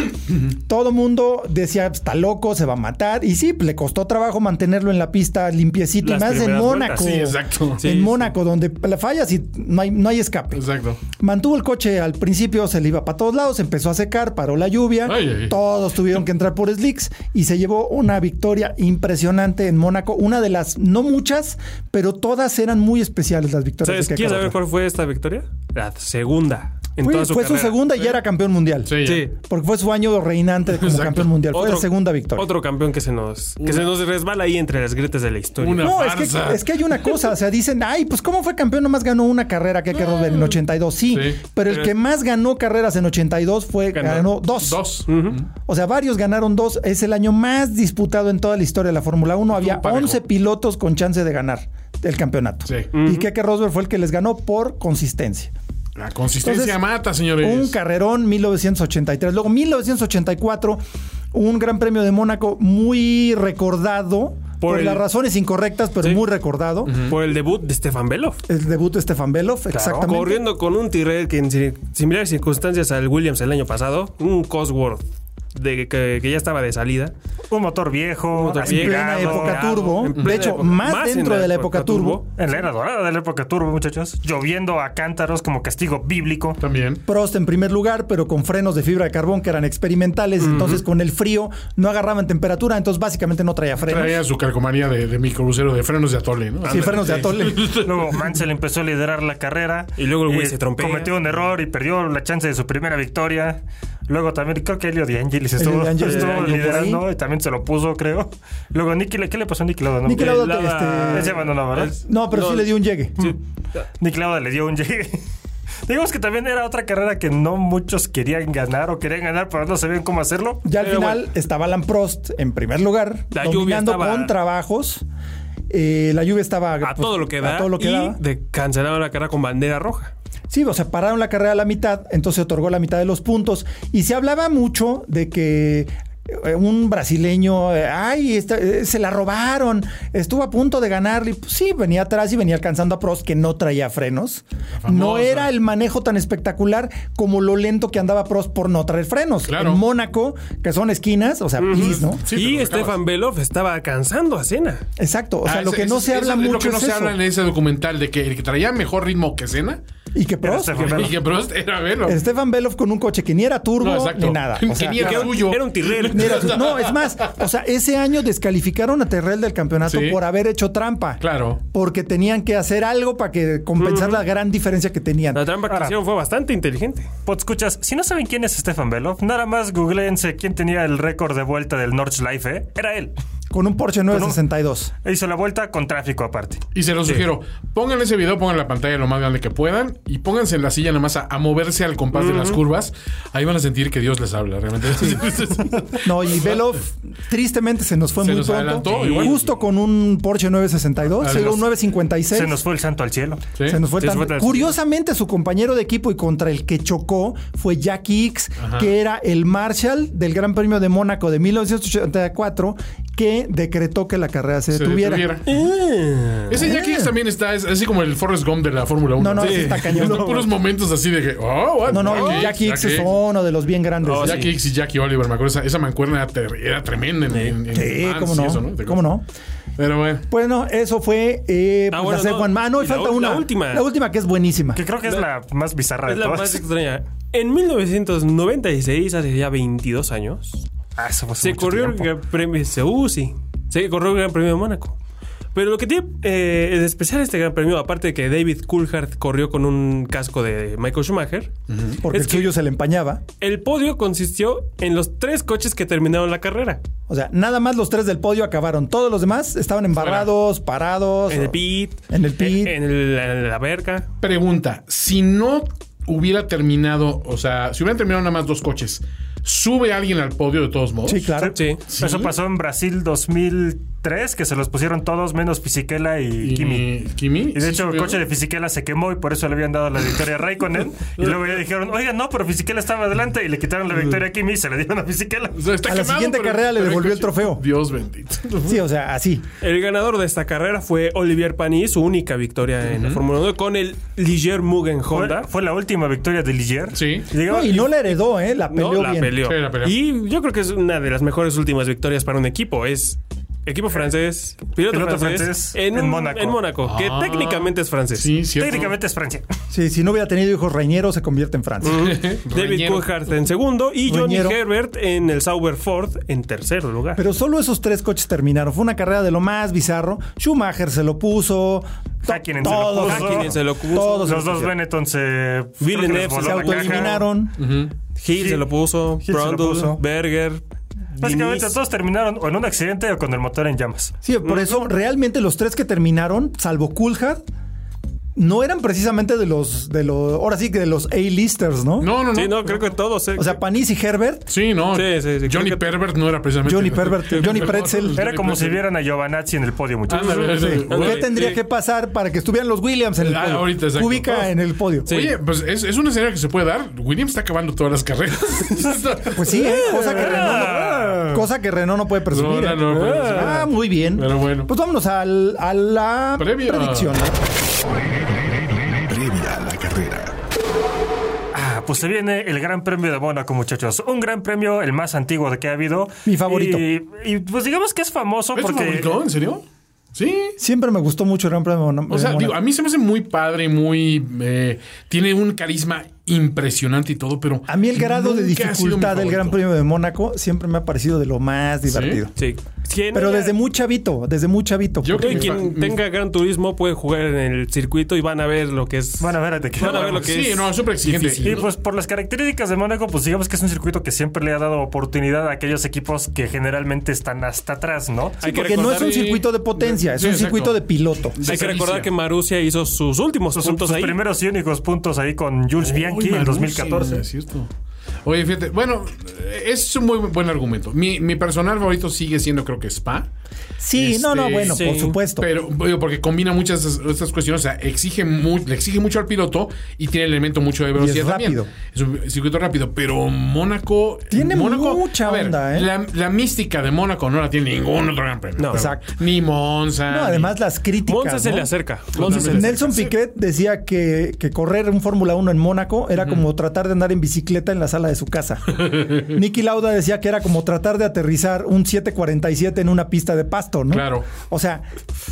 Speaker 1: Todo mundo decía, está loco, se va a matar. Y sí, le costó trabajo mantenerlo en la pista limpiecito, y
Speaker 4: Las
Speaker 1: más en
Speaker 4: primeras
Speaker 1: Mónaco.
Speaker 4: vueltas,
Speaker 2: sí, exacto.
Speaker 3: Sí,
Speaker 1: en
Speaker 3: sí.
Speaker 1: Mónaco, donde la fallas y no hay, no hay escape.
Speaker 2: Exacto.
Speaker 1: Mantuvo el coche al principio, se le iba para todos lados, empezó a secar, paró la lluvia,
Speaker 2: Ay, ay, ay.
Speaker 1: todos tuvieron que entrar por slicks y se llevó una victoria impresionante en Mónaco, una de las, no muchas, pero todas eran muy especiales las victorias.
Speaker 3: ¿Sabes?
Speaker 1: de Keke
Speaker 3: ¿Quieres saber
Speaker 1: Rosberg.
Speaker 3: cuál fue esta victoria? La segunda. En
Speaker 1: Fue-
Speaker 3: toda su
Speaker 1: fue
Speaker 3: carrera.
Speaker 1: su segunda y ya era campeón mundial.
Speaker 2: Sí,
Speaker 3: Sí.
Speaker 1: Porque fue su año reinante como campeón mundial. Fue la segunda victoria.
Speaker 3: Otro campeón que se nos, que se nos resbala ahí entre las grietas de la historia.
Speaker 2: Una
Speaker 1: No, es que,
Speaker 2: farsa.
Speaker 1: es que hay una cosa, o sea, dicen, ay, pues ¿cómo fue campeón? Nomás ganó una carrera que hay que Rosberg en 82, sí,
Speaker 2: Sí.
Speaker 1: pero el
Speaker 3: Pero-
Speaker 1: que más ganó carreras en 82 fue,
Speaker 3: Ganó
Speaker 1: ganó, dos.
Speaker 2: Dos.
Speaker 1: O sea, varios ganaron dos, es el año más disputado en toda la historia de la Fórmula 1, había
Speaker 2: parejo.
Speaker 1: 11 pilotos con chance de ganar el campeonato.
Speaker 2: Sí.
Speaker 1: Y Keke Rosberg fue el que les ganó por consistencia.
Speaker 2: La consistencia
Speaker 1: Entonces,
Speaker 2: mata, señores.
Speaker 1: Un carrerón 1983. Luego 1984, un gran premio de Mónaco muy recordado. Por,
Speaker 3: el-
Speaker 1: las razones incorrectas, pero
Speaker 3: Sí.
Speaker 1: muy recordado.
Speaker 3: Por el debut de Stefan Belov.
Speaker 1: El debut de Stefan Belov, exactamente.
Speaker 3: Corriendo con un Tyrrell que en si- similares circunstancias al Williams el año pasado, un Cosworth de, que, que ya estaba de salida.
Speaker 4: Un motor viejo,
Speaker 3: motor
Speaker 4: así
Speaker 1: en
Speaker 3: viejo.
Speaker 1: plena
Speaker 4: pegado.
Speaker 1: época turbo.
Speaker 3: en plena
Speaker 1: de hecho,
Speaker 3: época-
Speaker 1: más,
Speaker 3: más en
Speaker 1: dentro
Speaker 3: la
Speaker 1: de la
Speaker 3: época
Speaker 1: época turbo.
Speaker 3: turbo.
Speaker 4: En la era dorada de la época turbo, muchachos. Lloviendo a cántaros como castigo bíblico.
Speaker 2: También.
Speaker 1: Prost en primer lugar, pero con frenos de fibra de carbón que eran experimentales. Entonces, con el frío no agarraban temperatura. Entonces, básicamente no traía frenos.
Speaker 2: Traía su calcomanía de, de microbusero de frenos de atole, ¿no?
Speaker 1: Sí, frenos de atole.
Speaker 4: Luego Mansell empezó a liderar la carrera.
Speaker 3: Y luego el güey
Speaker 4: Eh,
Speaker 3: se trompea.
Speaker 4: Cometió un error y perdió la chance de su primera victoria. Luego también, creo que Elio De Angelis estuvo,
Speaker 1: Elio De Angelis
Speaker 4: estuvo
Speaker 1: por ahí.
Speaker 4: liderando y también se lo puso, creo. Luego, Nicky, ¿qué le pasó a Nicky Lauda? No,
Speaker 1: Niki
Speaker 4: Eh,
Speaker 1: Lauda,
Speaker 3: Lauda-
Speaker 4: Ese
Speaker 1: este,
Speaker 4: abandonó, ¿verdad?
Speaker 1: No, pero sí
Speaker 3: No.
Speaker 1: le dio un llegue.
Speaker 4: Nick Lauda le dio un llegue. Digamos que también era otra carrera que no muchos querían ganar o querían ganar, pero no sabían cómo hacerlo.
Speaker 1: Ya al
Speaker 3: Pero
Speaker 1: final
Speaker 3: bueno.
Speaker 1: estaba Alan Prost en primer lugar,
Speaker 3: La lluvia
Speaker 1: dominando
Speaker 3: estaba-
Speaker 1: con trabajos. Eh, la lluvia estaba
Speaker 3: A todo lo que da.
Speaker 1: A todo lo que
Speaker 3: y
Speaker 1: daba.
Speaker 3: de cancelaron la carrera con bandera roja.
Speaker 1: Sí, o sea, pararon la carrera a la mitad, entonces se otorgó la mitad de los puntos. Y se hablaba mucho de que eh, un brasileño, eh, ay, esta- eh, se la robaron, estuvo a punto de ganarle. Pues sí, venía atrás y venía alcanzando a Prost que no traía frenos. No era el manejo tan espectacular como lo lento que andaba Prost por no traer frenos.
Speaker 2: Claro.
Speaker 1: En Mónaco, que son esquinas, o sea, pis, ¿no?
Speaker 2: Sí, te
Speaker 3: y
Speaker 2: lo acabas.
Speaker 3: Stefan Belov estaba cansando a Cena.
Speaker 1: Exacto, o sea,
Speaker 2: Ah,
Speaker 1: lo
Speaker 2: es-
Speaker 1: que
Speaker 2: es-
Speaker 1: no se
Speaker 2: es-
Speaker 1: habla
Speaker 2: es
Speaker 1: mucho
Speaker 2: Lo que no
Speaker 1: es
Speaker 2: se
Speaker 1: eso.
Speaker 2: habla en ese documental de que el que traía mejor ritmo que Cena
Speaker 1: Y que Prost,
Speaker 4: Stefan Belov.
Speaker 2: y que Prost era Velo.
Speaker 1: Stefan Belov con un coche que ni era turbo
Speaker 2: No,
Speaker 1: ni nada. O sea,
Speaker 2: Que ni era suyo.
Speaker 3: Era un tirrero.
Speaker 1: ni era su- no, es más, o sea, ese año descalificaron a Terrell del campeonato
Speaker 2: Sí.
Speaker 1: por haber hecho trampa.
Speaker 2: Claro.
Speaker 1: Porque tenían que hacer algo para que compensar la gran diferencia que tenían.
Speaker 3: La trampa que
Speaker 4: Ahora.
Speaker 3: hicieron fue bastante inteligente.
Speaker 4: Podscuchas, si no saben quién es Stefan Belov, nada más googleense quién tenía el récord de vuelta del Nordschleife. ¿eh? Era él. E
Speaker 1: Con un Porsche 962.
Speaker 4: Hizo la vuelta con tráfico aparte.
Speaker 2: Y se los sugiero, pongan ese video, pongan la pantalla lo más grande que puedan y pónganse en la silla nada más a, a moverse al compás de las curvas. Ahí van a sentir que Dios les habla, realmente.
Speaker 1: No, y Belov tristemente se nos fue
Speaker 2: Se
Speaker 1: muy
Speaker 2: nos
Speaker 1: pronto.
Speaker 2: adelantó, igual.
Speaker 1: Justo con un Porsche 962,
Speaker 2: Adiós.
Speaker 1: llegó un 956.
Speaker 4: Se nos fue el santo al cielo.
Speaker 2: Sí.
Speaker 1: Se nos fue
Speaker 4: Se nos
Speaker 1: tan-
Speaker 4: fue tan-
Speaker 1: Curiosamente, su compañero de equipo y contra el que chocó fue Jackie Hicks, que era el Marshall del Gran Premio de Mónaco de 1984, que decretó que la carrera se,
Speaker 2: Se
Speaker 1: detuviera.
Speaker 2: detuviera. Ese Jackie Hicks también está, es así como el Forrest Gump de la Fórmula 1.
Speaker 1: Ah. No, no, ese está cañón.
Speaker 2: Son puros momentos así de que, oh, what?
Speaker 1: No, no,
Speaker 2: Jackie
Speaker 1: Jackie oh, Hicks es
Speaker 2: Jackie
Speaker 1: uno de los bien grandes.
Speaker 2: Hicks. Jackie Hicks y Jackie Oliver, me acuerdo. Esa, esa mancuerna era, ter- era tremenda en, en- en
Speaker 1: Sí,
Speaker 2: Vans
Speaker 1: cómo
Speaker 2: y
Speaker 1: no.
Speaker 2: Ah, eso, ¿Te
Speaker 1: ¿Cómo no?
Speaker 2: Pero bueno.
Speaker 1: Bueno, eso fue eh,
Speaker 3: Ah,
Speaker 1: pues,
Speaker 3: bueno,
Speaker 1: hacer
Speaker 3: no.
Speaker 1: Juan Mano. Y
Speaker 3: Y la
Speaker 1: falta
Speaker 3: u-
Speaker 1: una.
Speaker 3: la última.
Speaker 1: La última que es buenísima.
Speaker 4: Que creo que es la más bizarra
Speaker 3: Es
Speaker 4: de
Speaker 3: la
Speaker 4: todas.
Speaker 3: más extraña. En 1996, hace ya 22 años,
Speaker 4: Ah, eso fue hace
Speaker 3: se
Speaker 4: mucho
Speaker 3: corrió
Speaker 4: tiempo.
Speaker 3: el Gran Premio de Seúl, sí. Se corrió el Gran Premio de Mónaco. Pero lo que tiene eh, de especial este Gran Premio, aparte de que David Coulthard corrió con un casco de Michael Schumacher,
Speaker 1: Porque
Speaker 3: es
Speaker 1: el
Speaker 3: que-
Speaker 1: suyo se le empañaba.
Speaker 3: el podio consistió en los tres coches que terminaron la carrera.
Speaker 1: O sea, nada más los tres del podio acabaron. Todos los demás estaban embarrados, parados.
Speaker 3: En
Speaker 1: o-
Speaker 3: el pit.
Speaker 1: En el pit.
Speaker 3: En, el- en la verga.
Speaker 2: Pregunta, si no hubiera terminado, o sea, si hubieran terminado nada más dos coches, ¿sube alguien al podio de todos modos?
Speaker 1: Sí, claro.
Speaker 3: Sí.
Speaker 4: Eso pasó en Brasil 2003, que se los pusieron todos menos Fisichella y,
Speaker 2: ¿Y
Speaker 4: Kimi.
Speaker 2: Kimi?
Speaker 4: Y de
Speaker 2: ¿Sí
Speaker 4: hecho, el
Speaker 2: subió?
Speaker 4: coche de Fisichella se quemó y por eso le habían dado la victoria a Raikkonen. y luego ya dijeron, oiga, no, pero Fisichella estaba adelante y le quitaron la victoria a Kimi y se le dieron a Fisichella.
Speaker 2: O sea, está
Speaker 1: A la siguiente carrera le devolvió el
Speaker 2: coche-
Speaker 1: trofeo.
Speaker 2: Dios bendito.
Speaker 1: Sí, o sea, así.
Speaker 3: El ganador de esta carrera fue Olivier Panis, su única victoria en la Fórmula 1 con el Ligier Mugen
Speaker 4: Fue,
Speaker 3: Honda.
Speaker 4: fue la última victoria de Ligier.
Speaker 2: Sí.
Speaker 4: Y llegaba-
Speaker 1: No, y no la heredó, ¿eh? La peleó
Speaker 3: No, la
Speaker 1: bien.
Speaker 3: peleó.
Speaker 2: Sí, la peleó.
Speaker 3: Y yo creo que es una de las mejores últimas victorias para un equipo. Es equipo francés, piloto,
Speaker 4: Piloto
Speaker 3: francés,
Speaker 4: francés
Speaker 3: en,
Speaker 4: en
Speaker 3: un-
Speaker 4: Mónaco.
Speaker 3: en Mónaco, que técnicamente es francés.
Speaker 2: Sí, cierto.
Speaker 4: Técnicamente es Francia.
Speaker 1: Sí, si no hubiera tenido hijos Reñero, se convierte en Francia.
Speaker 3: David
Speaker 2: Reñero.
Speaker 3: Coulthard en segundo y Johnny
Speaker 1: Reñero.
Speaker 3: Herbert en el Sauber Ford en tercer lugar.
Speaker 1: Pero solo esos tres coches terminaron. Fue una carrera de lo más bizarro. Schumacher se lo puso. to-
Speaker 4: Hakkinen se lo
Speaker 1: todos,
Speaker 4: puso. Hakkinen
Speaker 3: se lo puso.
Speaker 1: Todos
Speaker 4: Los
Speaker 1: se lo
Speaker 4: dos
Speaker 1: pusieron.
Speaker 4: Benetton se...
Speaker 3: Villeneuve
Speaker 4: creo que les voló
Speaker 3: se
Speaker 1: Se
Speaker 4: la caja.
Speaker 1: autoeliminaron.
Speaker 3: Hill se lo puso,
Speaker 4: se lo
Speaker 3: Brundle,
Speaker 4: puso.
Speaker 3: Berger,
Speaker 4: Básicamente
Speaker 3: Diniz.
Speaker 4: todos terminaron o en un accidente o con el motor en llamas.
Speaker 1: Sí, por eso realmente los tres que terminaron, salvo Coulthard, no eran precisamente de los, de los, ahora sí que de los A-listers, ¿no?
Speaker 2: No, no, no.
Speaker 3: Sí, no, creo que todos. eh.
Speaker 1: O sea, Panis y Herbert,
Speaker 2: Sí, no.
Speaker 3: Sí, sí, sí,
Speaker 2: Johnny
Speaker 3: creo que-
Speaker 2: Pervert no era precisamente.
Speaker 1: Johnny Pervert, Johnny Pretzel.
Speaker 4: Era como si
Speaker 2: Pretzel.
Speaker 4: vieran a Giovanazzi en el podio, muchachos.
Speaker 2: Ándale,
Speaker 1: Sí.
Speaker 2: ándale.
Speaker 1: ¿qué
Speaker 3: Sí.
Speaker 1: tendría que pasar para que estuvieran los Williams en el
Speaker 2: Ah,
Speaker 1: podio?
Speaker 2: ahorita, exacto.
Speaker 1: Ubica en el podio.
Speaker 3: Sí.
Speaker 2: Oye, pues es, es un escenario que se puede dar. Williams está acabando todas las carreras.
Speaker 1: Pues sí, ¿eh? cosa, que
Speaker 4: Ah.
Speaker 1: Renault no, cosa que Renault no puede presumir.
Speaker 2: No,
Speaker 1: ¿eh?
Speaker 2: no, no puede presumir.
Speaker 1: ah, muy bien.
Speaker 2: Pero bueno.
Speaker 1: Pues vámonos al- a la
Speaker 2: Previa.
Speaker 1: predicción. ¿eh?
Speaker 9: Previa a la carrera.
Speaker 4: Ah, pues se viene el Gran Premio de Mónaco, muchachos. Un gran premio, el más antiguo de que ha habido.
Speaker 1: Mi favorito.
Speaker 4: Y, y, pues digamos que es famoso
Speaker 2: ¿Es tu
Speaker 4: porque.
Speaker 2: favorito? ¿En serio? Sí.
Speaker 1: Siempre me gustó mucho el Gran Premio de Mon-
Speaker 2: O sea,
Speaker 1: de
Speaker 2: digo, a
Speaker 1: Mónaco.
Speaker 2: mí se me hace muy padre, muy. eh, tiene un carisma impresionante y todo, pero.
Speaker 1: a mí el grado de
Speaker 2: nunca ha sido mi
Speaker 1: dificultad del
Speaker 2: favorito.
Speaker 1: Gran Premio de Mónaco siempre me ha parecido de lo más divertido.
Speaker 3: Sí. ¿Quién
Speaker 1: Pero
Speaker 3: haya-
Speaker 1: desde muy chavito, desde muy chavito.
Speaker 2: Yo
Speaker 3: Creo que
Speaker 2: Mi
Speaker 3: quien
Speaker 2: fa- mi-
Speaker 3: tenga gran turismo puede jugar en el circuito y van a ver lo que es.
Speaker 4: Van a ver de qué
Speaker 3: Van a ver lo
Speaker 4: hablamos.
Speaker 3: que
Speaker 2: Sí,
Speaker 3: es.
Speaker 2: no, es súper exigente.
Speaker 3: difícil.
Speaker 4: Y pues por las características de Mónaco, pues digamos que es un circuito que siempre le ha dado oportunidad a aquellos equipos que generalmente están hasta atrás, ¿no?
Speaker 3: Hay que
Speaker 1: porque no es
Speaker 3: recordar-
Speaker 1: un circuito de potencia, es
Speaker 2: Sí,
Speaker 1: un
Speaker 2: exacto.
Speaker 1: circuito de piloto.
Speaker 3: Hay que
Speaker 2: Delicia.
Speaker 3: recordar que Marusia hizo sus últimos
Speaker 4: Sus,
Speaker 3: puntos
Speaker 4: sus
Speaker 3: ahí.
Speaker 4: primeros y únicos puntos ahí con Jules
Speaker 2: Uy,
Speaker 4: Bianchi en
Speaker 2: Marusia,
Speaker 4: 2014.
Speaker 2: Es cierto. Oye, fíjate, bueno, es un muy buen argumento. Mi, mi personal favorito sigue siendo, creo que Spa.
Speaker 1: Sí, no, no,
Speaker 2: Este,
Speaker 1: bueno, por
Speaker 3: sí.
Speaker 1: supuesto.
Speaker 2: Pero digo, porque combina muchas de esas- estas cuestiones, o sea, exige mu- le exige mucho al piloto y tiene el elemento mucho de velocidad
Speaker 1: rápido.
Speaker 2: también. Es un circuito rápido, pero Mónaco
Speaker 1: Tiene
Speaker 2: Mónaco,
Speaker 1: mucha
Speaker 2: a ver,
Speaker 1: onda, ¿eh?
Speaker 2: La, la mística de Mónaco no la tiene ningún otro gran premio.
Speaker 3: No.
Speaker 2: Pero
Speaker 1: Exacto.
Speaker 2: Ni Monza.
Speaker 1: No,
Speaker 2: ni-
Speaker 1: además las críticas.
Speaker 3: Monza se
Speaker 1: ¿no?
Speaker 3: le acerca. Monza se le acerca.
Speaker 1: Nelson Piquet decía que, que correr un Fórmula 1 en Mónaco era como tratar de andar en bicicleta en la sala de su casa. Nicky Lauda decía que era como tratar de aterrizar un 747 en una pista de pasto, ¿no?
Speaker 2: Claro.
Speaker 1: O sea,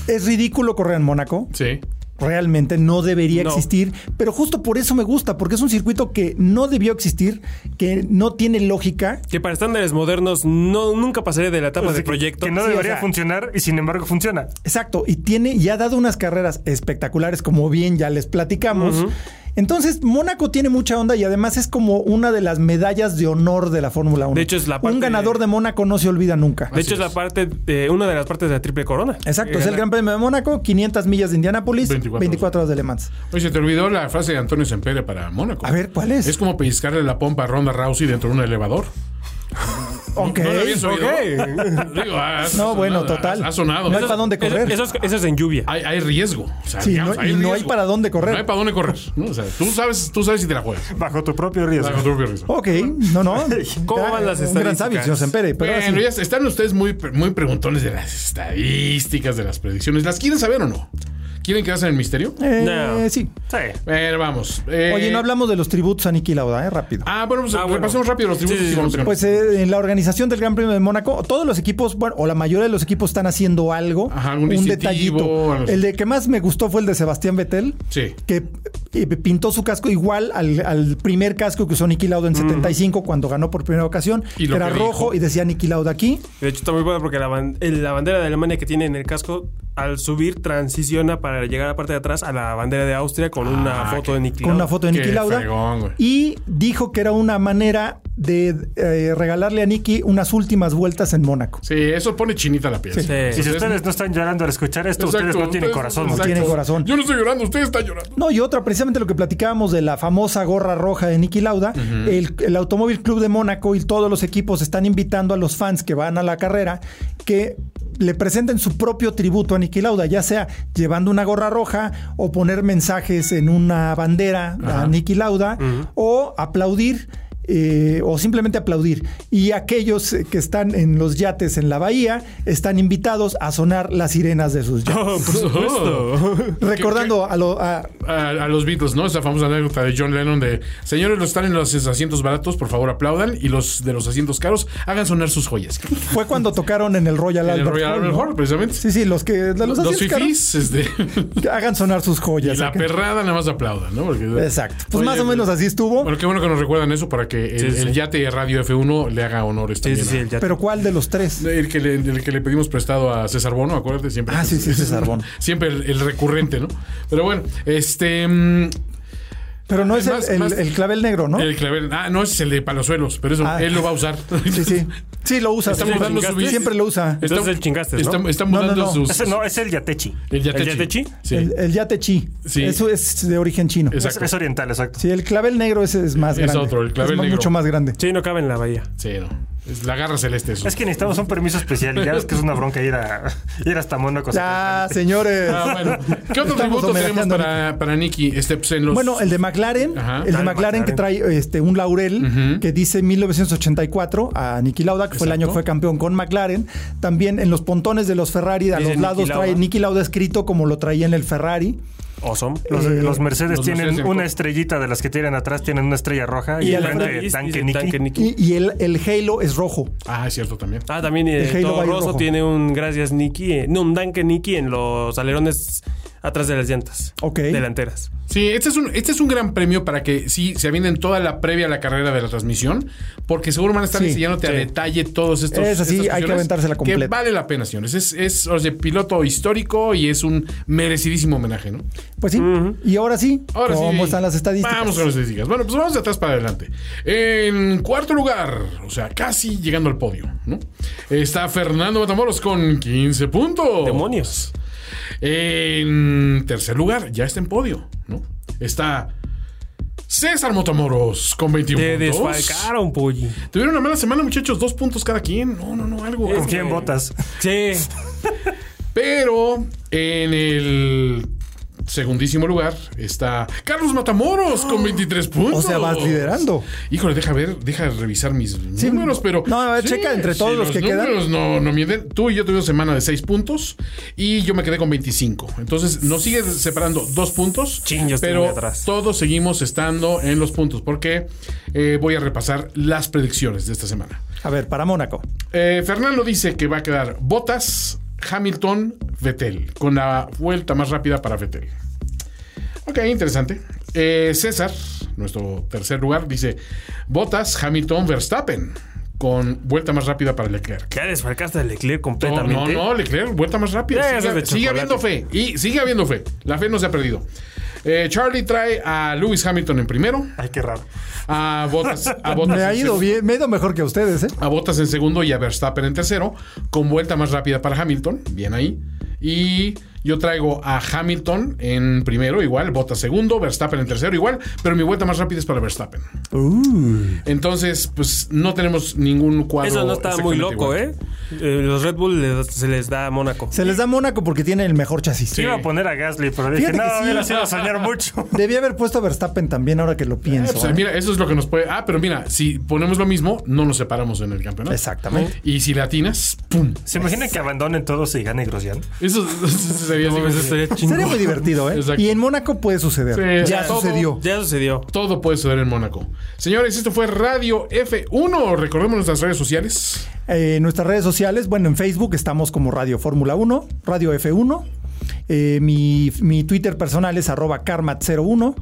Speaker 1: es ridículo correr en Mónaco.
Speaker 2: Sí.
Speaker 1: Realmente no debería
Speaker 3: No.
Speaker 1: existir, pero justo por eso me gusta, porque es un circuito que no debió existir, que no tiene lógica.
Speaker 3: Que para estándares modernos no, nunca pasaré de la etapa
Speaker 1: Pues
Speaker 4: Así
Speaker 3: Pues de
Speaker 4: que-
Speaker 3: proyecto.
Speaker 4: Que no
Speaker 3: Sí,
Speaker 4: debería
Speaker 3: o sea,
Speaker 4: funcionar y sin embargo funciona.
Speaker 1: Exacto, y tiene y ha dado unas carreras espectaculares, como bien ya les platicamos. Entonces, Mónaco tiene mucha onda y además es como una de las medallas de honor de la Fórmula 1.
Speaker 3: De hecho, es la parte-
Speaker 1: Un ganador de Mónaco no se olvida nunca.
Speaker 3: De hecho, es la parte de, una de las partes de la triple corona. Eh,
Speaker 1: Exacto, es el Gran Premio de Mónaco, 500 millas de Indianápolis,
Speaker 2: 24
Speaker 1: 24, horas de Le Mans.
Speaker 2: Oye, se te olvidó la frase de Antonio Sempere para Mónaco.
Speaker 1: A ver, ¿cuál es?
Speaker 2: Es como pellizcarle la pompa a Ronda Rousey dentro de un elevador.
Speaker 1: Ok,
Speaker 2: ¿No lo habías oído?
Speaker 1: ok.
Speaker 2: Digo, ha- ha
Speaker 1: No, bueno,
Speaker 2: sonado,
Speaker 1: total.
Speaker 2: Ha, ha sonado.
Speaker 1: No hay para dónde
Speaker 3: Eso,
Speaker 1: correr.
Speaker 3: eso es, eso es en lluvia.
Speaker 2: hay, hay riesgo. O sea,
Speaker 1: Sí, no- y no hay para dónde correr.
Speaker 2: No hay para dónde correr. ¿no? O sea, tú sabes, tú sabes si te la juegas.
Speaker 4: Bajo tu propio riesgo.
Speaker 2: Bajo tu propio riesgo.
Speaker 1: Ok, no, no.
Speaker 3: ¿Cómo
Speaker 1: Ya,
Speaker 3: van las
Speaker 1: Un gran sabio,
Speaker 3: estadísticas?
Speaker 1: señor Sempere, pero
Speaker 2: Bueno,
Speaker 1: así.
Speaker 2: ya están ustedes muy, muy preguntones de las estadísticas, de las predicciones. ¿Las quieren saber o no? ¿Quieren quedarse en el misterio?
Speaker 1: Eh,
Speaker 3: No.
Speaker 1: Sí.
Speaker 4: Sí.
Speaker 2: Bueno, vamos. Eh,
Speaker 1: Oye, no hablamos de los tributos a Niki Lauda, ¿eh? Rápido.
Speaker 2: Ah, bueno, pues
Speaker 3: Ah, bueno.
Speaker 2: repasemos rápido los tributos.
Speaker 3: Sí, sí,
Speaker 2: y
Speaker 3: sí,
Speaker 2: conocemos.
Speaker 1: Pues eh, en la organización del Gran Premio de Mónaco, todos los equipos, bueno, o la mayoría de los equipos están haciendo algo,
Speaker 2: Ajá, algún distintivo, algo así.
Speaker 1: El de que más me gustó fue el de Sebastián Vettel,
Speaker 2: Sí.
Speaker 1: que eh, pintó su casco igual al, al primer casco que usó Niki Lauda en 75 cuando ganó por primera ocasión,
Speaker 2: Y lo
Speaker 1: que era
Speaker 2: que
Speaker 1: rojo
Speaker 2: dijo.
Speaker 1: y decía Niki Lauda aquí.
Speaker 3: De hecho, está muy bueno porque la, ban- el- la bandera de Alemania que tiene en el casco, al subir, transiciona para llegar a la parte de atrás a la bandera de Austria con
Speaker 4: Ah,
Speaker 3: una foto de Nicky
Speaker 1: con
Speaker 3: Lauda.
Speaker 1: una foto de
Speaker 2: Qué
Speaker 1: Niki Lauda.
Speaker 2: fregón, güey.
Speaker 1: y dijo que era una manera de eh, regalarle a Niki unas últimas vueltas en Mónaco.
Speaker 2: Sí, eso pone chinita la piel.
Speaker 1: Sí.
Speaker 3: Sí.
Speaker 4: Y si ustedes no están llorando al escuchar esto,
Speaker 2: Exacto,
Speaker 4: ustedes no tienen
Speaker 2: ustedes-
Speaker 4: corazón.
Speaker 2: exacto.
Speaker 1: tienen corazón.
Speaker 2: Yo no estoy llorando, ustedes están llorando.
Speaker 1: No, y otra, precisamente lo que platicábamos de la famosa gorra roja de Niki Lauda, el, el Automóvil Club de Mónaco y todos los equipos están invitando a los fans que van a la carrera que le presenten su propio tributo a Niki Lauda, ya sea llevando una gorra roja o poner mensajes en una bandera a Niki Lauda o aplaudir. eh, o simplemente aplaudir. Y aquellos eh, que están en los yates en la bahía están invitados a sonar las sirenas de sus yates.
Speaker 2: Por supuesto.
Speaker 1: Recordando a, lo, a,
Speaker 2: a, a los Beatles, ¿no? Esa famosa anécdota de John Lennon de señores, los están en los asientos baratos, por favor aplaudan, y los de los asientos caros, hagan sonar sus joyas.
Speaker 1: Fue cuando tocaron en el Royal
Speaker 2: En el
Speaker 1: Albert
Speaker 2: Royal
Speaker 1: Hall,
Speaker 2: Albert
Speaker 1: ¿no?
Speaker 2: Hall, precisamente.
Speaker 1: Sí, sí, los que de los,
Speaker 2: Los,
Speaker 1: asientos, claro,
Speaker 2: fifís, este,
Speaker 1: que hagan sonar sus
Speaker 2: y
Speaker 1: joyas.
Speaker 2: la
Speaker 1: acá.
Speaker 2: perrada nada más aplaudan, ¿no? Porque-
Speaker 1: Exacto. Pues
Speaker 2: Oye,
Speaker 1: más o menos así estuvo.
Speaker 2: Bueno, qué bueno que nos recuerdan eso para que el,
Speaker 3: Sí, sí.
Speaker 2: el yate de Radio F1 le haga honores
Speaker 3: Sí,
Speaker 2: también.
Speaker 3: sí, sí, el yate.
Speaker 1: Pero ¿cuál de los tres?
Speaker 2: a- el que, le, el que le pedimos prestado a César Bono, acuérdate siempre.
Speaker 1: Ah, sí, sí, César Bono.
Speaker 2: Siempre el, el recurrente, ¿no? Pero bueno, este. mm,
Speaker 1: Pero no es el-
Speaker 2: Más-
Speaker 1: el,
Speaker 2: más-
Speaker 1: el clavel negro, ¿no?
Speaker 2: El clavel. Ah, no, ese es el de palosuelos, pero eso
Speaker 1: Ah.
Speaker 2: él lo va a usar.
Speaker 1: Sí, sí. Sí, lo usa.
Speaker 2: Estamos
Speaker 1: siempre,
Speaker 2: dando su bici.
Speaker 1: siempre lo usa.
Speaker 3: Entonces el chingaste, ¿no?
Speaker 2: Están, están
Speaker 1: No, no,
Speaker 2: mudando
Speaker 1: no.
Speaker 2: sus.
Speaker 4: Ese no, es el yatechi.
Speaker 2: El yatechi.
Speaker 3: ¿El yatechi?
Speaker 2: Sí.
Speaker 1: El, el yate chi.
Speaker 2: Sí.
Speaker 1: Eso es de origen chino.
Speaker 4: Es,
Speaker 2: Exacto.
Speaker 4: es oriental, exacto.
Speaker 1: Sí, el clavel negro ese es más
Speaker 2: Es
Speaker 1: grande.
Speaker 2: otro, el clavel
Speaker 1: es más-
Speaker 2: negro.
Speaker 1: mucho más grande.
Speaker 3: Sí, no cabe en la bahía.
Speaker 2: Sí, no. Es la garra celeste eso.
Speaker 4: Es que necesitamos un permiso especial. y Ya ves que es una bronca ir, a, ir hasta Mónaco.
Speaker 1: Ya, señores.
Speaker 2: Ah, bueno. ¿Qué
Speaker 1: Estamos
Speaker 2: otro tributo tenemos
Speaker 1: homenajeando a
Speaker 2: para, para Nicky? Este, pues, en los-
Speaker 1: Bueno, el de McLaren,
Speaker 2: Ajá.
Speaker 1: el de
Speaker 4: Ah,
Speaker 1: McLaren,
Speaker 4: McLaren.
Speaker 1: que trae este, un laurel que dice 1984 a Niki Lauda, que fue el año que fue campeón con McLaren. También en los pontones de los Ferrari, a
Speaker 3: Dice
Speaker 1: los
Speaker 3: Niki
Speaker 1: lados trae
Speaker 3: Lauda.
Speaker 1: Niki Lauda escrito como lo traía en el Ferrari.
Speaker 3: Awesome.
Speaker 4: Los,
Speaker 1: Eh,
Speaker 4: los Mercedes
Speaker 2: los
Speaker 4: tienen
Speaker 2: Mercedes en-
Speaker 4: una estrellita de las que tienen atrás, tienen una estrella roja y,
Speaker 3: Y el
Speaker 4: enfrente
Speaker 3: nariz
Speaker 4: tanque
Speaker 3: dice
Speaker 4: Niki.
Speaker 3: tanque Niki.
Speaker 1: Y, y el, el Halo es rojo.
Speaker 2: Ah, es cierto también.
Speaker 3: Ah, también eh,
Speaker 1: El Halo
Speaker 3: todo
Speaker 1: va a ir
Speaker 3: Rosso
Speaker 1: rojo.
Speaker 3: tiene un gracias Nicky, eh, no, un danke Nicky en los alerones atrás de las llantas.
Speaker 1: Ok.
Speaker 3: Delanteras.
Speaker 2: Sí, este es, un, este es un gran premio para que sí se avienten toda la previa a la carrera de la transmisión, porque seguro van a estar
Speaker 1: Sí,
Speaker 2: enseñándote a
Speaker 3: sí.
Speaker 2: detalle todos estos.
Speaker 1: Esa sí,
Speaker 2: estas
Speaker 1: hay que
Speaker 2: cuestiones
Speaker 1: aventársela completa.
Speaker 2: Que vale la pena, señores. Es, es o sea, piloto histórico y es un merecidísimo homenaje, ¿no?
Speaker 1: Pues sí. Y ahora sí,
Speaker 2: Ahora
Speaker 1: ¿cómo
Speaker 2: sí.
Speaker 1: están las estadísticas?
Speaker 2: Vamos con las estadísticas. Bueno, pues vamos de atrás para adelante. En cuarto lugar, o sea, casi llegando al podio, ¿no? Está Fernando Matamoros con 15
Speaker 1: Oh.
Speaker 2: puntos.
Speaker 3: Demonios.
Speaker 2: En tercer lugar, ya está en podio, ¿no? Está César Motamoros con 21
Speaker 3: Te
Speaker 2: puntos.
Speaker 3: desfalcaron, Polly.
Speaker 2: Tuvieron una mala semana, muchachos. Dos puntos cada quien. No, no, no, algo.
Speaker 4: ¿Con
Speaker 2: algo.
Speaker 3: Este,
Speaker 4: quién votas?
Speaker 3: Sí.
Speaker 2: Pero en el segundísimo lugar está Carlos Matamoros con 23 puntos.
Speaker 1: O sea, vas liderando.
Speaker 2: Híjole, deja ver, deja revisar mis
Speaker 1: Sí,
Speaker 2: números, pero.
Speaker 1: no, a ver, checa entre todos los que quedan.
Speaker 2: números No, no mienten. Tú y yo tuvimos semana de 6 puntos y yo me quedé con 25. Entonces nos sigue separando dos puntos.
Speaker 4: Chin, yo estoy
Speaker 2: pero
Speaker 4: muy atrás.
Speaker 2: todos seguimos estando en los puntos porque eh, voy a repasar las predicciones de esta semana.
Speaker 1: A ver, para Mónaco.
Speaker 2: Eh, Fernando dice que va a quedar Botas, Hamilton, Vettel, con la vuelta más rápida para Vettel. Ok, interesante. Eh, César, nuestro tercer lugar, dice Botas, Hamilton, Verstappen, con vuelta más rápida para Leclerc.
Speaker 3: Ya desfalcaste a Leclerc
Speaker 2: No, no,
Speaker 3: completamente.
Speaker 2: no, Leclerc, vuelta más rápida.
Speaker 3: Ya, ya
Speaker 2: Sigue,
Speaker 3: sabes,
Speaker 2: sigue
Speaker 3: chocolate.
Speaker 2: habiendo fe. Y sigue habiendo fe. La fe no se ha perdido. Eh, Charlie trae a Lewis Hamilton en primero,
Speaker 4: Ay, qué raro.
Speaker 2: a Botas, a Botas
Speaker 1: Me ha
Speaker 2: en
Speaker 1: ido
Speaker 2: segundo
Speaker 1: bien, me ha ido mejor que ustedes, ¿eh?
Speaker 2: a Bottas en segundo y a Verstappen en tercero, con vuelta más rápida para Hamilton, bien ahí. Y yo traigo a Hamilton en primero, igual, Bottas segundo, Verstappen en tercero, igual, pero mi vuelta más rápida es para Verstappen.
Speaker 1: Uh.
Speaker 2: Entonces, pues no tenemos ningún cuadro.
Speaker 3: Eso no está muy
Speaker 2: exactamente
Speaker 3: loco,
Speaker 2: igual.
Speaker 3: ¿eh? Eh, Los Red Bull les- se les da a Mónaco.
Speaker 1: Se les da Mónaco porque tienen el mejor chasis.
Speaker 4: Sí. Iba a poner a Gasly, pero dije,
Speaker 1: Fíjate
Speaker 4: no,
Speaker 1: que sí.
Speaker 4: hubiera sido soñar mucho.
Speaker 1: Debía haber puesto a Verstappen también, ahora que lo
Speaker 2: Eh,
Speaker 1: pienso.
Speaker 2: pues,
Speaker 1: ¿eh?
Speaker 2: mira, eso es lo que nos puede. Ah, pero mira, si ponemos lo mismo, no nos separamos en el campeonato.
Speaker 1: Exactamente.
Speaker 2: Y si latinas, ¡pum!
Speaker 4: ¿Se imaginan que abandonen todos y gane Grosjean?
Speaker 2: Eso, eso sería así
Speaker 3: No,
Speaker 2: como
Speaker 3: eso
Speaker 2: que-
Speaker 3: estaría chingón.
Speaker 1: Sería muy divertido, ¿eh?
Speaker 2: Exacto.
Speaker 1: Y en Mónaco puede suceder.
Speaker 2: Sí,
Speaker 1: ya
Speaker 2: o sea, todo-
Speaker 1: sucedió.
Speaker 3: Ya sucedió.
Speaker 2: Todo puede suceder en Mónaco. Señores, esto fue Radio F1. Recordemos nuestras redes sociales.
Speaker 1: Eh, nuestras redes sociales, bueno, en Facebook estamos como Radio Fórmula 1, Radio F1. Eh, mi, mi Twitter personal es arroba karmat01.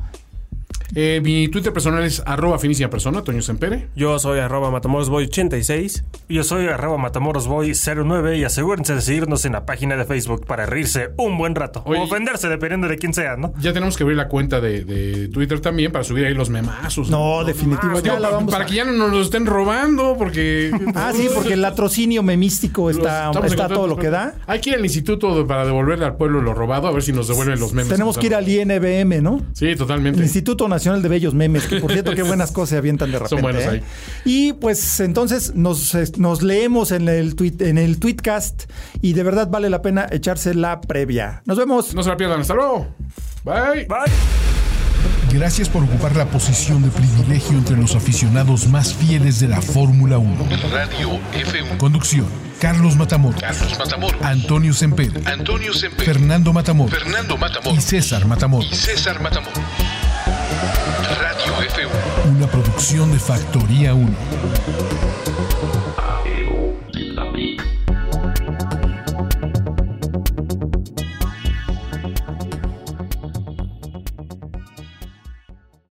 Speaker 2: Eh, mi Twitter personal es arroba finísima persona, Toño Sempere.
Speaker 3: Yo soy arroba matamorosboy86.
Speaker 4: Yo soy arroba matamorosboy09 y asegúrense de seguirnos en la página de Facebook para reírse un buen rato.
Speaker 2: Oye,
Speaker 4: o ofenderse, dependiendo de quién sea, ¿no?
Speaker 2: Ya tenemos que abrir la cuenta de, de Twitter también para subir ahí los memazos.
Speaker 1: No, definitivo,
Speaker 2: más.
Speaker 1: ya
Speaker 2: Digo,
Speaker 1: la
Speaker 2: pa-
Speaker 1: vamos
Speaker 2: para
Speaker 1: a-
Speaker 2: que ya no nos lo estén robando, porque.
Speaker 1: Ah, sí, porque el latrocinio memístico está,
Speaker 2: Estamos en
Speaker 1: está
Speaker 2: contacto-
Speaker 1: todo lo que da.
Speaker 2: Hay que ir al instituto de- para devolverle al pueblo lo robado, a ver si nos devuelven los memes.
Speaker 1: Tenemos que ir al INBM, ¿no?
Speaker 2: Sí,
Speaker 1: El
Speaker 2: totalmente.
Speaker 1: Instituto Nacional de Bellos Memes, que por cierto, qué buenas cosas se avientan de repente.
Speaker 2: Son buenos
Speaker 1: ¿eh?
Speaker 2: ahí.
Speaker 1: Y pues entonces nos, eh, nos leemos en el, tweet, en el tweetcast y de verdad vale la pena echarse la previa. Nos vemos.
Speaker 2: No se la pierdan. Hasta luego. Bye.
Speaker 4: Bye.
Speaker 5: Gracias por ocupar la posición de privilegio entre los aficionados más fieles de la Fórmula 1.
Speaker 10: Radio F1.
Speaker 5: Conducción: Carlos Matamoros,
Speaker 10: Carlos Matamoros.
Speaker 5: Antonio Semper,
Speaker 10: Antonio Semper.
Speaker 5: Fernando Matamoros
Speaker 10: Fernando
Speaker 5: y
Speaker 10: Matamoros.
Speaker 5: César
Speaker 10: Y
Speaker 5: Matamoros.
Speaker 10: César Matamoros. Radio F1.
Speaker 5: Una producción de Factoría 1.